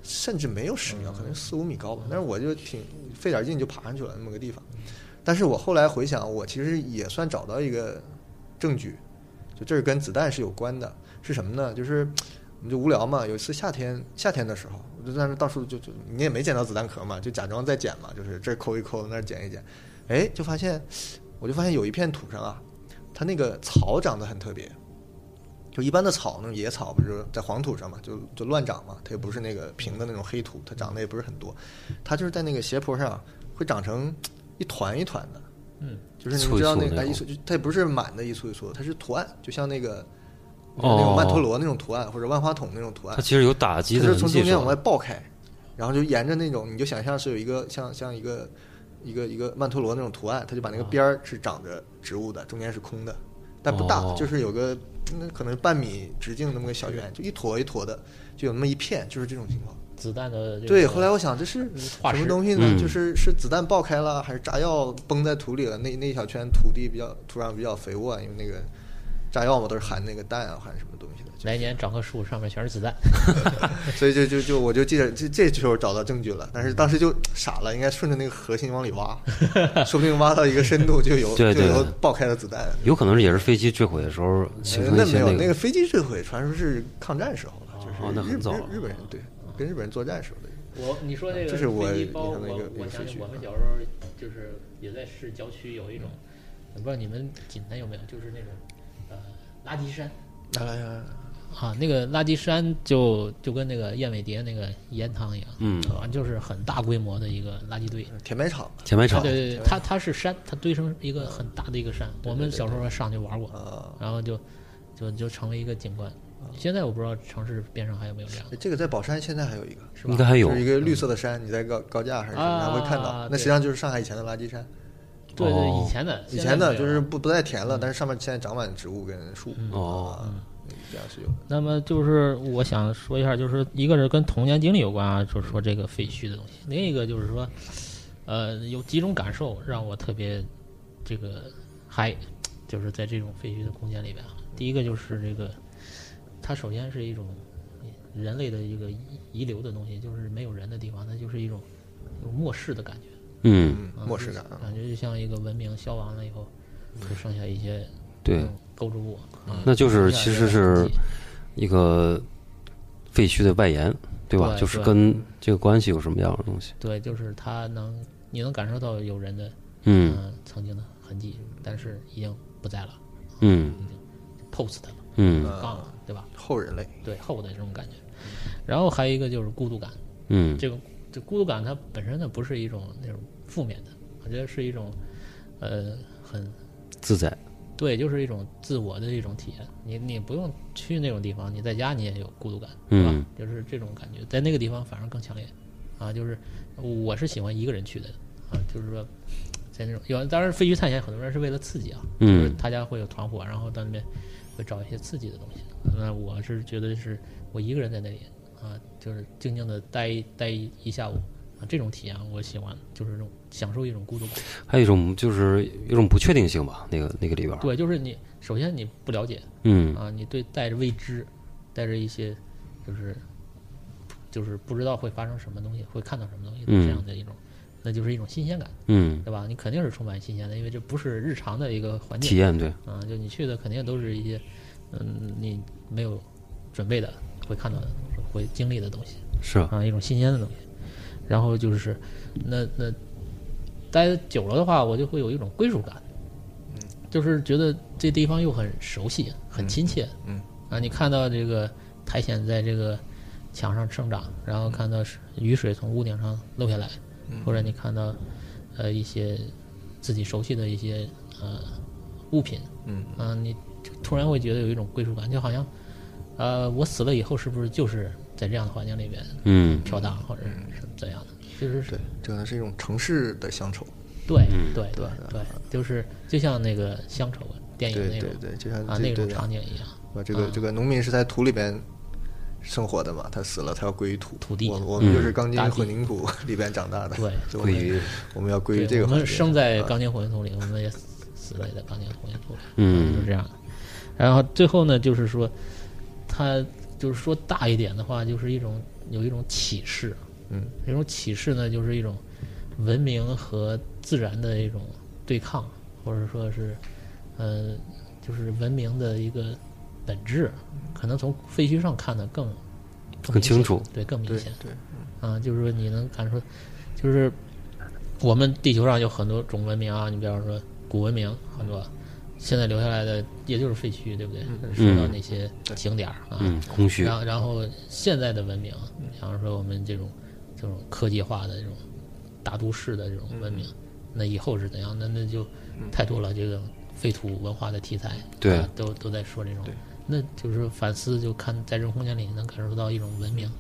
[SPEAKER 4] 甚至没有十米高，可能四五米高吧。但是我就挺费点劲就爬上去了那么个地方。但是我后来回想，我其实也算找到一个证据，就这是跟子弹是有关的。是什么呢？就是我们就无聊嘛。有一次夏天夏天的时候，我就在 那到处就就你也没捡到子弹壳嘛，就假装在捡嘛，就是这儿抠一抠，那儿捡一捡。哎，就发现我就发现有一片土上啊，它那个草长得很特别，就一般的草，那种野草不是在黄土上嘛，就就乱长嘛，它也不是那个平的那种黑土，它长得也不是很多，它就是在那个斜坡上会长成一团一团的，
[SPEAKER 5] 嗯，
[SPEAKER 4] 就是你们知道那
[SPEAKER 3] 簇一簇那
[SPEAKER 4] 个哎
[SPEAKER 3] 种
[SPEAKER 4] 一簇，就它也不是满的一簇一簇，它是图案，就像那个
[SPEAKER 3] 哦
[SPEAKER 4] 那种曼陀罗那种图案或者万花筒那种图案
[SPEAKER 3] 它，其实有打击
[SPEAKER 4] 它
[SPEAKER 3] 的啊
[SPEAKER 4] 是
[SPEAKER 3] 痕
[SPEAKER 4] 从中
[SPEAKER 3] 迹
[SPEAKER 4] 间
[SPEAKER 3] 上
[SPEAKER 4] 往
[SPEAKER 3] 的
[SPEAKER 4] 外，爆开，然后就沿着那种，你就想象是有一个像像一个一个一个曼陀罗那种图案，它就把那
[SPEAKER 3] 啊
[SPEAKER 4] 个边儿是长着植物的，中间是空的，但不大，
[SPEAKER 3] 哦
[SPEAKER 4] 就是有个那可能半米直径那么个小圆，就一坨一坨的，就有那么一片，就是这种情况。
[SPEAKER 5] 子弹的这
[SPEAKER 4] 对，
[SPEAKER 5] 个
[SPEAKER 4] 后来我想这是
[SPEAKER 5] 化
[SPEAKER 4] 什
[SPEAKER 5] 石
[SPEAKER 4] 么东西呢？
[SPEAKER 3] 嗯
[SPEAKER 4] 就是 是子弹爆开了，还是炸药崩在土里了？那那一小圈土地比较土壤比较肥沃，因为那个炸药嘛都是含那个氮啊，含什么东西的。就
[SPEAKER 5] 来年长棵树，上面全是子弹。
[SPEAKER 4] 所以就就就我就记得这这就是找到证据了，但是当时就傻了，应该顺着那个核心往里挖，说不定挖到一个深度就有
[SPEAKER 3] 对对
[SPEAKER 4] 就有爆开的子弹。
[SPEAKER 3] 有可能也是飞机坠毁的时候形
[SPEAKER 4] 呃
[SPEAKER 3] 成
[SPEAKER 4] 那
[SPEAKER 3] 一
[SPEAKER 4] 没
[SPEAKER 3] 些
[SPEAKER 4] 有
[SPEAKER 3] 那
[SPEAKER 4] 那
[SPEAKER 3] 个
[SPEAKER 4] 个飞机坠毁，传说是抗战时候了，就是日、
[SPEAKER 3] 哦那很早了
[SPEAKER 4] 日日本人对跟日本人作战时候的。
[SPEAKER 5] 我你说这个
[SPEAKER 4] 这是我
[SPEAKER 5] 飞机包，
[SPEAKER 4] 印象的一个
[SPEAKER 5] 我
[SPEAKER 4] 一个
[SPEAKER 5] 我想
[SPEAKER 4] 废
[SPEAKER 5] 起
[SPEAKER 4] 墟
[SPEAKER 5] 我们
[SPEAKER 4] 啊
[SPEAKER 5] 小时候就是也在市郊区有一种，我不知道你们济南有没有，就是那种呃垃圾山
[SPEAKER 4] 来来来，
[SPEAKER 5] 啊，那个垃圾山就就跟那个燕尾蝶那个盐塘一样，
[SPEAKER 3] 嗯
[SPEAKER 5] 啊，就是很大规模的一个垃圾堆。
[SPEAKER 4] 填埋场
[SPEAKER 3] 填埋
[SPEAKER 5] 对
[SPEAKER 3] 场，
[SPEAKER 5] 对对，它它是山，它堆成一个很大的一个山。我们小时候上去玩过，
[SPEAKER 4] 啊、
[SPEAKER 5] 然后就就就成为一个景观。现在我不知道城市边上还有没有这样的，
[SPEAKER 4] 这个在宝山现在还有一个，
[SPEAKER 5] 是吧
[SPEAKER 3] 应该？还有嗯
[SPEAKER 4] 就是一个绿色的山，你在高高架还是什么
[SPEAKER 5] 啊
[SPEAKER 4] 还会看到，那
[SPEAKER 5] 对
[SPEAKER 4] 实际上就是上海以前的垃圾山，
[SPEAKER 5] 对对，
[SPEAKER 3] 哦
[SPEAKER 5] 以前的
[SPEAKER 4] 以前的
[SPEAKER 5] 现在没有
[SPEAKER 4] 就
[SPEAKER 5] 了嗯
[SPEAKER 4] 是不不再填了，但是上面现在长满植物跟树。
[SPEAKER 3] 哦
[SPEAKER 4] 啊，这样是有的。
[SPEAKER 5] 那么就是我想说一下，就是一个是跟童年经历有关啊，就是说这个废墟的东西；另一个就是说，呃，有几种感受让我特别这个嗨，就是在这种废墟的空间里边啊。第一个就是这个它首先是一种人类的一个遗遗留的东西，就是没有人的地方，它就是一种有末世的感觉。
[SPEAKER 3] 嗯，
[SPEAKER 4] 嗯
[SPEAKER 5] 啊，
[SPEAKER 4] 末世
[SPEAKER 5] 就
[SPEAKER 4] 感
[SPEAKER 5] 是
[SPEAKER 4] 啊，
[SPEAKER 5] 感觉就像一个文明消亡了以后，就剩下一些
[SPEAKER 3] 对
[SPEAKER 5] 嗯，构筑物，嗯
[SPEAKER 3] 那就是
[SPEAKER 5] 剩下
[SPEAKER 3] 其
[SPEAKER 5] 一
[SPEAKER 3] 实
[SPEAKER 5] 些
[SPEAKER 3] 是
[SPEAKER 5] 痕迹
[SPEAKER 3] 一个废墟的外延，对吧？
[SPEAKER 5] 对
[SPEAKER 3] 就是
[SPEAKER 5] 对
[SPEAKER 3] 跟这个关系有什么样的东西？
[SPEAKER 5] 对，就是它能你能感受到有人的嗯、
[SPEAKER 3] 嗯
[SPEAKER 5] 曾经的痕迹，但是已经不在了
[SPEAKER 3] 嗯
[SPEAKER 5] ，post 它了，
[SPEAKER 3] 嗯
[SPEAKER 5] 杠了，对吧？
[SPEAKER 4] 后人类，
[SPEAKER 5] 对后的这种感觉。然后还有一个就是孤独感，
[SPEAKER 3] 嗯
[SPEAKER 5] 这个这孤独感它本身呢不是一种那种负面的，我觉得是一种呃很
[SPEAKER 3] 自在，
[SPEAKER 5] 对，就是一种自我的一种体验。你你不用去那种地方，你在家你也有孤独感，对吧？
[SPEAKER 3] 嗯
[SPEAKER 5] 就是这种感觉，在那个地方反而更强烈。啊，就是我是喜欢一个人去的啊，就是说在那种有，当然废墟探险很多人是为了刺激啊，就是
[SPEAKER 3] 嗯
[SPEAKER 5] 他家会有团伙，然后到那边会找一些刺激的东西。那我是觉得是我一个人在那里啊，就是静静的待一待一一下午啊，这种体验我喜欢，就是这种享受一种孤独感。
[SPEAKER 3] 还有一种就是有一种不确定性吧，那个那个里边儿，
[SPEAKER 5] 对，就是你首先你不了解，
[SPEAKER 3] 嗯
[SPEAKER 5] 啊，你对带着未知，带着一些就是就是不知道会发生什么东西，会看到什么东西的
[SPEAKER 3] 嗯
[SPEAKER 5] 这样的一种，那就是一种新鲜感，
[SPEAKER 3] 嗯，
[SPEAKER 5] 对吧？你肯定是充满新鲜的，因为这不是日常的一个环
[SPEAKER 3] 体
[SPEAKER 5] 境
[SPEAKER 3] 验对，
[SPEAKER 5] 啊，就你去的肯定都是一些嗯你没有准备的，会看到的，会经历的东西
[SPEAKER 3] 是啊，
[SPEAKER 5] 啊，一种新鲜的东西。然后就是那那待久了的话，我就会有一种归属感，就是觉得这地方又很熟悉，很亲切。
[SPEAKER 4] 嗯嗯
[SPEAKER 5] 啊，你看到这个苔藓在这个墙上生长，然
[SPEAKER 4] 嗯
[SPEAKER 5] 后看到是雨水从屋顶上漏下来，或者你看到呃一些自己熟悉的一些呃物品，
[SPEAKER 4] 嗯
[SPEAKER 5] 啊、你就突然会觉得有一种归属感，就好像呃我死了以后是不是就是在这样的环境里边
[SPEAKER 3] 嗯
[SPEAKER 5] 飘荡，或者是怎样的？其实是
[SPEAKER 4] 对，这可能是一种城市的乡愁，
[SPEAKER 5] 对对对对，就是就像那个乡愁啊电影
[SPEAKER 4] 啊对
[SPEAKER 5] 那种
[SPEAKER 4] 对对，就像
[SPEAKER 5] 啊
[SPEAKER 4] 这
[SPEAKER 5] 那种
[SPEAKER 4] 对
[SPEAKER 5] 场景一样。
[SPEAKER 4] 啊，这个这个农民是在土里边生活的嘛，他死了，他要归于土
[SPEAKER 5] 土地嗯
[SPEAKER 4] 我我们就是钢筋
[SPEAKER 5] 大地
[SPEAKER 4] 混凝土 里边长大的，
[SPEAKER 5] 对
[SPEAKER 4] 所以我们
[SPEAKER 3] 归于
[SPEAKER 4] 我们要归于
[SPEAKER 5] 对，
[SPEAKER 4] 这个
[SPEAKER 5] 我
[SPEAKER 4] 环啊
[SPEAKER 5] 们
[SPEAKER 4] 境。
[SPEAKER 5] 生在钢筋混凝土里，我们也死在钢筋混凝土里，
[SPEAKER 3] 嗯
[SPEAKER 5] 就是这样的。然后最后呢，就是说，它就是说大一点的话，就是一种有一种启示，
[SPEAKER 4] 嗯，
[SPEAKER 5] 这种启示呢，就是一种文明和自然的一种对抗，或者说是，呃，就是文明的一个本质，可能从废墟上看的更
[SPEAKER 3] 更
[SPEAKER 5] 明显
[SPEAKER 3] 清楚，
[SPEAKER 5] 对，更明
[SPEAKER 4] 对
[SPEAKER 5] 显。
[SPEAKER 4] 对，
[SPEAKER 5] 啊，就是说你能感受，就是我们地球上有很多种文明啊，你比方说古文明很多，现在留下来的也就是废墟，对不对？说到那些景点儿啊，
[SPEAKER 3] 嗯，空虚
[SPEAKER 5] 然，后然后现在的文明，比方说我们这种这种科技化的这种大都市的这种文明，那以后是怎样？那那就太多了，这个废土文化的题材，
[SPEAKER 3] 对
[SPEAKER 5] 啊都都在说这种，那就是反思，就看在这个空间里能感受到一种文明，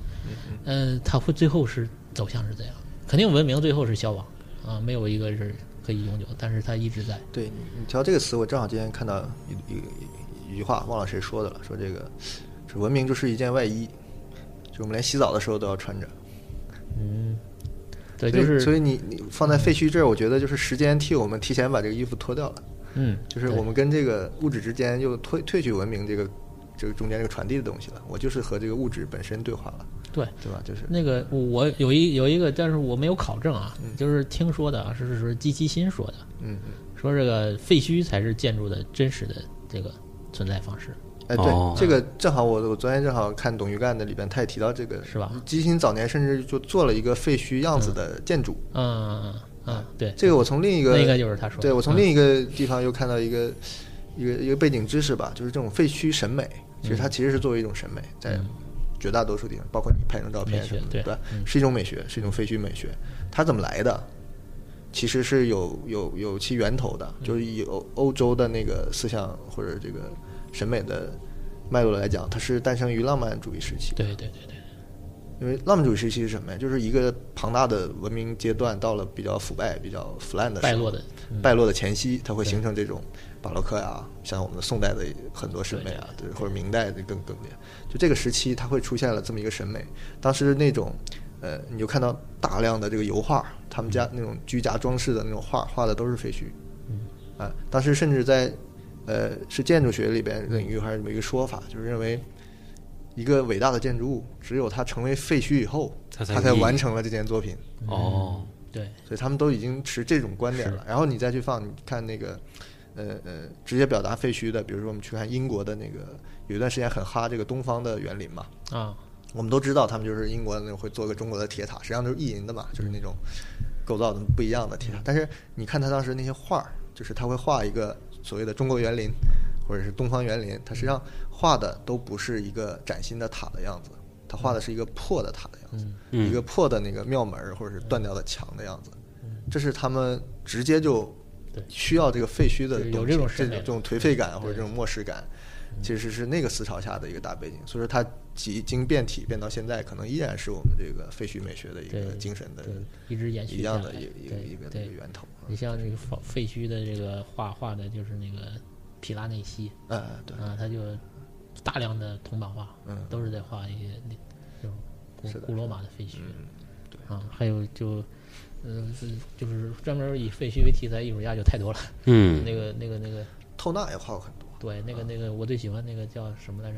[SPEAKER 5] 嗯、它会最后是走向是怎样？肯定文明最后是消亡啊，没有一个是可以永久，但是它一直在，
[SPEAKER 4] 对你你提到这个词，我正好今天看到一一一一句话，忘了谁说的了，说这个是文明就是一件外衣，就我们连洗澡的时候都要穿着。
[SPEAKER 5] 嗯，对，
[SPEAKER 4] 所以
[SPEAKER 5] 就是
[SPEAKER 4] 所以你你放在废墟这儿，我觉得就是时间替我们提前把这个衣服脱掉了，
[SPEAKER 5] 嗯，
[SPEAKER 4] 就是
[SPEAKER 5] 对
[SPEAKER 4] 我们跟这个物质之间又退退去文明这个这个中间这个传递的东西了，我就是和这个物质本身对话了，
[SPEAKER 5] 对。
[SPEAKER 4] 对吧？就是
[SPEAKER 5] 那个我有一有一个，但是我没有考证啊，就是听说的啊，是是机器新说的，
[SPEAKER 4] 嗯嗯。
[SPEAKER 5] 说这个废墟才是建筑的真实的这个存在方式。
[SPEAKER 4] 哎，对，
[SPEAKER 3] 哦
[SPEAKER 4] 这个正好我我昨天正好看董玉干的里边，他也提到这个，
[SPEAKER 5] 是吧
[SPEAKER 4] 基辛早年甚至就做了一个废墟样子的建筑，
[SPEAKER 5] 嗯嗯嗯，对，
[SPEAKER 4] 啊这个我从另一个
[SPEAKER 5] 那应该就是他说的嗯
[SPEAKER 4] 对我从另一个地方又看到一个、一个一个背景知识吧，就是这种废墟审美，其实它
[SPEAKER 5] 嗯
[SPEAKER 4] 其实是作为一种审美，在绝大多数地方，包括你拍张照片
[SPEAKER 5] 美
[SPEAKER 4] 什
[SPEAKER 5] 学
[SPEAKER 4] 么的，
[SPEAKER 5] 对嗯
[SPEAKER 4] 吧？是一种美学，是一种废墟美学，它怎么来的？其实是有有有其源头的，
[SPEAKER 5] 嗯
[SPEAKER 4] 就是以欧欧洲的那个思想或者这个审美的脉络来讲，它是诞生于浪漫主义时期。
[SPEAKER 5] 对对对对，
[SPEAKER 4] 因为浪漫主义时期是什么呀？就是一个庞大的文明阶段到了比较腐败、比较腐烂的时候
[SPEAKER 5] 败落的，
[SPEAKER 4] 败落的前夕，它会形成这种巴洛克啊，像我们的宋代的很多审美啊，对，或者明代的更更就这个时期，它会出现了这么一个审美。当时那种，呃，你就看到大量的这个油画，他们家
[SPEAKER 5] 嗯
[SPEAKER 4] 那种居家装饰的那种画，画的都是废墟。啊，当时甚至在，呃，是建筑学里边领域还是有一个说法，就是认为一个伟大的建筑物，只有它成为废墟以后，
[SPEAKER 3] 它
[SPEAKER 4] 它
[SPEAKER 3] 才
[SPEAKER 4] 才
[SPEAKER 3] 有意义
[SPEAKER 4] 完成了这件作品。
[SPEAKER 3] 哦，
[SPEAKER 5] 对，
[SPEAKER 4] 所以他们都已经持这种观点了。然后你再去放，你看那个，呃呃，直接表达废墟的，比如说我们去看英国的那个，有一段时间很哈这个东方的园林嘛，
[SPEAKER 5] 啊，
[SPEAKER 4] 我们都知道他们就是英国那种会做个中国的铁塔，实际上都是意淫的嘛，就是那种构造的不一样的铁塔。但是你看他当时那些画儿，就是他会画一个所谓的中国园林或者是东方园林，他实际上画的都不是一个崭新的塔的样子，他画的是一个破的塔的样子，
[SPEAKER 3] 嗯
[SPEAKER 4] 一个破的那个庙门儿或者是断掉的墙的样子。这是他们直接就
[SPEAKER 5] 嗯对
[SPEAKER 4] 需要这个废墟的
[SPEAKER 5] 就是
[SPEAKER 4] 东西
[SPEAKER 5] 有这种
[SPEAKER 4] 这
[SPEAKER 5] 审美
[SPEAKER 4] 种颓废感或者这种漠视感，其实是那个思潮下的一个大背景。所以说，它几经变体变到现在，可能依然是我们这个废墟美学的一
[SPEAKER 5] 对
[SPEAKER 4] 个，精神的
[SPEAKER 5] 对，一直延续
[SPEAKER 4] 呃一样
[SPEAKER 5] 下
[SPEAKER 4] 的
[SPEAKER 5] 来
[SPEAKER 4] 一一个
[SPEAKER 5] 对
[SPEAKER 4] 一个
[SPEAKER 5] 对
[SPEAKER 4] 一个源头。啊
[SPEAKER 5] 你像这个废废墟的这个画画的，就是那个皮拉内西
[SPEAKER 4] 呃，对，
[SPEAKER 5] 啊，他就大量的铜版画，
[SPEAKER 4] 嗯
[SPEAKER 5] 都是在画一些这种古
[SPEAKER 4] 是的
[SPEAKER 5] 古罗马的废墟
[SPEAKER 4] 嗯，
[SPEAKER 5] 啊，还有就。呃，是就是专门以废墟为题材艺术家就太多了。
[SPEAKER 3] 嗯，
[SPEAKER 5] 那个、那个、那个，
[SPEAKER 4] 透纳也画过很多，
[SPEAKER 5] 对，那个、那个，我最喜欢那个叫什么来着？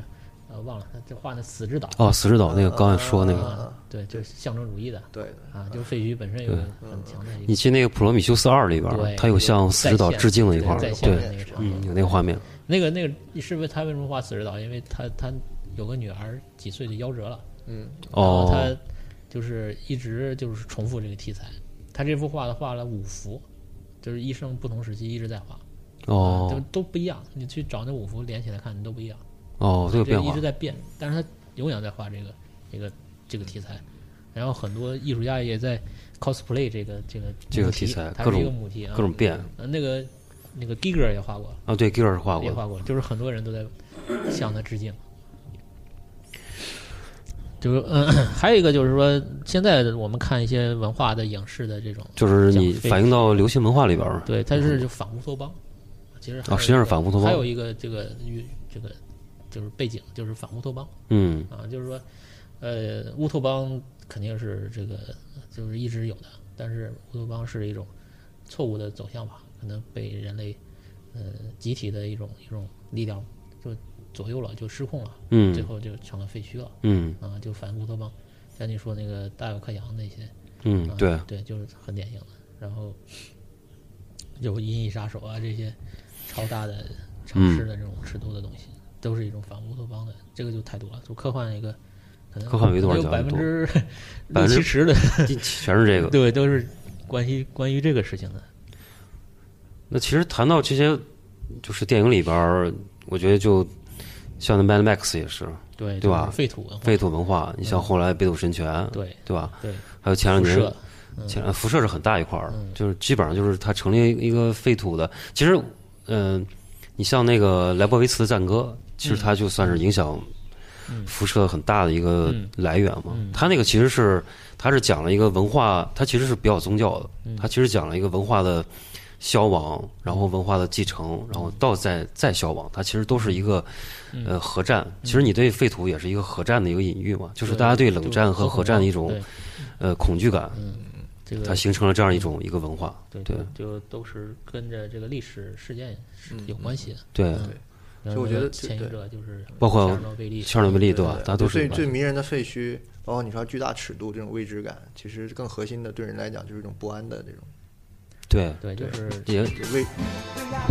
[SPEAKER 5] 呃，忘了，他就画那死之岛。
[SPEAKER 3] 哦，死尸岛那个刚才说那个，
[SPEAKER 5] 啊，对，就是象征主义的
[SPEAKER 4] 对的，
[SPEAKER 5] 啊，就是废墟本身有
[SPEAKER 3] 对
[SPEAKER 5] 很强的一
[SPEAKER 3] 你
[SPEAKER 5] 个，
[SPEAKER 3] 去那个《普罗米修斯二》里边儿，
[SPEAKER 5] 对
[SPEAKER 3] 它有向死尸岛致敬的一块儿
[SPEAKER 5] 在，线的
[SPEAKER 3] 对，
[SPEAKER 5] 那个场
[SPEAKER 3] 嗯，
[SPEAKER 5] 景。
[SPEAKER 3] 有那个画面，
[SPEAKER 5] 那个那个是不是他为什么画死尸岛？因为他他有个女儿几岁就夭折了，
[SPEAKER 4] 嗯，
[SPEAKER 5] 然后
[SPEAKER 3] 哦，
[SPEAKER 5] 他就是一直就是重复这个题材。他这幅画的画了五幅，就是一生不同时期一直在画，都
[SPEAKER 3] 哦，
[SPEAKER 5] 都不一样。你去找那五幅连起来看，你都不一样。
[SPEAKER 3] 哦，这个
[SPEAKER 5] 这
[SPEAKER 3] 变
[SPEAKER 5] 一
[SPEAKER 3] 化
[SPEAKER 5] 直，在变，但是他永远在画这个这个这个题材。然后很多艺术家也在 cosplay 这个这个
[SPEAKER 3] 这个
[SPEAKER 5] 母
[SPEAKER 3] 题材
[SPEAKER 5] 它
[SPEAKER 3] 各
[SPEAKER 5] 是一
[SPEAKER 3] 种
[SPEAKER 5] 个母题啊，
[SPEAKER 3] 各种变
[SPEAKER 5] 呃那个那个 Giger 也画过，
[SPEAKER 3] 啊，对，吉尔画
[SPEAKER 5] 也
[SPEAKER 3] 过，
[SPEAKER 5] 画过，就是很多人都在向他致敬。就是嗯，还有一个就是说，现在我们看一些文化的影视的这种，
[SPEAKER 3] 就是你反映到流行文化里边儿，
[SPEAKER 5] 对，它是就反乌托邦。其实还
[SPEAKER 3] 啊
[SPEAKER 5] 有
[SPEAKER 3] 实际上
[SPEAKER 5] 一
[SPEAKER 3] 是
[SPEAKER 5] 个
[SPEAKER 3] 反乌托邦
[SPEAKER 5] 还有一个这个与这个就是背景就是反乌托邦。
[SPEAKER 3] 嗯，
[SPEAKER 5] 啊，就是说，呃，乌托邦肯定是这个就是一直有的，但是乌托邦是一种错误的走向吧，可能被人类呃集体的一种一种力量就左右了，就失控了，
[SPEAKER 3] 嗯
[SPEAKER 5] 最后就成了废墟了
[SPEAKER 3] 嗯
[SPEAKER 5] 啊，就反乌托邦。像你说那个大有克洋那些，
[SPEAKER 3] 嗯
[SPEAKER 5] 啊，
[SPEAKER 3] 对，
[SPEAKER 5] 对，就是很典型的。然后有《银翼杀手》啊这些超大的
[SPEAKER 3] 嗯
[SPEAKER 5] 尝试的这种尺度的东西，都是一种反乌托邦的，这个就太多了。就科幻一个，可能
[SPEAKER 3] 科幻维度
[SPEAKER 5] 可
[SPEAKER 3] 上讲
[SPEAKER 5] 能有百
[SPEAKER 3] 得
[SPEAKER 5] 分
[SPEAKER 3] 多
[SPEAKER 5] 之
[SPEAKER 3] 百分
[SPEAKER 5] 六
[SPEAKER 3] 之
[SPEAKER 5] 七十的，
[SPEAKER 3] 这全是这个。
[SPEAKER 5] 对，都是关于关于这个事情的。
[SPEAKER 3] 那其实谈到这些，就是电影里边儿，我觉得就像那《Mad Max》也是
[SPEAKER 5] 对
[SPEAKER 3] 对吧
[SPEAKER 5] 就是废土文化，
[SPEAKER 3] 废土文化，你像后来《北斗神拳》，
[SPEAKER 5] 对
[SPEAKER 3] 对吧？
[SPEAKER 5] 对，
[SPEAKER 3] 还有前两
[SPEAKER 5] 辐
[SPEAKER 3] 年
[SPEAKER 5] 射，
[SPEAKER 3] 前呃辐射是很大一块儿，就是基本上就是它成立一个废土的。其实，嗯、你像那个莱博维茨的战歌，其实它就算是影响辐射很大的一个来源嘛。它那个其实是它是讲了一个文化，它其实是比较宗教的，它其实讲了一个文化的消亡，然后文化的继承，然后到再再消亡，它其实都是一个呃核战。其实你对废土也是一个核战的一个隐喻嘛，就是
[SPEAKER 5] 对
[SPEAKER 3] 大家对冷战和核
[SPEAKER 5] 核
[SPEAKER 3] 战的
[SPEAKER 5] 恐
[SPEAKER 3] 一种
[SPEAKER 5] 对
[SPEAKER 3] 呃恐惧感。
[SPEAKER 5] 这个
[SPEAKER 3] 它形成了这样一种一个文化。
[SPEAKER 5] 对
[SPEAKER 3] 对
[SPEAKER 5] 就都是跟着这个历史事件是
[SPEAKER 4] 嗯
[SPEAKER 5] 有关系的。
[SPEAKER 3] 对，
[SPEAKER 5] 比
[SPEAKER 4] 所以我
[SPEAKER 5] 方
[SPEAKER 4] 觉
[SPEAKER 5] 说
[SPEAKER 4] 得这
[SPEAKER 5] 前一
[SPEAKER 4] 对
[SPEAKER 5] 者就是
[SPEAKER 3] 包括
[SPEAKER 5] 切尔诺贝利，
[SPEAKER 3] 切尔诺贝利对吧
[SPEAKER 4] 对？
[SPEAKER 3] 大家都是
[SPEAKER 4] 最最迷人的废墟，包括你说巨大尺度这种未知感，其实更核心的对人来讲就是一种不安的这种
[SPEAKER 3] 对，
[SPEAKER 5] 对，就是
[SPEAKER 3] 也
[SPEAKER 4] 就未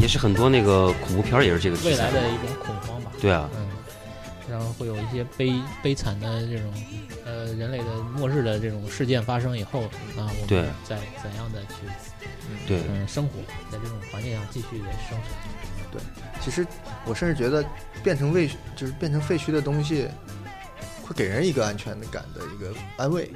[SPEAKER 3] 也是很多那个恐怖片儿也是这个题
[SPEAKER 5] 未来
[SPEAKER 3] 材。
[SPEAKER 5] 的一种恐慌吧。
[SPEAKER 3] 对啊，
[SPEAKER 5] 嗯，然后会有一些悲悲惨的这种呃人类的末日的这种事件发生以后啊，我
[SPEAKER 3] 对
[SPEAKER 5] 们再怎样的去
[SPEAKER 3] 对，
[SPEAKER 5] 嗯生活，在这种环境下继续的生存。
[SPEAKER 4] 其实我甚至觉得变成废就是变成废墟的东西，会给人一个安全感的一个安慰。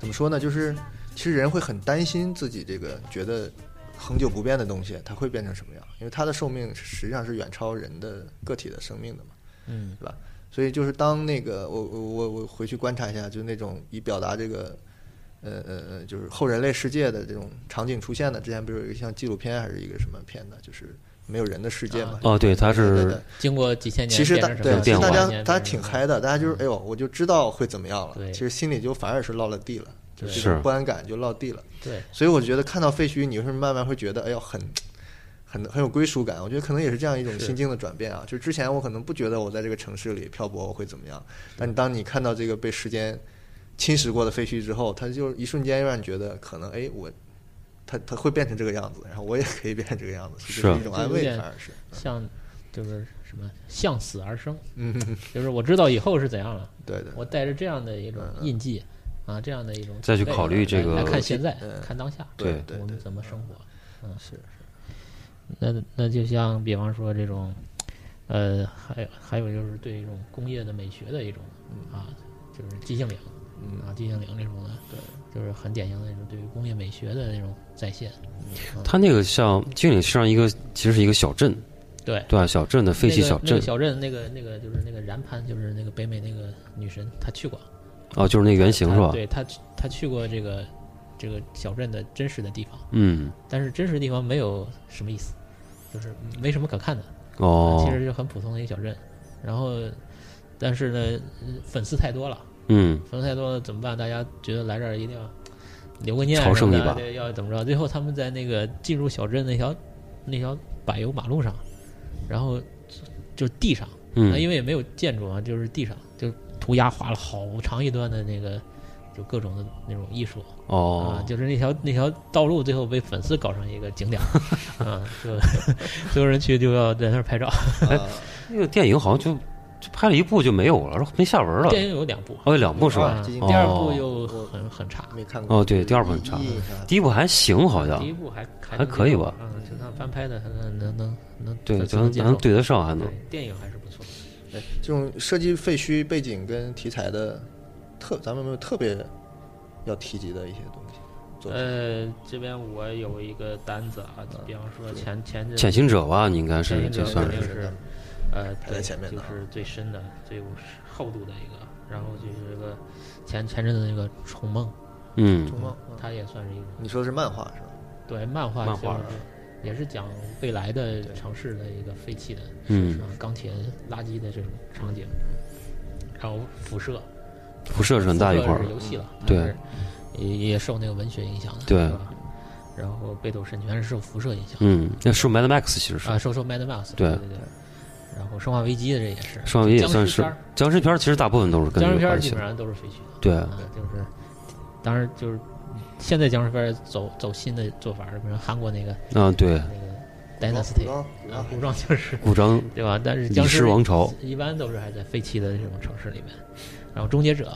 [SPEAKER 4] 怎么说呢？就是其实人会很担心自己这个觉得恒久不变的东西，它会变成什么样？因为它的寿命实际上是远超人的个体的生命的嘛。
[SPEAKER 5] 嗯，
[SPEAKER 4] 对吧？所以就是当那个我我我我回去观察一下，就是那种以表达这个呃呃呃，就是后人类世界的这种场景出现的，之前不是有一个像纪录片还是一个什么片的，就是没有人的世界嘛？
[SPEAKER 3] 哦，对，它
[SPEAKER 4] 对对
[SPEAKER 3] 是
[SPEAKER 4] 对
[SPEAKER 5] 经过几千年
[SPEAKER 4] 其实
[SPEAKER 5] 变
[SPEAKER 4] 大
[SPEAKER 5] 成什么
[SPEAKER 4] 对，
[SPEAKER 5] 样，
[SPEAKER 4] 其实
[SPEAKER 3] 变
[SPEAKER 4] 大
[SPEAKER 3] 化
[SPEAKER 4] 家
[SPEAKER 5] 几千年
[SPEAKER 4] 大家
[SPEAKER 5] 变成
[SPEAKER 4] 挺
[SPEAKER 5] 什么
[SPEAKER 4] 嗨的，大家就是哎呦，我就知道会怎么样了。
[SPEAKER 5] 对
[SPEAKER 4] 其实心里就反而是落了地了，就这
[SPEAKER 3] 对
[SPEAKER 4] 种不安感就落地了。
[SPEAKER 5] 对
[SPEAKER 4] 所以我觉得看到废墟，你会慢慢会觉得哎呦很很很有归属感。我觉得可能也是这样一种
[SPEAKER 3] 是
[SPEAKER 4] 心境的转变啊。就之前我可能不觉得我在这个城市里漂泊我会怎么样，但当你看到这个被时间侵蚀过的废墟之后，它就一瞬间让你觉得可能哎我。它它会变成这个样子，然后我也可以变成这个样子，
[SPEAKER 3] 是
[SPEAKER 4] 这
[SPEAKER 3] 啊
[SPEAKER 4] 是一种安
[SPEAKER 5] 有
[SPEAKER 4] 慰，
[SPEAKER 5] 点
[SPEAKER 4] 反而是，
[SPEAKER 5] 像就是什么向死而生，
[SPEAKER 4] 嗯，
[SPEAKER 5] 就是我知道以后是怎样了，
[SPEAKER 4] 对对，
[SPEAKER 5] 我带着这样的一种印记啊，这样的一种
[SPEAKER 3] 再去
[SPEAKER 5] 期待
[SPEAKER 3] 考虑这个
[SPEAKER 5] 来来看现在
[SPEAKER 4] 嗯，
[SPEAKER 5] 看当下，
[SPEAKER 3] 对
[SPEAKER 4] 对
[SPEAKER 5] 我
[SPEAKER 4] 对
[SPEAKER 5] 们怎么生活。
[SPEAKER 4] 是
[SPEAKER 5] 那那就像比方说这种，呃，还有还有就是对这种工业的美学的一种啊，就是寂静岭
[SPEAKER 4] 嗯
[SPEAKER 5] 啊，寂静岭这种的，对，就是很典型的那种对于工业美学的那种再现。
[SPEAKER 3] 它那个像经理像一个其实是一个小镇，
[SPEAKER 5] 对，
[SPEAKER 3] 对吧、小镇的废弃小
[SPEAKER 5] 那个那
[SPEAKER 3] 镇
[SPEAKER 5] 个、小镇那个那个就是那个燃潘，就是那个北美那个女神，她去过，
[SPEAKER 3] 哦，就是那个原型是
[SPEAKER 5] 她
[SPEAKER 3] 吧？
[SPEAKER 5] 对，她去她去过这个这个小镇的真实的地方，
[SPEAKER 3] 嗯，
[SPEAKER 5] 但是真实的地方没有什么意思，就是没什么可看的。
[SPEAKER 3] 哦
[SPEAKER 5] 啊其，实就很普通的一个小镇。然后，但是呢，呃粉丝太多了，
[SPEAKER 3] 嗯，
[SPEAKER 5] 粉丝太多了怎么办？大家觉得来这儿一定要留个念
[SPEAKER 3] 朝圣
[SPEAKER 5] 什么
[SPEAKER 3] 一把
[SPEAKER 5] 的，对要怎么着？最后他们在那个进入小镇那条那条柏油马路上，然后就地上，
[SPEAKER 3] 嗯
[SPEAKER 5] 那，因为也没有建筑啊，就是地上就涂鸦画了好长一段的那个。就各种的那种艺术啊
[SPEAKER 3] 哦，，
[SPEAKER 5] 就是那条那条道路最后被粉丝搞成一个景点 儿啊，就 所有人去就要在那儿拍照。
[SPEAKER 4] 啊，
[SPEAKER 3] 那个电影好像就就拍了一部就没有了，没下文了。
[SPEAKER 5] 电影有两部，
[SPEAKER 3] 哦，有两部是吧
[SPEAKER 5] 啊？
[SPEAKER 4] 接近
[SPEAKER 3] 哦
[SPEAKER 5] 第二部又很很差，
[SPEAKER 4] 没看过
[SPEAKER 3] 哦，对，第二部很差
[SPEAKER 4] 意义上，
[SPEAKER 3] 第一部还行，好像
[SPEAKER 5] 啊第一部还还
[SPEAKER 3] 还可以吧
[SPEAKER 5] 嗯，就他翻拍的还能能能能
[SPEAKER 3] 对，
[SPEAKER 5] 粉丝
[SPEAKER 3] 就能
[SPEAKER 5] 接
[SPEAKER 3] 能
[SPEAKER 5] 受
[SPEAKER 3] 对得上，还能
[SPEAKER 5] 对电影还是不错。
[SPEAKER 4] 对，这种设计废墟背景跟题材的特，咱们有没有特别要提及的一些东西？作品
[SPEAKER 5] 呃，这边我有一个单子啊，比方说前前阵
[SPEAKER 3] 《潜行者》吧？你应该
[SPEAKER 5] 前
[SPEAKER 3] 是
[SPEAKER 5] 一
[SPEAKER 3] 这
[SPEAKER 5] 阵
[SPEAKER 3] 算
[SPEAKER 5] 肯
[SPEAKER 3] 是
[SPEAKER 5] 定是呃
[SPEAKER 4] 排在
[SPEAKER 5] 对，
[SPEAKER 4] 前面的
[SPEAKER 5] 就
[SPEAKER 4] 啊
[SPEAKER 5] 是最深的、最有厚度的一个，然后就是这个前前阵子那个《虫梦
[SPEAKER 3] 嗯
[SPEAKER 4] 中梦，》，
[SPEAKER 5] 它也算是一种
[SPEAKER 4] 嗯你说的是漫画是吧？
[SPEAKER 5] 对漫画，
[SPEAKER 3] 漫
[SPEAKER 5] 就是
[SPEAKER 3] 画
[SPEAKER 5] 也是讲未来的城市的一个废弃的，
[SPEAKER 3] 嗯
[SPEAKER 5] 啊，钢铁垃圾的这种场景，然后辐射，
[SPEAKER 3] 辐射是很大一块
[SPEAKER 5] 辐射
[SPEAKER 3] 儿嗯
[SPEAKER 5] 是，游戏了，
[SPEAKER 3] 对
[SPEAKER 5] 它是，也也受那个文学影响的，
[SPEAKER 3] 对
[SPEAKER 5] 是吧？然后北斗神拳是受辐射影响，
[SPEAKER 3] 嗯，那是 Mad Max 其实是
[SPEAKER 5] 啊，。受受 Mad Max，
[SPEAKER 3] 对
[SPEAKER 5] 对对，然后生化危机的这也是，
[SPEAKER 3] 上映也算是
[SPEAKER 5] 僵尸片儿
[SPEAKER 3] 僵尸片儿，其实大部分都是跟这
[SPEAKER 5] 僵尸
[SPEAKER 3] 个
[SPEAKER 5] 片儿
[SPEAKER 3] 关
[SPEAKER 5] 基
[SPEAKER 3] 系
[SPEAKER 5] 本
[SPEAKER 3] 的。嗯
[SPEAKER 5] 上都是废墟的，
[SPEAKER 3] 对，
[SPEAKER 5] 啊，就是，当然就是现在僵尸片儿走走新的做法，比如韩国那个
[SPEAKER 3] 啊对，
[SPEAKER 5] 那个 Dynasty，
[SPEAKER 4] 古装
[SPEAKER 5] 啊，古装就是
[SPEAKER 3] 古装
[SPEAKER 5] 对吧？但是
[SPEAKER 3] 李
[SPEAKER 5] 僵尸
[SPEAKER 3] 氏王朝，
[SPEAKER 5] 一般都是还在废弃的这种城市里面。然后终结者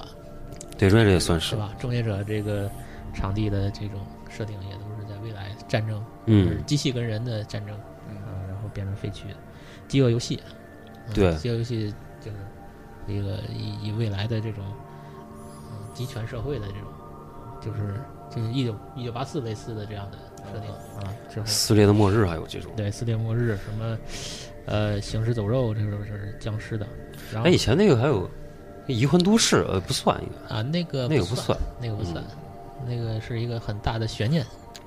[SPEAKER 3] 对，瑞瑞也算
[SPEAKER 5] 是
[SPEAKER 3] 是，
[SPEAKER 5] 吧？终结者这个场地的这种设定也都是在未来战争，就是
[SPEAKER 3] 嗯，
[SPEAKER 5] 机器跟人的战争，
[SPEAKER 4] 嗯
[SPEAKER 5] 啊，然后变成废墟。饥饿游戏，嗯
[SPEAKER 3] 对
[SPEAKER 5] 饥饿游戏就是一个以以未来的这种嗯集权社会的这种，就是就是一九一九八四类似的这样的设
[SPEAKER 3] 哦
[SPEAKER 5] 定啊，之后
[SPEAKER 3] 撕裂的末日还有这种。
[SPEAKER 5] 对四天末日什么。呃，行尸走肉这种是僵尸的，然后
[SPEAKER 3] 哎，以前那个还有《移魂都市》，呃，不算应该，
[SPEAKER 5] 啊，那个
[SPEAKER 3] 那个不
[SPEAKER 5] 不
[SPEAKER 3] 算，
[SPEAKER 5] 那个不算，
[SPEAKER 3] 嗯
[SPEAKER 5] 那个是一个很大的悬念。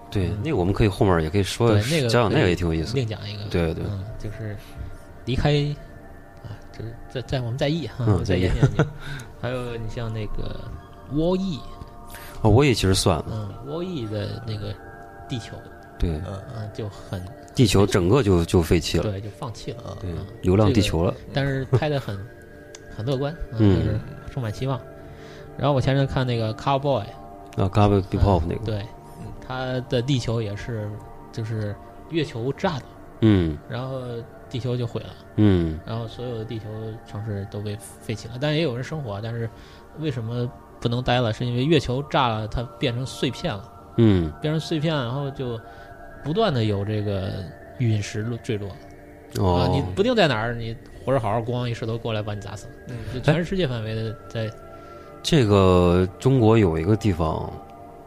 [SPEAKER 3] 对，那个我们可以后面也可以说
[SPEAKER 5] 嗯对，那个
[SPEAKER 3] 讲讲那
[SPEAKER 5] 可
[SPEAKER 3] 个
[SPEAKER 5] 以
[SPEAKER 3] 也挺有意思的。
[SPEAKER 5] 另讲一个，
[SPEAKER 3] 对对
[SPEAKER 5] 嗯，就是离开啊，就是在在我们在意哈，
[SPEAKER 3] 嗯
[SPEAKER 5] 我们在意
[SPEAKER 3] 在意。
[SPEAKER 5] 还有你像那个 Wall E，
[SPEAKER 3] 哦，我也其实算了，
[SPEAKER 5] 嗯，Wall E 的那个地球，
[SPEAKER 3] 对，
[SPEAKER 5] 嗯，就很
[SPEAKER 3] 地球整个就就废弃了，
[SPEAKER 5] 对，就放弃了，
[SPEAKER 4] 啊
[SPEAKER 3] 对
[SPEAKER 5] 嗯，
[SPEAKER 3] 流浪地
[SPEAKER 5] 这个
[SPEAKER 3] 球了，
[SPEAKER 5] 但是拍的很很乐观，啊
[SPEAKER 3] 嗯
[SPEAKER 5] 就是充满希望。然后我前阵看那个 Cowboy，
[SPEAKER 3] 啊 g a b b i p o p
[SPEAKER 5] 嗯
[SPEAKER 3] 那个，
[SPEAKER 5] 对，他的地球也是就是月球炸的，
[SPEAKER 3] 嗯
[SPEAKER 5] 然后地球就毁了，
[SPEAKER 3] 嗯，
[SPEAKER 5] 然后所有的地球城市都被废弃了，但是也有人生活，啊但是为什么不能待了？是因为月球炸了，它变成碎片了，
[SPEAKER 3] 嗯，
[SPEAKER 5] 变成碎片，然后就不断的有这个陨石落坠落，啊，你
[SPEAKER 3] 哦，
[SPEAKER 5] 不定在哪儿，你活着好好，咣一石头过来把你砸死了，
[SPEAKER 4] 嗯
[SPEAKER 5] 就全世界范围的在
[SPEAKER 3] 这个中国有一个地方，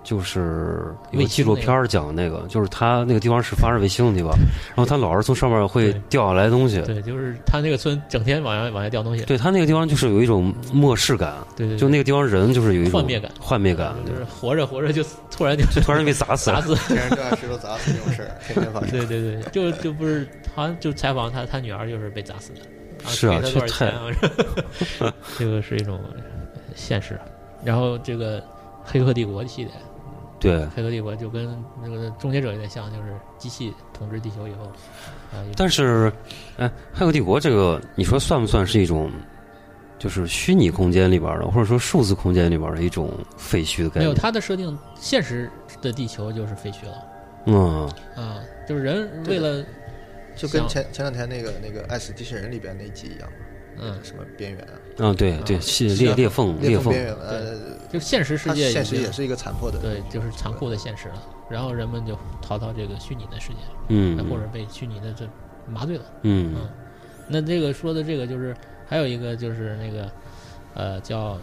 [SPEAKER 3] 就是有个纪录片儿讲那个，就是它那个地方是发射卫星的地方，然后它老是从上面会
[SPEAKER 5] 对
[SPEAKER 3] 掉下来东西。
[SPEAKER 5] 对，就是他那个村整天往下往下掉东西，
[SPEAKER 3] 对它那个地方就是有一种漠视感，
[SPEAKER 5] 对对，
[SPEAKER 3] 就那个地方人就是有一种
[SPEAKER 5] 幻灭感
[SPEAKER 3] 幻灭感，
[SPEAKER 5] 就
[SPEAKER 3] 对
[SPEAKER 5] 是，活着活着就突然就
[SPEAKER 3] 就突然被砸死
[SPEAKER 5] 砸
[SPEAKER 3] 了。
[SPEAKER 5] 死了。
[SPEAKER 4] 天上掉下石头砸死这种事 儿天天发生。
[SPEAKER 5] 对对对，就就不是，好像就采访他，他女儿就是被砸死的。然后
[SPEAKER 3] 是啊
[SPEAKER 5] 赔他多少钱啊？ 呃这个是一种现实。然后这个《黑客帝国》系列，
[SPEAKER 3] 对，
[SPEAKER 5] 黑客帝国就跟那个终结者有点像，就是机器统治地球以后，啊，有
[SPEAKER 3] 但是，哎，《骇客帝国》这个，你说算不算是一种，就是虚拟空间里边儿的，或者说数字空间里边儿的一种废墟的概
[SPEAKER 5] 没有
[SPEAKER 3] 念？
[SPEAKER 5] 它的设定，现实的地球就是废墟了
[SPEAKER 3] 嗯，
[SPEAKER 5] 啊，就是人
[SPEAKER 4] 对
[SPEAKER 5] 为了
[SPEAKER 4] 就跟
[SPEAKER 5] 像
[SPEAKER 4] 前前两天那个那个《爱死机器人》里边那集一样，
[SPEAKER 5] 嗯，
[SPEAKER 4] 什么边缘啊，
[SPEAKER 3] 啊，对
[SPEAKER 4] 啊
[SPEAKER 3] 对，是
[SPEAKER 4] 是
[SPEAKER 3] 裂
[SPEAKER 4] 啊
[SPEAKER 3] 裂缝
[SPEAKER 4] 裂缝
[SPEAKER 3] 缝
[SPEAKER 4] 边，缘，呃，
[SPEAKER 5] 就现实世
[SPEAKER 4] 它
[SPEAKER 5] 界已
[SPEAKER 4] 现实
[SPEAKER 5] 经
[SPEAKER 4] 也是一个残破的，
[SPEAKER 5] 对，就是残酷的现实了，然后人们就逃到这个虚拟的世界，
[SPEAKER 3] 嗯
[SPEAKER 5] 或者被虚拟的这麻醉了。
[SPEAKER 3] 嗯
[SPEAKER 5] 嗯，那这个说的这个就是还有一个就是那个呃叫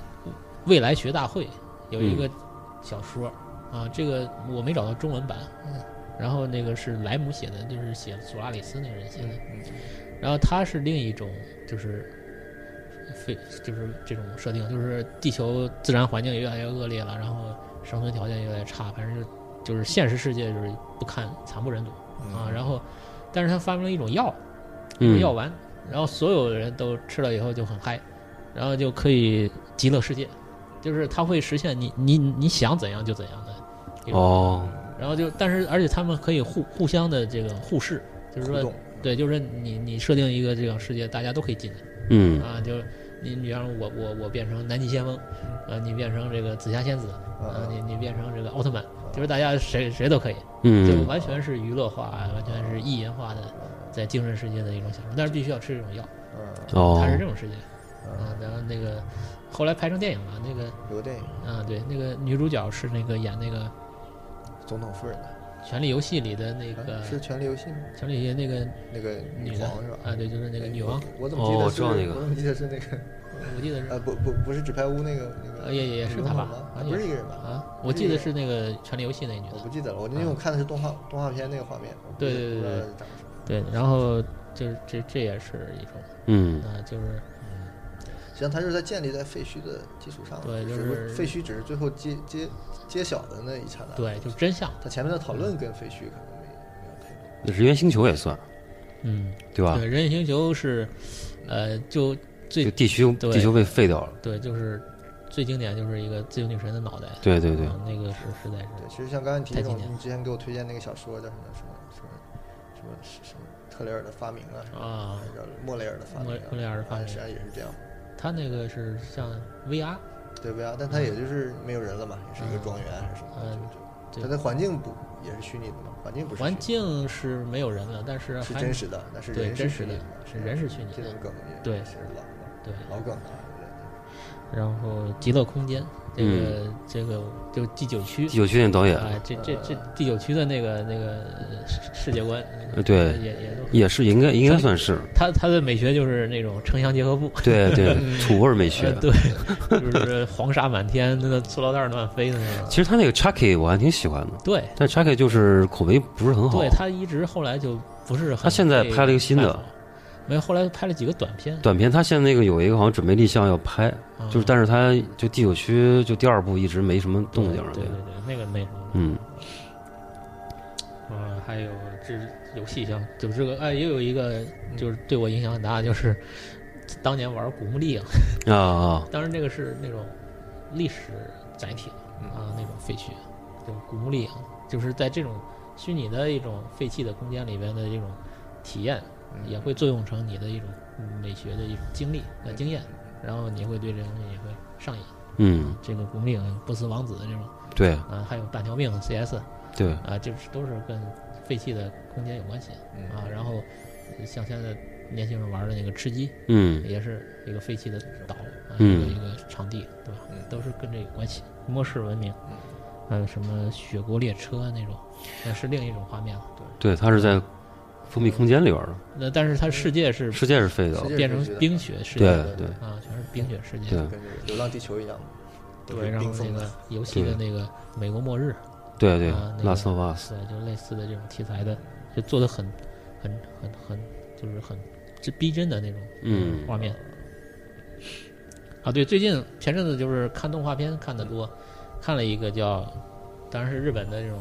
[SPEAKER 5] 未来学大会有一个小说、啊，这个我没找到中文版，嗯，然后那个是莱姆写的，就是写索拉里斯那个人写
[SPEAKER 4] 嗯
[SPEAKER 5] 的，然后他是另一种就是。非就是这种设定，就是地球自然环境也越来越恶劣了，然后生存条件越来越差，反正就就是现实世界就是不堪惨不忍睹
[SPEAKER 4] 嗯
[SPEAKER 5] 啊。然后，但是他发明了一种药，
[SPEAKER 3] 嗯，
[SPEAKER 5] 药丸，然后所有人都吃了以后就很嗨，然后就可以极乐世界，就是它会实现你你你想怎样就怎样的一种，
[SPEAKER 3] 哦，
[SPEAKER 5] 然后就但是而且他们可以互互相的这个互视，就是
[SPEAKER 4] 互
[SPEAKER 5] 说
[SPEAKER 4] 动，
[SPEAKER 5] 对，就是你你设定一个这种世界，大家都可以进来
[SPEAKER 3] 嗯
[SPEAKER 5] 啊，就是你比方说我我我变成南极先锋，啊，你变成这个紫霞仙子，啊，你你变成这个奥特曼，就是大家谁谁都可以，就
[SPEAKER 3] 嗯
[SPEAKER 5] 完全是娱乐化，完全是意淫化的，
[SPEAKER 4] 啊
[SPEAKER 5] 在精神世界的一种享受，但是必须要吃这种药。
[SPEAKER 3] 哦
[SPEAKER 5] 它是这种事情。啊，然后那个后来拍成电影了，那个
[SPEAKER 4] 有个电影
[SPEAKER 5] 啊，对，那个女主角是那个演那个
[SPEAKER 4] 《总统夫人》的，
[SPEAKER 5] 《权力游戏》里的那个
[SPEAKER 4] 啊是《呃权力游戏》吗？
[SPEAKER 5] 权力游戏那个
[SPEAKER 4] 那个
[SPEAKER 5] 女
[SPEAKER 4] 女
[SPEAKER 5] 的
[SPEAKER 4] 皇是吧？哎
[SPEAKER 5] 啊，对，就是那个女王，
[SPEAKER 4] 我怎
[SPEAKER 3] 哦
[SPEAKER 4] 么
[SPEAKER 3] 我
[SPEAKER 4] 记
[SPEAKER 3] 知
[SPEAKER 4] 得
[SPEAKER 3] 道
[SPEAKER 4] 是？
[SPEAKER 3] 那个
[SPEAKER 4] 我怎么记得是那个？
[SPEAKER 5] 我记得是
[SPEAKER 4] 呃，不不不是纸牌屋那个那个，
[SPEAKER 5] 呃也也也是她吧
[SPEAKER 4] 吗？
[SPEAKER 5] 啊
[SPEAKER 4] 啊
[SPEAKER 5] 也
[SPEAKER 4] 不是一个人吧？
[SPEAKER 5] 啊，我记得是那个《权力游戏》那个女
[SPEAKER 4] 我
[SPEAKER 5] 的
[SPEAKER 4] 不，记得了，我因为我看的是动画动画片那个画面，我不
[SPEAKER 5] 对
[SPEAKER 4] 记
[SPEAKER 5] 对
[SPEAKER 4] 不知
[SPEAKER 5] 对
[SPEAKER 4] 道长什么样
[SPEAKER 5] 对，然后就是这这也是一种
[SPEAKER 3] 嗯
[SPEAKER 5] 啊，就是
[SPEAKER 4] 实际上它是在建立在废墟的基础上，
[SPEAKER 5] 对
[SPEAKER 4] 只
[SPEAKER 5] 就是是
[SPEAKER 4] 废墟只是最后揭揭揭晓的那一刹那。
[SPEAKER 5] 对，就是真相，
[SPEAKER 4] 它前面的讨论跟废墟可能没没有太多。
[SPEAKER 3] 人猿星球也算
[SPEAKER 5] 嗯，
[SPEAKER 3] 对吧
[SPEAKER 5] 对，？人形星球是，呃，就
[SPEAKER 3] 就
[SPEAKER 5] 最
[SPEAKER 3] 地球
[SPEAKER 5] 对
[SPEAKER 3] 地球被废掉了，
[SPEAKER 5] 对，就是最经典就是一个自由女神的脑袋，
[SPEAKER 3] 对对对
[SPEAKER 5] 啊，那个是实在是
[SPEAKER 4] 对，其实像刚才你提那
[SPEAKER 5] 太
[SPEAKER 4] 种，
[SPEAKER 5] 经典了
[SPEAKER 4] 你之前给我推荐那个小说叫什么什么什么什么什么什么特雷尔的发明啊，什么
[SPEAKER 5] 啊，
[SPEAKER 4] 叫莫雷尔的发明
[SPEAKER 5] 莫
[SPEAKER 4] 啊，
[SPEAKER 5] 莫雷尔的发明
[SPEAKER 4] 啊实际上也是这样。
[SPEAKER 5] 他那个是像 VR，
[SPEAKER 4] 对 VR，但它也就是没有人了嘛，也是一个庄园还是什么的，
[SPEAKER 5] 嗯
[SPEAKER 4] 就
[SPEAKER 5] 对
[SPEAKER 4] 就它的环境不也是虚拟的嘛？环境不是
[SPEAKER 5] 环
[SPEAKER 4] 虚
[SPEAKER 5] 境是没有人了，但是
[SPEAKER 4] 拟的是
[SPEAKER 5] 还
[SPEAKER 4] 真实的，那是
[SPEAKER 5] 对
[SPEAKER 4] 人
[SPEAKER 5] 真
[SPEAKER 4] 虚
[SPEAKER 5] 实的
[SPEAKER 4] 拟的嘛，
[SPEAKER 5] 是人是虚拟的
[SPEAKER 4] 这种梗也
[SPEAKER 5] 对
[SPEAKER 4] 也是老了
[SPEAKER 5] 对，
[SPEAKER 4] 老梗了。对
[SPEAKER 5] 然后极乐空间这个、这个就第九
[SPEAKER 3] 嗯
[SPEAKER 5] 区
[SPEAKER 3] 第九区那导演
[SPEAKER 5] 啊、这这这第九区的那个那个呃世世界观，
[SPEAKER 3] 呃对
[SPEAKER 5] 也也都
[SPEAKER 3] 也是应该应该算是，
[SPEAKER 5] 他他的美学就是那种城乡结合部。
[SPEAKER 3] 对 对，土味儿美学
[SPEAKER 5] 呃，。对，就是 黄沙满天，那个塑料袋儿乱飞的那 种。
[SPEAKER 3] 其实他那个 Chucky 我还挺喜欢的，
[SPEAKER 5] 对，
[SPEAKER 3] 但 Chucky 就是口碑不是很好
[SPEAKER 5] 对，他一直后来就不是很。
[SPEAKER 3] 他现在拍了一个新的，
[SPEAKER 5] 没有，后来拍了几个短片，
[SPEAKER 3] 短片他现在那个有一个好像准备立项要拍，
[SPEAKER 5] 啊
[SPEAKER 3] 就是但是他就第九区就第二部一直没什么动静儿，
[SPEAKER 5] 对对对，那个没什么。
[SPEAKER 3] 嗯
[SPEAKER 5] 嗯，还有这游戏像，就是这个哎，也有一个就是对我影响很大，就是当年玩古墓丽影，
[SPEAKER 3] 啊啊，
[SPEAKER 5] 当然这个是那种历史载体
[SPEAKER 4] 嗯
[SPEAKER 5] 啊，那种废墟，就是古墓丽影，就是在这种虚拟的一种废弃的空间里边的一种体验，
[SPEAKER 4] 嗯
[SPEAKER 5] 也会作用成你的一种美学的一种经历和经验，然后你会对这东西也会上瘾。
[SPEAKER 3] 嗯，
[SPEAKER 5] 这个古墓丽影、波斯王子这种
[SPEAKER 3] 对
[SPEAKER 5] 啊，还有半条命 CS
[SPEAKER 3] 对，
[SPEAKER 5] 啊，这是都是跟废弃的空间有关系
[SPEAKER 4] 嗯
[SPEAKER 5] 啊。然后呃像现在年轻人玩的那个吃鸡，
[SPEAKER 3] 嗯
[SPEAKER 5] 也是一个废弃的岛啊，一个
[SPEAKER 3] 嗯
[SPEAKER 5] 一个场地，对吧？
[SPEAKER 4] 嗯
[SPEAKER 5] 都是跟这有关系。末世文明，还有什么雪国列车那种，那是另一种画面了。
[SPEAKER 3] 对，他是在封闭空间里边的，
[SPEAKER 5] 那但是它世界是
[SPEAKER 3] 世界是废掉的，
[SPEAKER 4] 世界
[SPEAKER 5] 变成冰雪世界的，
[SPEAKER 3] 对
[SPEAKER 5] 啊，全是冰雪世界。
[SPEAKER 3] 对
[SPEAKER 4] 跟这个《流浪地球》一样嘛，都
[SPEAKER 5] 对，
[SPEAKER 4] 是
[SPEAKER 5] 然后
[SPEAKER 4] 冰
[SPEAKER 5] 那
[SPEAKER 4] 封
[SPEAKER 5] 个
[SPEAKER 4] 的。
[SPEAKER 5] 游戏的那个美国末日，
[SPEAKER 3] 对对
[SPEAKER 5] 啊那个
[SPEAKER 3] ，Last of Us，
[SPEAKER 5] 对，就类似的这种题材的，就做的很、很、很、很，就是很这逼真的那种
[SPEAKER 3] 嗯
[SPEAKER 5] 画面。啊，对，最近前阵子就是看动画片看的多，看了一个叫，当然是日本的这种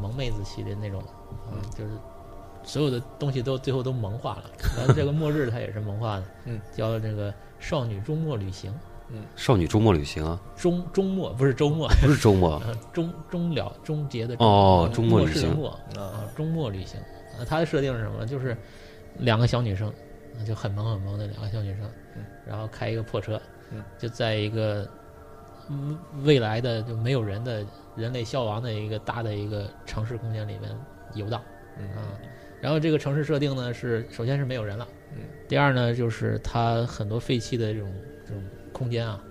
[SPEAKER 5] 萌妹子系列那种，嗯，就是所有的东西都最后 都萌化了。然后这个末日它也是萌化的，
[SPEAKER 4] 嗯，
[SPEAKER 5] 叫这个《少女周末旅行》
[SPEAKER 4] 嗯
[SPEAKER 3] 少女周末旅行啊，
[SPEAKER 5] 中中末不是周末，
[SPEAKER 3] 不是周末 啊，
[SPEAKER 5] 呃中中了终结的终
[SPEAKER 3] 哦周末
[SPEAKER 5] 末
[SPEAKER 3] 旅
[SPEAKER 5] 是
[SPEAKER 3] 行
[SPEAKER 5] 末
[SPEAKER 4] 啊
[SPEAKER 5] 啊，中末旅行。呃，它的设定是什么呢？就是两个小女生，呃就很萌很萌的两个小女生
[SPEAKER 4] 嗯，
[SPEAKER 5] 然后开一个破车
[SPEAKER 4] 嗯，
[SPEAKER 5] 就在一个嗯未来的就没有人的人类消亡的一个大的一个城市空间里面游荡
[SPEAKER 4] 嗯
[SPEAKER 5] 啊。然后这个城市设定呢是，首先是没有人了，
[SPEAKER 4] 嗯，
[SPEAKER 5] 第二呢就是它很多废弃的这种这种空间啊，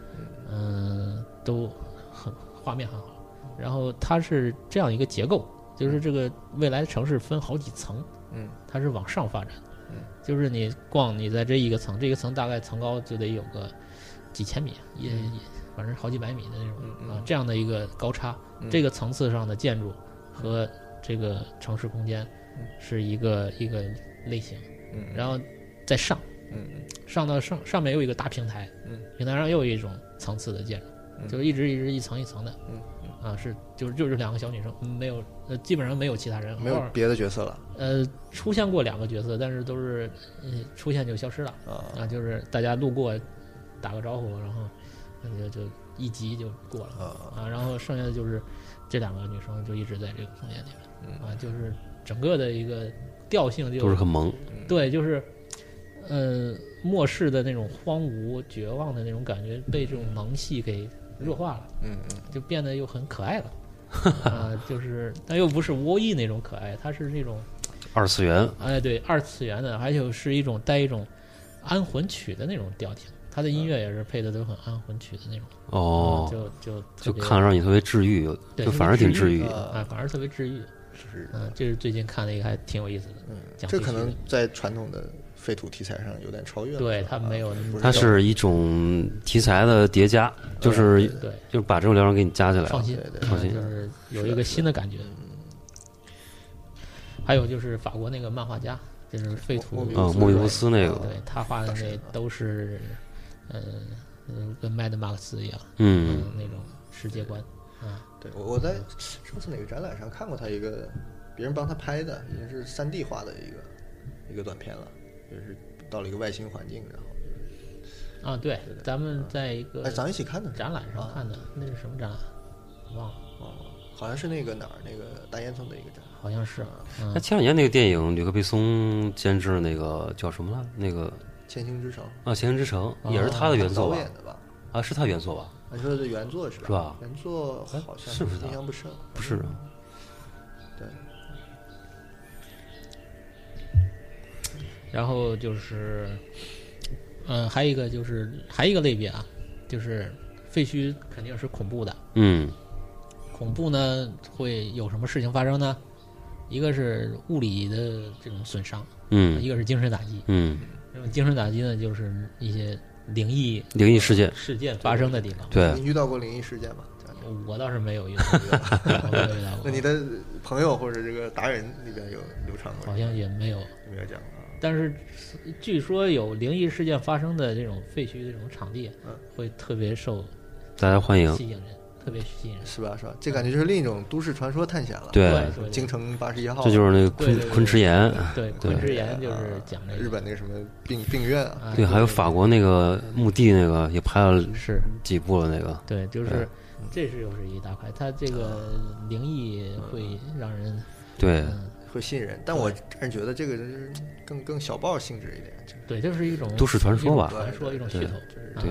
[SPEAKER 5] 嗯，都很画面很好。然后它是这样一个结构，就是这个未来城市分好几层，
[SPEAKER 4] 嗯，
[SPEAKER 5] 它是往上发展的，
[SPEAKER 4] 嗯，
[SPEAKER 5] 就是你逛你在这一个层，这个层大概层高就得有个几千米，也也反正好几百米的那种
[SPEAKER 4] 嗯嗯
[SPEAKER 5] 啊，这样的一个高差，
[SPEAKER 4] 嗯
[SPEAKER 5] 这个层次上的建筑和这个城市空间
[SPEAKER 4] 嗯
[SPEAKER 5] 是一个一个类型，
[SPEAKER 4] 嗯
[SPEAKER 5] 然后再上
[SPEAKER 4] 嗯
[SPEAKER 5] 上到上上面又一个大平台，
[SPEAKER 4] 嗯，
[SPEAKER 5] 平台上又有一种层次的建筑，
[SPEAKER 4] 嗯
[SPEAKER 5] 就是一直一直一层一层的，
[SPEAKER 4] 嗯
[SPEAKER 5] 啊是就是就是两个小女生，没有呃基本上没有其他人，
[SPEAKER 4] 没
[SPEAKER 5] 偶
[SPEAKER 4] 有
[SPEAKER 5] 尔
[SPEAKER 4] 别的角色了
[SPEAKER 5] 呃出现过两个角色，但是都是呃出现就消失了
[SPEAKER 4] 啊
[SPEAKER 5] 啊，就是大家路过打个招呼，然后嗯就就一集就过了。
[SPEAKER 4] 啊
[SPEAKER 5] 啊，然后剩下的就是这两个女生就一直在这个空间里面，
[SPEAKER 4] 嗯
[SPEAKER 5] 啊，就是整个的一个调性就
[SPEAKER 3] 都是很萌，
[SPEAKER 5] 对，就是呃末世的那种荒芜、绝望的那种感觉被
[SPEAKER 3] 嗯
[SPEAKER 5] 这种萌系给弱化了，
[SPEAKER 4] 嗯
[SPEAKER 5] 就变得又很可 爱了。啊，就是，但又不是 O E 那种可爱，它是那种，
[SPEAKER 3] 二次元
[SPEAKER 5] 哎，对，二次元的，还有是一种带一种安魂曲的那种调性，它的音乐也是配的都很安魂曲的那种，
[SPEAKER 3] 嗯哦，
[SPEAKER 5] 啊就就特
[SPEAKER 3] 就
[SPEAKER 5] 别
[SPEAKER 3] 看着让你特别治愈，
[SPEAKER 5] 对
[SPEAKER 3] 就反而挺治
[SPEAKER 5] 治
[SPEAKER 3] 愈
[SPEAKER 4] 愈
[SPEAKER 3] 的。
[SPEAKER 5] 啊，反而特别治愈。
[SPEAKER 4] 是
[SPEAKER 5] 嗯，这是最近看的一个还挺有意思的。
[SPEAKER 4] 嗯，
[SPEAKER 5] 讲
[SPEAKER 4] 这
[SPEAKER 5] 地
[SPEAKER 4] 可
[SPEAKER 5] 区
[SPEAKER 4] 能
[SPEAKER 5] 的
[SPEAKER 4] 在传统的废土题材上有点超越了，
[SPEAKER 5] 对
[SPEAKER 4] 是吧
[SPEAKER 5] 它没有那么
[SPEAKER 4] 不
[SPEAKER 3] 它
[SPEAKER 4] 叫
[SPEAKER 3] 是一种题材的叠加，
[SPEAKER 4] 啊
[SPEAKER 3] 就是
[SPEAKER 5] 对，
[SPEAKER 3] 就是把这种两种给你加起来
[SPEAKER 5] 创
[SPEAKER 3] 了。
[SPEAKER 5] 新，
[SPEAKER 4] 对对
[SPEAKER 5] 嗯
[SPEAKER 3] 创新
[SPEAKER 5] 就是有
[SPEAKER 4] 是
[SPEAKER 5] 一
[SPEAKER 4] 的
[SPEAKER 5] 个
[SPEAKER 4] 是
[SPEAKER 5] 新的感觉。还有就是法国那个漫画家，就是废
[SPEAKER 4] 莫
[SPEAKER 5] 土
[SPEAKER 4] 比
[SPEAKER 3] 啊，莫比乌斯那个，
[SPEAKER 5] 对他画的那都是，呃，嗯跟麦德马克斯一样，
[SPEAKER 3] 嗯，
[SPEAKER 5] 那种世界观啊，
[SPEAKER 4] 对，我我在上次哪个展览上看过他一个，别人帮他拍的，已经是三 D 画的一个一个短片了，就是到了一个外星环境，然后
[SPEAKER 5] 啊，对，咱们在一
[SPEAKER 4] 哎，
[SPEAKER 5] 个
[SPEAKER 4] 咱们一起看的是吧
[SPEAKER 5] 展览上
[SPEAKER 4] 啊
[SPEAKER 5] 看的，那是什么展览？忘了，
[SPEAKER 4] 哦，好像是那个哪儿那个大烟囱的一个展览，
[SPEAKER 5] 好像是，嗯
[SPEAKER 3] 那，前两年那个电影，吕克贝松监制的那个叫什么来？那个
[SPEAKER 4] 《千星之城
[SPEAKER 3] 啊，
[SPEAKER 4] 哦
[SPEAKER 3] 《行人之城》也是他的》原作
[SPEAKER 4] 导
[SPEAKER 3] 吧？
[SPEAKER 4] 演的吧？
[SPEAKER 3] 啊，是他原作吧？
[SPEAKER 4] 你说的是原作是吧？
[SPEAKER 3] 是吧
[SPEAKER 4] 原作好像
[SPEAKER 3] 是不是他
[SPEAKER 4] 印象不深，
[SPEAKER 3] 不是啊，
[SPEAKER 4] 对，
[SPEAKER 5] 然后就是，嗯，还有一个就是还有一个类别啊，就是废墟肯定是恐怖的，
[SPEAKER 3] 嗯，
[SPEAKER 5] 恐怖呢会有什么事情发生呢？一个是物理的这种损伤，一
[SPEAKER 3] 嗯
[SPEAKER 5] 个是精神打击。
[SPEAKER 3] 嗯，
[SPEAKER 5] 这种精神打击呢，就是一些灵异
[SPEAKER 3] 灵异事件，
[SPEAKER 5] 事件发生的地方。
[SPEAKER 3] 对
[SPEAKER 4] 你，遇到过灵异事件吗？家里
[SPEAKER 5] 我倒是没有遇到 过，我没有遇到
[SPEAKER 4] 那你
[SPEAKER 5] 过，
[SPEAKER 4] 的朋友或者这个达人里边有流传过这个？
[SPEAKER 5] 好像也没有。
[SPEAKER 4] 有没有讲啊？
[SPEAKER 5] 但是据说有灵异事件发生的这种废墟、这种场地
[SPEAKER 4] 嗯，
[SPEAKER 5] 会特别受
[SPEAKER 3] 大家欢迎，
[SPEAKER 5] 吸引人，特别吸引人。
[SPEAKER 4] 是吧？是吧？这感觉就是另一种都市传说探险了。
[SPEAKER 3] 对
[SPEAKER 4] 什么
[SPEAKER 5] 对
[SPEAKER 4] 京城八十一号，啊
[SPEAKER 3] 这就是那个
[SPEAKER 5] 对对
[SPEAKER 3] 昆
[SPEAKER 5] 对
[SPEAKER 3] 昆池岩，
[SPEAKER 5] 对，
[SPEAKER 3] 啊对
[SPEAKER 5] 昆之岩就是讲那个
[SPEAKER 4] 日本那个什么病病院啊，
[SPEAKER 5] 啊
[SPEAKER 3] 对，还有法国那个墓地那个也拍了
[SPEAKER 5] 是，
[SPEAKER 3] 几部了，那个
[SPEAKER 5] 对，就
[SPEAKER 3] 对嗯
[SPEAKER 5] 是这是又是一大块，它这个灵异会让人
[SPEAKER 3] 对，
[SPEAKER 5] 嗯，
[SPEAKER 4] 会吸引人。但我个人觉得这个就是更更小报性质一点，就
[SPEAKER 5] 对，就是一种
[SPEAKER 3] 都市传说吧
[SPEAKER 5] 一种传说一种
[SPEAKER 3] 对
[SPEAKER 5] 噱头，
[SPEAKER 4] 是
[SPEAKER 5] 啊
[SPEAKER 3] 对，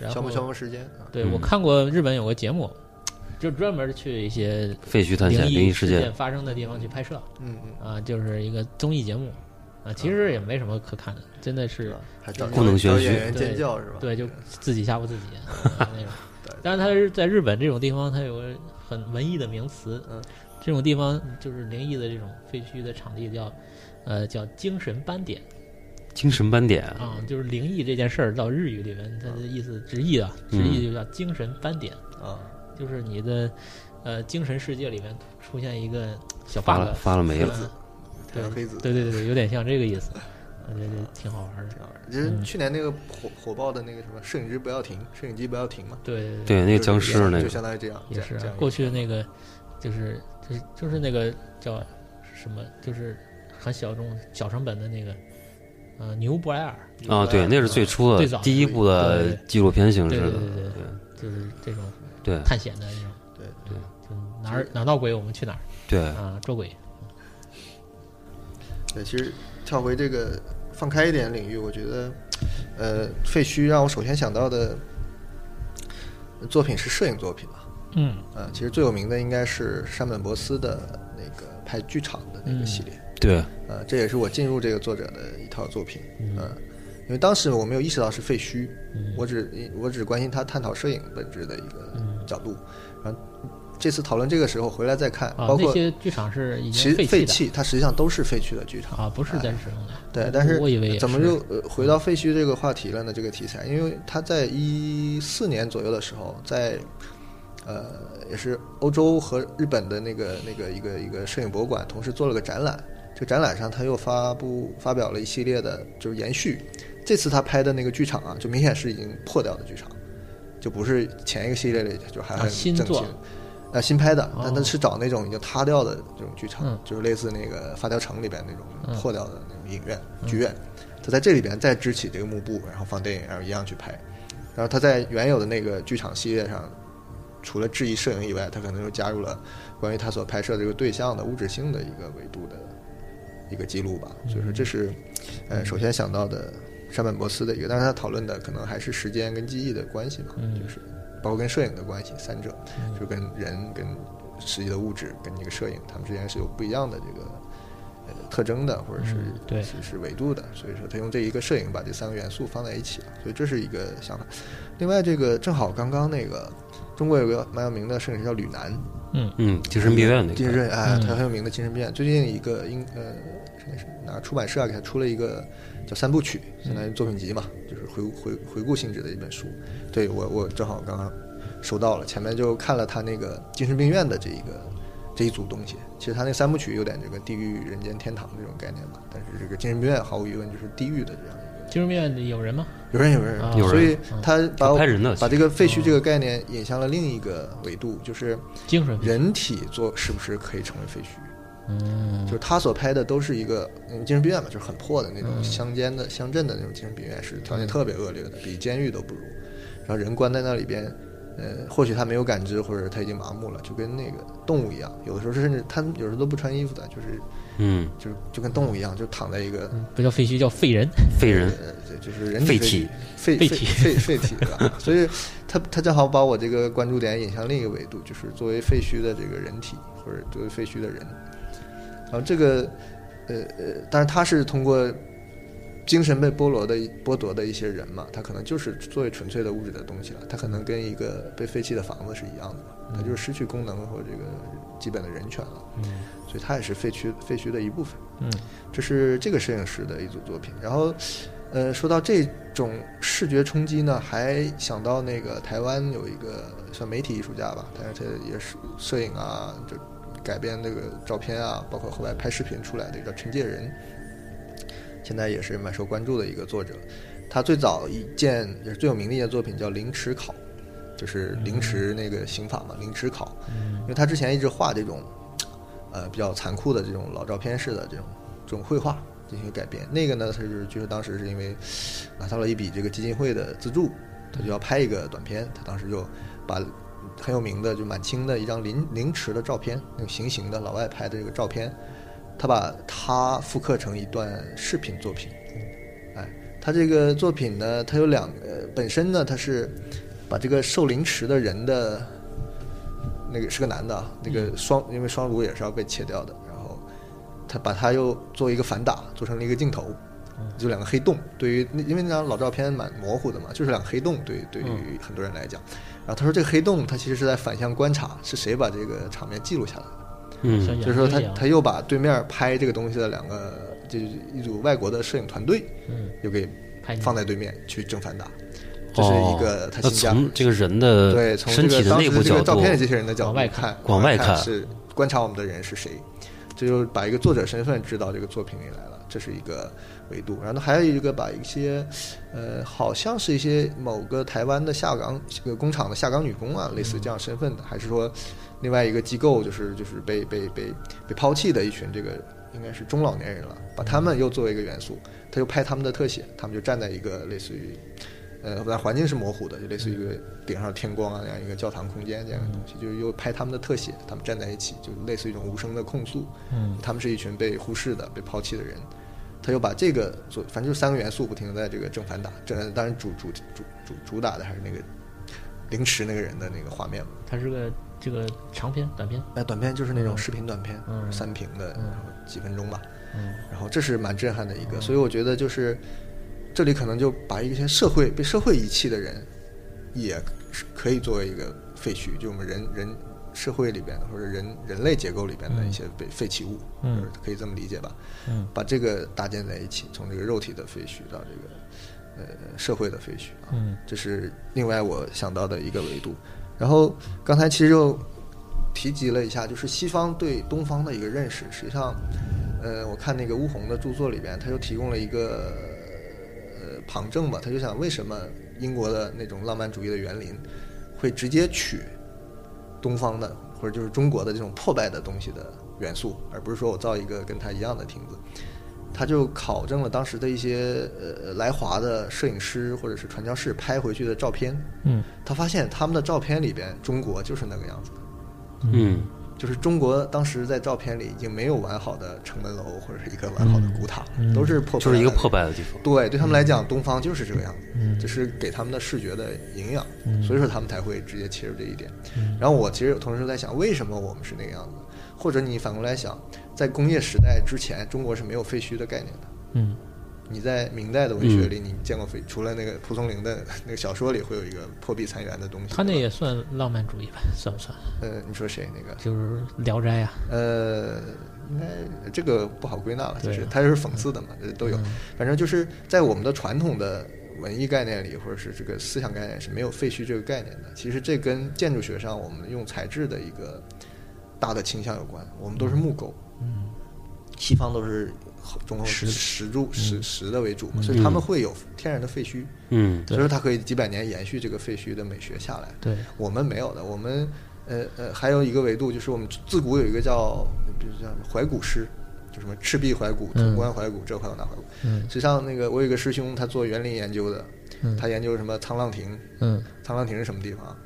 [SPEAKER 5] 然
[SPEAKER 4] 消
[SPEAKER 5] 后
[SPEAKER 4] 磨消磨时间啊。
[SPEAKER 5] 对
[SPEAKER 3] 嗯
[SPEAKER 5] 我看过日本有个节目，就专门去一些
[SPEAKER 3] 废墟探险、
[SPEAKER 5] 灵
[SPEAKER 3] 灵异事
[SPEAKER 5] 事
[SPEAKER 3] 件
[SPEAKER 5] 件，发生的地方去拍摄
[SPEAKER 4] 嗯嗯，
[SPEAKER 5] 啊，就是一个综艺节目啊，其实也没什么可看的，真的
[SPEAKER 4] 是啊
[SPEAKER 5] 是
[SPEAKER 4] 吧？还找
[SPEAKER 3] 故弄玄
[SPEAKER 4] 找
[SPEAKER 3] 虚
[SPEAKER 4] 演员尖
[SPEAKER 5] 对
[SPEAKER 4] 叫是吧？
[SPEAKER 5] 对，就自己吓唬自己啊那种
[SPEAKER 4] 对。
[SPEAKER 5] 但是它是在日本这种地方，它有个很文艺的名词，
[SPEAKER 4] 嗯
[SPEAKER 5] 这种地方就是灵异的这种废墟的场地叫，呃，叫精神斑点
[SPEAKER 3] 精神斑点，
[SPEAKER 5] 啊、就是灵异这件事儿到日语里面，它的意思直译啊，直
[SPEAKER 3] 嗯
[SPEAKER 5] 译就叫精神斑点，
[SPEAKER 4] 啊，
[SPEAKER 5] 就是你的呃精神世界里面出现一个小 bug，
[SPEAKER 3] 发了发了没了，
[SPEAKER 5] 嗯
[SPEAKER 4] 太阳黑子。
[SPEAKER 5] 对对对对，有点像这个意思，我觉得挺好玩的
[SPEAKER 4] 挺，好玩就是
[SPEAKER 5] 嗯
[SPEAKER 4] 去年那个火火爆的那个什么摄影师不要停，摄影机不要停嘛，
[SPEAKER 5] 对对对。
[SPEAKER 3] 对，那个
[SPEAKER 4] 就是
[SPEAKER 3] 僵尸那
[SPEAKER 4] 就
[SPEAKER 3] 个，
[SPEAKER 4] 相当于这样，
[SPEAKER 5] 也是啊
[SPEAKER 4] 这样
[SPEAKER 5] 过去那个，就是就是就是那个叫什么，就是很小众、小成本的那个呃，牛布莱尔，
[SPEAKER 3] 啊，对，那是最初的
[SPEAKER 5] 最早
[SPEAKER 3] 第一部的
[SPEAKER 5] 对
[SPEAKER 3] 纪录片形式
[SPEAKER 5] 对对
[SPEAKER 3] 的
[SPEAKER 5] 对，对对，就是这种
[SPEAKER 3] 对
[SPEAKER 5] 探险的那种，
[SPEAKER 4] 啊对
[SPEAKER 3] 对
[SPEAKER 5] 就哪儿哪儿闹鬼我们去哪儿
[SPEAKER 3] 对
[SPEAKER 5] 啊，捉鬼，
[SPEAKER 4] 对，其实跳回这个放开一点领域，我觉得，呃，废墟让我首先想到的作品是摄影作品吧。
[SPEAKER 5] 嗯
[SPEAKER 4] 呃，其实最有名的应该是山本博司的那个拍剧场的那
[SPEAKER 5] 嗯
[SPEAKER 4] 个系列。
[SPEAKER 3] 对
[SPEAKER 4] 呃，这也是我进入这个作者的一套作品，嗯、因为当时我没有意识到是废墟，
[SPEAKER 5] 嗯
[SPEAKER 4] 我只我只关心他探讨摄影本质的一个
[SPEAKER 5] 嗯
[SPEAKER 4] 角度，然后这次讨论这个时候回来再看，
[SPEAKER 5] 啊，
[SPEAKER 4] 包
[SPEAKER 5] 那
[SPEAKER 4] 括
[SPEAKER 5] 些剧场是已
[SPEAKER 4] 其
[SPEAKER 5] 经
[SPEAKER 4] 实废
[SPEAKER 5] 弃的
[SPEAKER 4] 弃，它实际上都是废墟的剧场。
[SPEAKER 5] 啊，不是在使用的，
[SPEAKER 4] 对，但是
[SPEAKER 5] 我以为也
[SPEAKER 4] 怎么
[SPEAKER 5] 是
[SPEAKER 4] 就呃回到废墟这个话题了呢？这个题材，因为他在一四年左右的时候，在呃也是欧洲和日本的那个那个一个一个摄影博物馆同时做了个展览。这个展览上，他又发布发表了一系列的，就是延续。这次他拍的那个剧场啊，就明显是已经破掉的剧场，就不是前一个系列里就还
[SPEAKER 5] 啊
[SPEAKER 4] 很
[SPEAKER 5] 新
[SPEAKER 4] 正
[SPEAKER 5] 作
[SPEAKER 4] 经。呃，新拍的，但他
[SPEAKER 5] 哦
[SPEAKER 4] 是找那种已经塌掉的这种剧场，
[SPEAKER 5] 嗯
[SPEAKER 4] 就是类似那个《发条城》里边那种
[SPEAKER 5] 嗯
[SPEAKER 4] 破掉的那种影院、剧院，他在这里边再支起这个幕布，然后放电影，然后一样去拍。然后他在原有的那个剧场系列上，除了质疑摄影以外，他可能又加入了关于他所拍摄这个对象的物质性的一个维度的一个记录吧。
[SPEAKER 5] 嗯
[SPEAKER 4] 所以说，这是呃首先想到的山本博斯的一个，但是他讨论的可能还是时间跟记忆的关系嘛，
[SPEAKER 5] 嗯
[SPEAKER 4] 就是包括跟摄影的关系，三者就跟人跟实际的物质跟这个摄影，他们之间是有不一样的这个。呃特征的，或者是、
[SPEAKER 5] 嗯对
[SPEAKER 4] 是是维度的，所以说他用这一个摄影把这三个元素放在一起了，所以这是一个想法。另外，这个正好刚刚那个中国有个蛮有名的摄影师叫吕楠，
[SPEAKER 3] 嗯，精神病院那
[SPEAKER 4] 精
[SPEAKER 3] 个，
[SPEAKER 4] 神哎，他很有名的精神病院。最近一个英呃，是是拿出版社啊给他出了一个叫三部曲，相当于作品集嘛，就是回顾回回顾性质的一本书。对我我正好刚刚收到了，前面就看了他那个精神病院的这一个这一组东西。其实他那三部曲有点这个地狱、人间、天堂这种概念吧，但是这个精神病院毫无疑问就是地狱的这样一个。
[SPEAKER 5] 精神病院里有人吗？
[SPEAKER 4] 有人有人
[SPEAKER 5] 啊
[SPEAKER 3] 有人
[SPEAKER 4] 所以他把我
[SPEAKER 3] 拍人的
[SPEAKER 4] 把这个废墟这个概念引向了另一个维度，就是
[SPEAKER 5] 精神病
[SPEAKER 4] 人体做是不是可以成为废墟？
[SPEAKER 5] 嗯
[SPEAKER 4] 就是他所拍的都是一个嗯精神病院嘛，就是很破的那种乡间的、乡镇的那种精神病院，是条件特别恶劣的，比监狱都不如。然后人关在那里边，呃，或许他没有感知，或者他已经麻木了，就跟那个动物一样。有的时候甚至他们有时候都不穿衣服的，就是
[SPEAKER 3] 嗯，
[SPEAKER 4] 就是就跟动物一样，就躺在一个
[SPEAKER 5] 嗯不叫废墟，叫废人。
[SPEAKER 3] 废人，
[SPEAKER 4] 呃，对就是人体
[SPEAKER 3] 废
[SPEAKER 4] 体
[SPEAKER 3] 体、
[SPEAKER 4] 废
[SPEAKER 5] 废
[SPEAKER 4] 体、
[SPEAKER 5] 体
[SPEAKER 4] 废废体吧。所以他他正好把我这个关注点引向另一个维度，就是作为废墟的这个人体，或者作为废墟的人。然后这个呃呃，但是他是通过精神被剥夺的一剥夺的一些人嘛，他可能就是作为纯粹的物质的东西了，他可能跟一个被废弃的房子是一样的嘛，他就是失去功能和这个基本的人权了。嗯，所以他也是废墟废墟的一部分。
[SPEAKER 5] 嗯，
[SPEAKER 4] 这是这个摄影师的一组作品。然后，呃，说到这种视觉冲击呢，还想到那个台湾有一个算媒体艺术家吧，但是他也是摄影啊，就改编这个照片啊，包括后来拍视频出来的一个叫陈介仁，现在也是蛮受关注的一个作者。他最早一件也是最有名的一件作品叫《凌迟考》，就是凌迟那个刑法嘛，凌迟考。
[SPEAKER 5] 嗯
[SPEAKER 4] 因为他之前一直画这种，呃，比较残酷的这种老照片式的这种这种绘画进行改编。那个呢，他是据说当时是因为拿到了一笔这个基金会的资助，他就要拍一个短片，他当时就把很有名的就满清的一张凌凌迟的照片，那种行刑的老外拍的这个照片，他把它复刻成一段视频作品。哎，他这个作品呢，它有两个，呃本身呢，它是把这个受凌迟的人的那个是个男的啊，那
[SPEAKER 3] 嗯
[SPEAKER 4] 个双因为双乳也是要被切掉的，然后他把他又做一个反打，做成了一个镜头，
[SPEAKER 3] 嗯
[SPEAKER 4] 就两个黑洞。对于那因为那张老照片蛮模糊的嘛，就是两个黑洞，对于对
[SPEAKER 3] 嗯
[SPEAKER 4] 于很多人来讲。然后他说这个黑洞，他其实是在反向观察是谁把这个场面记录下来的。
[SPEAKER 5] 小
[SPEAKER 3] 嗯，
[SPEAKER 5] 野
[SPEAKER 4] 所以说他
[SPEAKER 5] 小野
[SPEAKER 4] 他又把对面拍这个东西的两个就是一组外国的摄影团队，
[SPEAKER 5] 嗯，
[SPEAKER 4] 又给
[SPEAKER 5] 拍你
[SPEAKER 4] 放在对面去正反打，这是一个
[SPEAKER 3] 哦
[SPEAKER 4] 他
[SPEAKER 3] 那
[SPEAKER 4] 新加入
[SPEAKER 3] 从这个人的
[SPEAKER 4] 对，从
[SPEAKER 3] 身
[SPEAKER 4] 这
[SPEAKER 3] 体
[SPEAKER 4] 个
[SPEAKER 3] 的
[SPEAKER 4] 当
[SPEAKER 3] 内
[SPEAKER 4] 时
[SPEAKER 3] 部
[SPEAKER 4] 这
[SPEAKER 3] 角
[SPEAKER 4] 个照
[SPEAKER 3] 度，
[SPEAKER 4] 片里这些人的角度
[SPEAKER 5] 往外
[SPEAKER 4] 看
[SPEAKER 5] 看，
[SPEAKER 4] 往
[SPEAKER 3] 往
[SPEAKER 4] 外
[SPEAKER 3] 外
[SPEAKER 4] 看
[SPEAKER 3] 看
[SPEAKER 4] 是观察我们的人是谁，这就是把一个作者身份指到这个作品里来了，这是一个维度。然后还有一个把一些，呃，好像是一些某个台湾的下岗这个工厂的下岗女工啊，类似这样身份的，还是说另外一个机构就是就是被被被被抛弃的一群这个应该是中老年人了，把他们又作为一个元素，他就拍他们的特写，他们就站在一个类似于，呃，但环境是模糊的，就类似于一个顶上天光啊那样一个教堂空间这样的东西，就是又拍他们的特写，他们站在一起，就类似于一种无声的控诉，
[SPEAKER 5] 嗯，
[SPEAKER 4] 他们是一群被忽视的、被抛弃的人。他又把这个做，反正就三个元素不停的在这个正反打，正当然主主主主主打的还是那个凌迟那个人的那个画面嘛。
[SPEAKER 5] 它是个这个长片、短片，
[SPEAKER 4] 哎，短片就是那种视频短片，
[SPEAKER 5] 嗯
[SPEAKER 4] 三屏的，然后几分钟吧。
[SPEAKER 5] 嗯
[SPEAKER 4] 然后这是蛮震撼的一个，所以我觉得就是这里可能就把一些社会被社会遗弃的人，也是可以作为一个废墟，就我们人人社会里边的或者人人类结构里边的一些被废弃物，
[SPEAKER 5] 嗯
[SPEAKER 4] 就是可以这么理解吧？
[SPEAKER 5] 嗯
[SPEAKER 4] 把这个搭建在一起，从这个肉体的废墟到这个呃社会的废墟啊，
[SPEAKER 5] 嗯
[SPEAKER 4] 这是另外我想到的一个维度。然后刚才其实又提及了一下，就是西方对东方的一个认识，实际上，呃，我看那个乌鸿的著作里边，他就提供了一个呃旁证吧，他就想为什么英国的那种浪漫主义的园林会直接取东方的或者就是中国的这种破败的东西的元素，而不是说我造一个跟它一样的亭子。他就考证了当时的一些呃来华的摄影师或者是传教士拍回去的照片，
[SPEAKER 5] 嗯
[SPEAKER 4] 他发现他们的照片里边中国就是那个样子的，
[SPEAKER 3] 嗯
[SPEAKER 4] 就是中国当时在照片里已经没有完好的城门楼或者是一个完好的古塔了，
[SPEAKER 5] 嗯嗯
[SPEAKER 4] 都是破，呃
[SPEAKER 3] 就是一个破。败的地方。
[SPEAKER 4] 对，对他们来讲，东方就是这个样子，
[SPEAKER 5] 嗯
[SPEAKER 4] 这是给他们的视觉的营养，
[SPEAKER 5] 嗯
[SPEAKER 4] 所以说他们才会直接切入这一点。
[SPEAKER 5] 嗯
[SPEAKER 4] 然后我其实有同时在想，为什么我们是那个样子？或者你反过来想，在工业时代之前，中国是没有废墟的概念的。
[SPEAKER 5] 嗯
[SPEAKER 4] 你在明代的文学里，你见过废？除了那个蒲松龄的那个小说里会有一个破壁残垣的东西。
[SPEAKER 5] 他那
[SPEAKER 4] 对吧
[SPEAKER 5] 也算浪漫主义吧？算不算？
[SPEAKER 4] 呃，你说谁那个？
[SPEAKER 5] 就是《聊斋》呀，
[SPEAKER 4] 呃，应该这个不好归纳了，就
[SPEAKER 5] 对嗯
[SPEAKER 4] 是
[SPEAKER 5] 啊
[SPEAKER 4] 它就是讽刺的嘛，这都有。反正就是在我们的传统的文艺概念里，或者是这个思想概念是没有废墟这个概念的。其实这跟建筑学上我们用材质的一个大的倾向有关。我们都是木构，
[SPEAKER 5] 嗯，
[SPEAKER 4] 西方都是中后
[SPEAKER 5] 石
[SPEAKER 4] 石柱石石的为主嘛，
[SPEAKER 5] 嗯
[SPEAKER 4] 所以他们会有天然的废墟，
[SPEAKER 3] 嗯
[SPEAKER 4] 所
[SPEAKER 5] 对
[SPEAKER 4] 以说它可以几百年延续这个废墟的美学下来。
[SPEAKER 5] 对，
[SPEAKER 4] 我们没有的，我们呃呃还有一个维度就是我们自古有一个叫，比如叫什么怀古诗，就什么赤壁怀古、
[SPEAKER 5] 嗯
[SPEAKER 4] 潼关怀古、这怀古那怀古。
[SPEAKER 5] 嗯
[SPEAKER 4] 实际上那个我有一个师兄，他做园林研究的，
[SPEAKER 5] 嗯
[SPEAKER 4] 他研究什么沧浪亭，
[SPEAKER 5] 嗯
[SPEAKER 4] 沧浪亭是什么地方啊？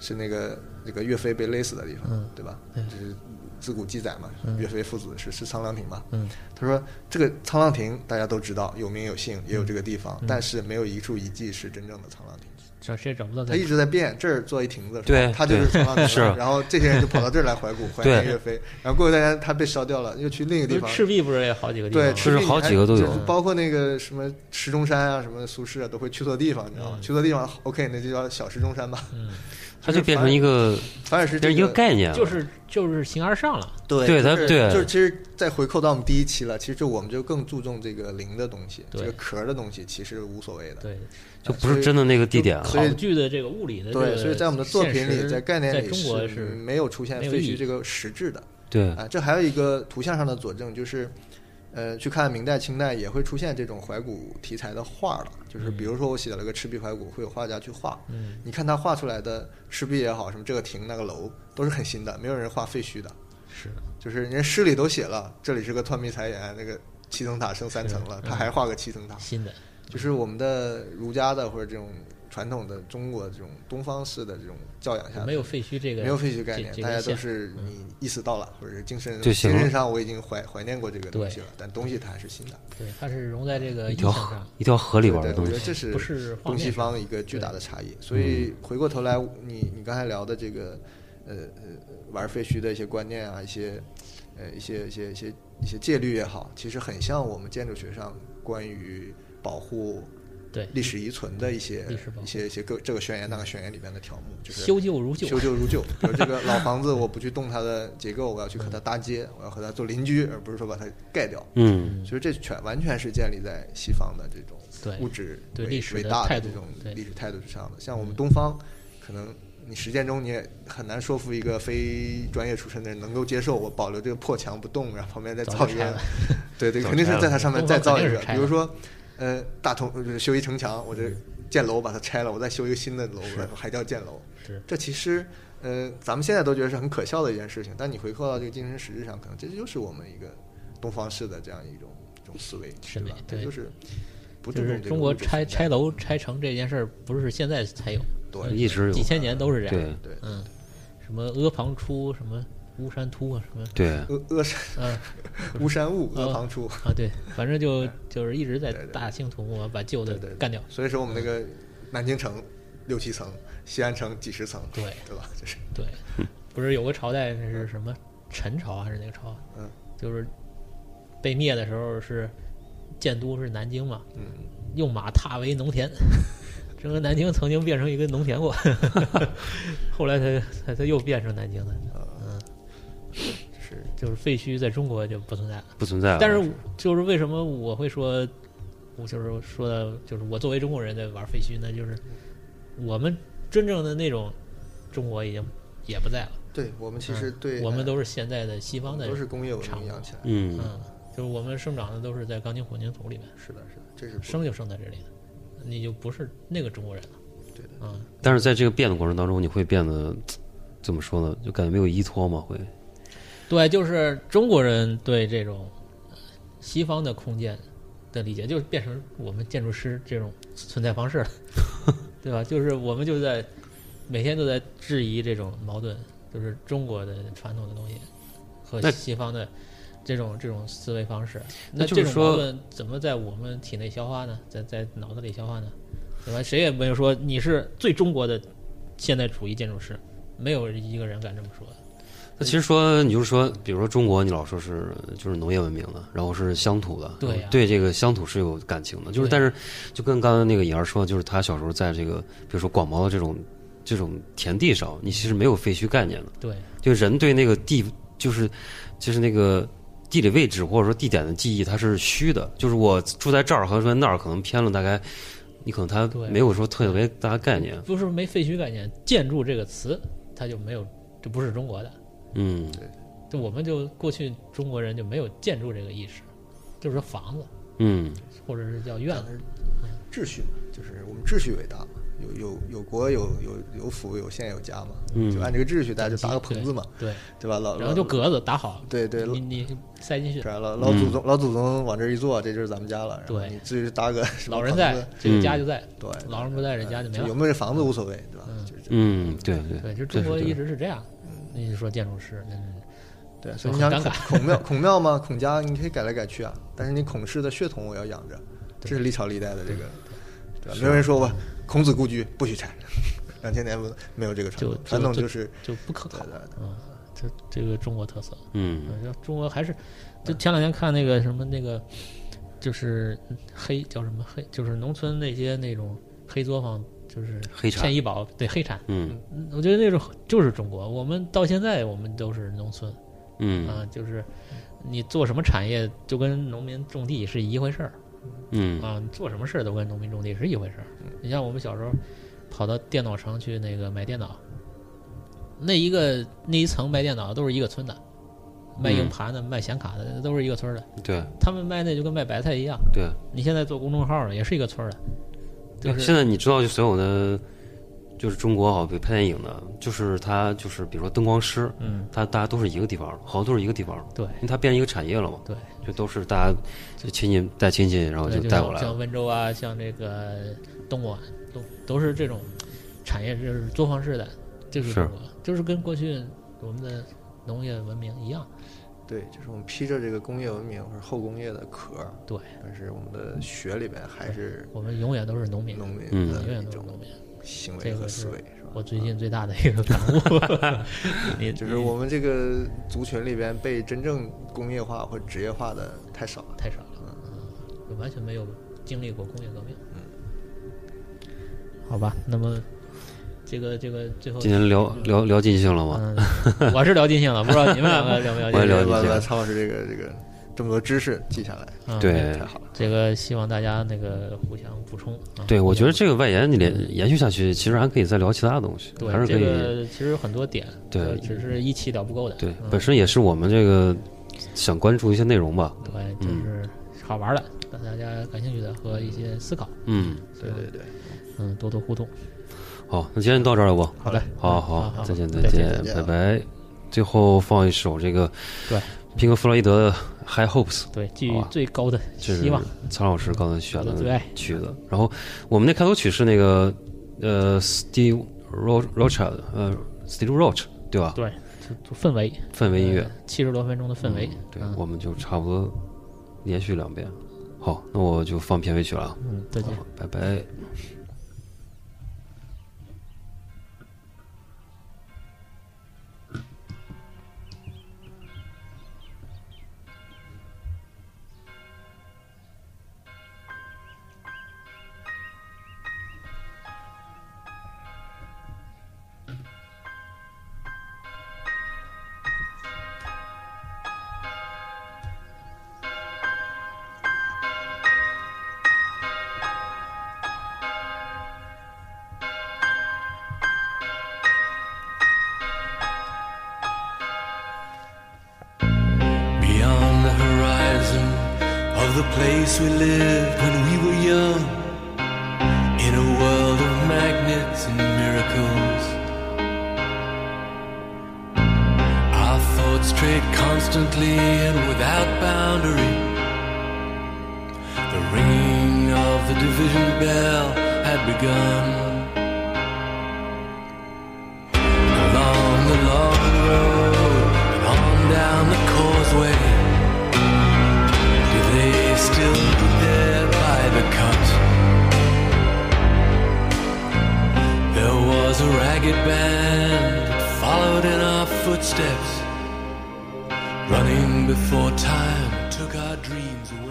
[SPEAKER 4] 是那个那个岳飞被勒死的地方，
[SPEAKER 5] 嗯
[SPEAKER 4] 对吧？
[SPEAKER 5] 对
[SPEAKER 4] 就是自古记载嘛，
[SPEAKER 5] 嗯
[SPEAKER 4] 岳飞父子是是沧浪亭嘛。
[SPEAKER 5] 嗯
[SPEAKER 4] 他说这个沧浪亭大家都知道，有名有姓，也有这个地
[SPEAKER 5] 嗯
[SPEAKER 4] 方，但是没有一处遗迹是真正的沧浪亭。
[SPEAKER 5] 找谁也找不到
[SPEAKER 4] 他
[SPEAKER 5] 在
[SPEAKER 4] 一
[SPEAKER 5] 哪。
[SPEAKER 4] 直在变，这儿做一亭子，
[SPEAKER 3] 对
[SPEAKER 4] 他就是从那儿
[SPEAKER 3] 是
[SPEAKER 4] 来的然后这些人就跑到这儿来怀古， 怀念
[SPEAKER 3] 对
[SPEAKER 4] 岳飞。然后过一段时间他被烧掉了，又去另一个地
[SPEAKER 5] 就
[SPEAKER 4] 方。
[SPEAKER 5] 赤壁不是也好几个地方
[SPEAKER 4] 对，
[SPEAKER 5] 吗？
[SPEAKER 4] 赤壁
[SPEAKER 3] 就是好几个都有
[SPEAKER 4] 就是包括那个什么石钟山啊，什么苏轼啊，都会去错地方，你知道吗？
[SPEAKER 3] 嗯
[SPEAKER 4] 去错地方，OK，那就叫小石钟山吧。
[SPEAKER 5] 嗯，
[SPEAKER 3] 它就变成一个
[SPEAKER 4] 反而是
[SPEAKER 3] 变成一个概念了，
[SPEAKER 5] 就是就是形而上了。
[SPEAKER 4] 对
[SPEAKER 3] 对它
[SPEAKER 4] 就是
[SPEAKER 3] 对
[SPEAKER 4] 就是其实再回扣到我们第一期了，其实就我们就更注重这个零的东西，
[SPEAKER 5] 对
[SPEAKER 4] 这个壳儿的东西其实无所谓的，
[SPEAKER 5] 对，
[SPEAKER 3] 就不是真的那个地点了。
[SPEAKER 4] 所以
[SPEAKER 5] 考据的这个物理的这
[SPEAKER 4] 对，
[SPEAKER 5] 个
[SPEAKER 4] 所以在我们的作品
[SPEAKER 5] 现
[SPEAKER 4] 里，
[SPEAKER 5] 实
[SPEAKER 4] 在概念
[SPEAKER 5] 在
[SPEAKER 4] 里
[SPEAKER 5] 中国
[SPEAKER 4] 是
[SPEAKER 5] 是
[SPEAKER 4] 没有出现
[SPEAKER 5] 没有
[SPEAKER 4] 废
[SPEAKER 5] 意义
[SPEAKER 4] 墟这个实质的。
[SPEAKER 5] 嗯
[SPEAKER 3] 对，
[SPEAKER 4] 啊，这还有一个图像上的佐证，就是，呃，去看明代、清代也会出现这种怀古题材的画了，就是比如说我写了个赤壁怀古，会有画家去画，
[SPEAKER 5] 嗯，
[SPEAKER 4] 你看他画出来的赤壁也好，什么这个亭那个楼都是很新的，没有人画废墟的，
[SPEAKER 5] 是
[SPEAKER 4] 就是人家诗里都写了，这里是个断壁残垣，那个七层塔剩三层了，他还画个七层塔，
[SPEAKER 5] 新的，
[SPEAKER 4] 就是我们的儒家的或者这种传统的中国这种东方式的这种教养下的
[SPEAKER 5] 没有废墟这个
[SPEAKER 4] 没有废墟概念，
[SPEAKER 5] 这这
[SPEAKER 4] 大家
[SPEAKER 5] 个
[SPEAKER 4] 都
[SPEAKER 5] 线嗯
[SPEAKER 4] 是你意识到了，或者是精神
[SPEAKER 3] 就
[SPEAKER 4] 精
[SPEAKER 3] 行了
[SPEAKER 4] 神上我已经怀怀念过这个东
[SPEAKER 5] 对
[SPEAKER 4] 西了，但东西它还是新的。
[SPEAKER 5] 对，它是融在这个
[SPEAKER 3] 一
[SPEAKER 5] 意
[SPEAKER 3] 条
[SPEAKER 5] 象
[SPEAKER 3] 河
[SPEAKER 5] 上。
[SPEAKER 3] 一条河里
[SPEAKER 4] 对
[SPEAKER 3] 玩
[SPEAKER 4] 对
[SPEAKER 3] 的，
[SPEAKER 4] 我
[SPEAKER 3] 东
[SPEAKER 4] 觉得
[SPEAKER 3] 西。嗯
[SPEAKER 4] 这是
[SPEAKER 5] 不是画
[SPEAKER 4] 东西
[SPEAKER 5] 面上
[SPEAKER 4] 方一个巨大的差异。所以回过头来，你你刚才聊的这个呃呃玩废墟的一些观念啊，一些呃一些一些一些一些戒律也好，其实很像我们建筑学上关于保护。
[SPEAKER 5] 对
[SPEAKER 4] 历史遗存的一些
[SPEAKER 5] 历史保
[SPEAKER 4] 一
[SPEAKER 5] 护
[SPEAKER 4] 些一些各这个宣言那个宣言里面的条目，就是
[SPEAKER 5] 修旧如旧，
[SPEAKER 4] 修旧如 旧。比如这个老房子，我不去动它的结构，我要去和它搭接，我要和它做邻居，而不是说把它盖掉。
[SPEAKER 3] 嗯，
[SPEAKER 4] 所以这全完全是建立在西方的这种
[SPEAKER 5] 对
[SPEAKER 4] 物质
[SPEAKER 5] 对
[SPEAKER 4] 为
[SPEAKER 5] 历史
[SPEAKER 4] 为
[SPEAKER 5] 的
[SPEAKER 4] 大
[SPEAKER 5] 态
[SPEAKER 4] 这
[SPEAKER 5] 度
[SPEAKER 4] 种
[SPEAKER 5] 对嗯
[SPEAKER 4] 历史态度之上的。像我们东方，可能你实践中你也很难说服一个非专业出身的人能够接受我保留这个破墙不动，然后旁边再
[SPEAKER 5] 早
[SPEAKER 4] 造
[SPEAKER 5] 就
[SPEAKER 4] 一
[SPEAKER 5] 拆
[SPEAKER 4] 个
[SPEAKER 5] 了，
[SPEAKER 4] 对对，
[SPEAKER 3] 早
[SPEAKER 4] 肯定是
[SPEAKER 3] 拆了
[SPEAKER 4] 在它上面
[SPEAKER 5] 东
[SPEAKER 4] 再
[SPEAKER 5] 方
[SPEAKER 4] 造
[SPEAKER 5] 肯
[SPEAKER 4] 一
[SPEAKER 5] 定
[SPEAKER 4] 个，
[SPEAKER 5] 是拆
[SPEAKER 4] 比如
[SPEAKER 5] 了嗯
[SPEAKER 4] 说。呃，大同就是修一城墙，我这建楼把它拆了，我再修一个新的楼，我还叫建楼。
[SPEAKER 5] 是
[SPEAKER 4] 这其实，呃，咱们现在都觉得是很可笑的一件事情，但你回扣到这个精神实质上，可能这就是我们一个东方式的这样一种一种思维，
[SPEAKER 5] 审美
[SPEAKER 4] 吧？
[SPEAKER 5] 对
[SPEAKER 4] 就是不注
[SPEAKER 5] 就
[SPEAKER 4] 重
[SPEAKER 5] 是
[SPEAKER 4] 这个
[SPEAKER 5] 中国
[SPEAKER 4] 物质
[SPEAKER 5] 拆
[SPEAKER 4] 存在
[SPEAKER 5] 拆楼拆城这件事儿，不是现在才有，
[SPEAKER 4] 对
[SPEAKER 3] 一直有
[SPEAKER 5] 几千年都是这样。
[SPEAKER 3] 对
[SPEAKER 4] 对
[SPEAKER 5] 嗯，什么阿房出，什么巫山突啊，什么
[SPEAKER 3] 对，
[SPEAKER 4] 阿阿山
[SPEAKER 5] 嗯
[SPEAKER 4] 巫山雾，阿
[SPEAKER 5] 哦
[SPEAKER 4] 房出。
[SPEAKER 5] 啊，对，反正就就是一直在
[SPEAKER 4] 对对对
[SPEAKER 5] 大兴土木啊，把旧的
[SPEAKER 4] 对对对
[SPEAKER 5] 干掉。
[SPEAKER 4] 所以说我们那个南京城六七层，西安城几十层，
[SPEAKER 5] 对
[SPEAKER 4] 对吧？就是
[SPEAKER 5] 对，
[SPEAKER 4] 嗯
[SPEAKER 5] 不是有个朝代那是什么陈朝啊还是哪个朝？
[SPEAKER 4] 嗯，
[SPEAKER 5] 就是被灭的时候是建都是南京嘛，
[SPEAKER 4] 嗯，
[SPEAKER 5] 用马踏为农田，整个南京曾经变成一个农田过， 后来它它它又变成南京了。
[SPEAKER 4] 呃，
[SPEAKER 5] 嗯，
[SPEAKER 4] 就是
[SPEAKER 5] 就是废墟在中国就不存在了。
[SPEAKER 3] 不存在了。
[SPEAKER 5] 但是就是为什么我会说，我就是说的，就是我作为中国人在玩废墟呢，就是我们真正的那种中国已经也不在了，嗯
[SPEAKER 4] 对我们其实对哎
[SPEAKER 5] 我们都是现在的西方的
[SPEAKER 4] 都是工业文
[SPEAKER 5] 产
[SPEAKER 4] 明
[SPEAKER 5] 物
[SPEAKER 4] 养起来的，
[SPEAKER 3] 嗯，
[SPEAKER 5] 嗯，就是我们生长的都是在钢筋混凝土里面，
[SPEAKER 4] 是的，是的，这是不
[SPEAKER 5] 生就生在这里的，你就不是那个中国人了。
[SPEAKER 4] 对的
[SPEAKER 5] 嗯，
[SPEAKER 3] 但是在这个变的过程当中，你会变得怎么说呢？就感觉没有依托嘛，会
[SPEAKER 5] 对，就是中国人对这种呃西方的空间的理解，就是变成我们建筑师这种存在 方式了，对吧？就是我们就在每天都在质疑这种矛盾，就是中国的传统的东西和
[SPEAKER 3] 那
[SPEAKER 5] 西方的这种这种思维方式。
[SPEAKER 3] 那
[SPEAKER 5] 那
[SPEAKER 3] 就
[SPEAKER 5] 这
[SPEAKER 3] 是
[SPEAKER 5] 种
[SPEAKER 3] 说
[SPEAKER 5] 矛盾怎么在我们体内消化呢？在在脑子里消化呢？对吧？谁也没有说你是最中国的现代主义建筑师，没有一个人敢这么说。
[SPEAKER 3] 那其实说，你就是说，比如说中国，你老说是就是农业文明的，然后是乡土的，
[SPEAKER 5] 对呀
[SPEAKER 3] 然后对这个乡土是有感情的。就是，
[SPEAKER 5] 对
[SPEAKER 3] 但是就跟刚才那个颖儿说，就是他小时候在这个，比如说广袤的这种这种田地上，你其实没有废墟概念的，
[SPEAKER 5] 对，
[SPEAKER 3] 就人对那个地，就是就是那个地理位置或者说地点的记忆，它是虚的。就是我住在这儿和住在那儿，可能偏了大概，你可能他
[SPEAKER 5] 对
[SPEAKER 3] 没有说特别大的概念。
[SPEAKER 5] 不是没废墟概念，建筑这个词它就没有，这不是中国的，
[SPEAKER 3] 嗯，
[SPEAKER 5] 就我们就过去中国人就没有建筑这个意识，就是说房子
[SPEAKER 3] 嗯，
[SPEAKER 5] 或者是叫院
[SPEAKER 4] 但
[SPEAKER 5] 子，
[SPEAKER 4] 是秩序嘛，就是我们秩序伟大嘛，有有有国有有有府有县有家嘛，
[SPEAKER 3] 嗯
[SPEAKER 4] 就按这个秩序，大家就搭个棚子嘛，
[SPEAKER 5] 对，
[SPEAKER 4] 对吧？老
[SPEAKER 5] 然后就
[SPEAKER 4] 老
[SPEAKER 5] 格子打好，
[SPEAKER 4] 对对，
[SPEAKER 5] 你你塞进去
[SPEAKER 4] 是，啊老老祖宗老祖宗往这一坐，这就是咱们家了。然后
[SPEAKER 5] 嗯对
[SPEAKER 4] 你至于是搭个什么
[SPEAKER 5] 老人
[SPEAKER 4] 棚
[SPEAKER 5] 在
[SPEAKER 4] 子，嗯
[SPEAKER 5] 这个家就在，
[SPEAKER 4] 对，对
[SPEAKER 5] 老人不在这家就没
[SPEAKER 4] 有
[SPEAKER 5] 了，
[SPEAKER 4] 没有这房子无所谓，对吧？就是这样
[SPEAKER 3] 嗯，对对
[SPEAKER 5] 对，就
[SPEAKER 3] 这
[SPEAKER 5] 中
[SPEAKER 3] 是
[SPEAKER 5] 国
[SPEAKER 3] 对
[SPEAKER 5] 一
[SPEAKER 3] 的
[SPEAKER 5] 直是这样。你说建筑师，嗯，
[SPEAKER 4] 对，所以
[SPEAKER 5] 很
[SPEAKER 4] 你想
[SPEAKER 5] 尴
[SPEAKER 4] 孔
[SPEAKER 5] 尬
[SPEAKER 4] 孔庙孔庙嘛，孔家你可以改来改去啊，但是你孔氏的血统我要养着，这是历朝历代的这个，对吧？
[SPEAKER 5] 啊
[SPEAKER 4] 没有人说吧，孔子故居不许拆， 两千年不没有这个传
[SPEAKER 5] 就
[SPEAKER 4] 统，传统
[SPEAKER 5] 就
[SPEAKER 4] 就是
[SPEAKER 5] 就不可
[SPEAKER 4] 对
[SPEAKER 5] 考
[SPEAKER 4] 对，对
[SPEAKER 5] 嗯，这这个中国特色，
[SPEAKER 3] 嗯。
[SPEAKER 5] 嗯，就中国还是，就前两天看那个什么那个，就是黑叫什么黑，就是农村那些那种黑作坊，就是
[SPEAKER 3] 黑产
[SPEAKER 5] 骗医保，对黑产。
[SPEAKER 3] 嗯
[SPEAKER 5] 嗯我觉得那种就是中国，我们到现在我们都是农村
[SPEAKER 3] 嗯
[SPEAKER 5] 啊，就是你做什么产业就跟农民种地是一回事儿
[SPEAKER 3] 嗯
[SPEAKER 5] 啊，你做什么事儿都跟农民种地是一回事儿。你像我们小时候跑到电脑城去那个买电脑，那一个那一层卖电脑都是一个村的，卖硬
[SPEAKER 3] 嗯
[SPEAKER 5] 盘的、卖显卡的都是一个村儿的。
[SPEAKER 3] 对
[SPEAKER 5] 他们卖那就跟卖白菜一样。
[SPEAKER 3] 对，
[SPEAKER 5] 你现在做公众号儿也是一个村儿的，就
[SPEAKER 3] 现
[SPEAKER 5] 是
[SPEAKER 3] 在你知道，就所有的，就是中国好比拍电影的，就是他就是比如说灯光师，
[SPEAKER 5] 嗯，
[SPEAKER 3] 他大家都是一个地方的，好像都是一个地方的，
[SPEAKER 5] 对
[SPEAKER 3] 因为它变成一个产业了嘛，
[SPEAKER 5] 对，
[SPEAKER 3] 就都是大家就亲戚带亲戚，然后
[SPEAKER 5] 对，
[SPEAKER 3] 就
[SPEAKER 5] 就
[SPEAKER 3] 带过
[SPEAKER 5] 像
[SPEAKER 3] 来
[SPEAKER 5] 像
[SPEAKER 3] 了，
[SPEAKER 5] 温州啊，像这个东莞，都都是这种产业就是作坊式的，就是
[SPEAKER 3] 是
[SPEAKER 5] 中国，就是跟过去我们的农业文明一样，
[SPEAKER 4] 对，就是我们披着这个工业文明或者后工业的壳儿，
[SPEAKER 5] 对
[SPEAKER 4] 但是我们的血里面还是
[SPEAKER 5] 我们永远都是农民，
[SPEAKER 4] 农民
[SPEAKER 3] 嗯
[SPEAKER 5] 永
[SPEAKER 4] 的
[SPEAKER 5] 远
[SPEAKER 4] 一
[SPEAKER 5] 都是
[SPEAKER 4] 种
[SPEAKER 5] 农民。
[SPEAKER 4] 行
[SPEAKER 5] 这
[SPEAKER 4] 为
[SPEAKER 5] 个
[SPEAKER 4] 和
[SPEAKER 5] 是
[SPEAKER 4] 思维，是吧？
[SPEAKER 5] 我最近最大的一个感 悟，你
[SPEAKER 4] 就是我们这个族群里边被真正工业化或者职业化的太少了。
[SPEAKER 5] 太少了，嗯，完全没有经历过工业革命，嗯，好吧，那么这个这个最后
[SPEAKER 3] 今天聊聊聊尽兴了吗？
[SPEAKER 5] 嗯，我是聊尽兴了，不知道你们两个了不了
[SPEAKER 3] 我也了
[SPEAKER 5] 解？
[SPEAKER 3] 解
[SPEAKER 4] 把
[SPEAKER 3] 这
[SPEAKER 4] 把
[SPEAKER 3] 个
[SPEAKER 4] 曹老师这个这个这么多知识记下来，
[SPEAKER 5] 嗯
[SPEAKER 3] 对
[SPEAKER 4] 太好了。
[SPEAKER 5] 这个希望大家那个互相补充。啊
[SPEAKER 3] 对，我觉得这个外延你连延续下去，其实还可以再聊其他的东西，还
[SPEAKER 5] 对
[SPEAKER 3] 是可
[SPEAKER 5] 这
[SPEAKER 3] 以。
[SPEAKER 5] 个其实有很多点，
[SPEAKER 3] 对
[SPEAKER 5] 就只是一期聊不够的。
[SPEAKER 3] 对，
[SPEAKER 5] 嗯
[SPEAKER 3] 本身也是我们这个想关注一些内容吧。
[SPEAKER 5] 对，就是好玩的，让大家感兴趣的和一些思考，
[SPEAKER 3] 嗯，
[SPEAKER 4] 对对对，
[SPEAKER 5] 嗯，多多互动。
[SPEAKER 3] 好，那今天到这儿了不？
[SPEAKER 5] 好嘞，
[SPEAKER 3] 好
[SPEAKER 5] 嗯好
[SPEAKER 3] 好，再见
[SPEAKER 5] 再见啊
[SPEAKER 3] 见，
[SPEAKER 4] 再见
[SPEAKER 3] 拜拜。最后放一首这个，
[SPEAKER 5] 对，
[SPEAKER 3] 平克·弗洛伊德的《High Hopes》，
[SPEAKER 5] 对，寄予
[SPEAKER 3] 好吧
[SPEAKER 5] 最高的
[SPEAKER 3] 这
[SPEAKER 5] 希
[SPEAKER 3] 是
[SPEAKER 5] 望。
[SPEAKER 3] 苍老师刚才选
[SPEAKER 5] 我的最爱
[SPEAKER 3] 的曲子。然后我们那开头曲是那个呃，Steve Ro Rocha 的呃，Steve Roach 对吧？
[SPEAKER 5] 对，就就氛围，
[SPEAKER 3] 氛围音乐，
[SPEAKER 5] 七十多分钟的氛围，
[SPEAKER 3] 对
[SPEAKER 5] 嗯，
[SPEAKER 3] 我们就差不多连续两遍。好，那我就放片尾曲了啊，
[SPEAKER 5] 嗯，再见。
[SPEAKER 3] 好拜拜。
[SPEAKER 6] beyond the horizon of the place we lived when we were young. In a world of magnets and miracles, our thoughts trade constantly and without boundary. The ringing of the division bell had begun. Along the long road and on down the causeway. Do they still be there by the cut? There was a ragged band that followed in our footsteps, running before time took our dreams away.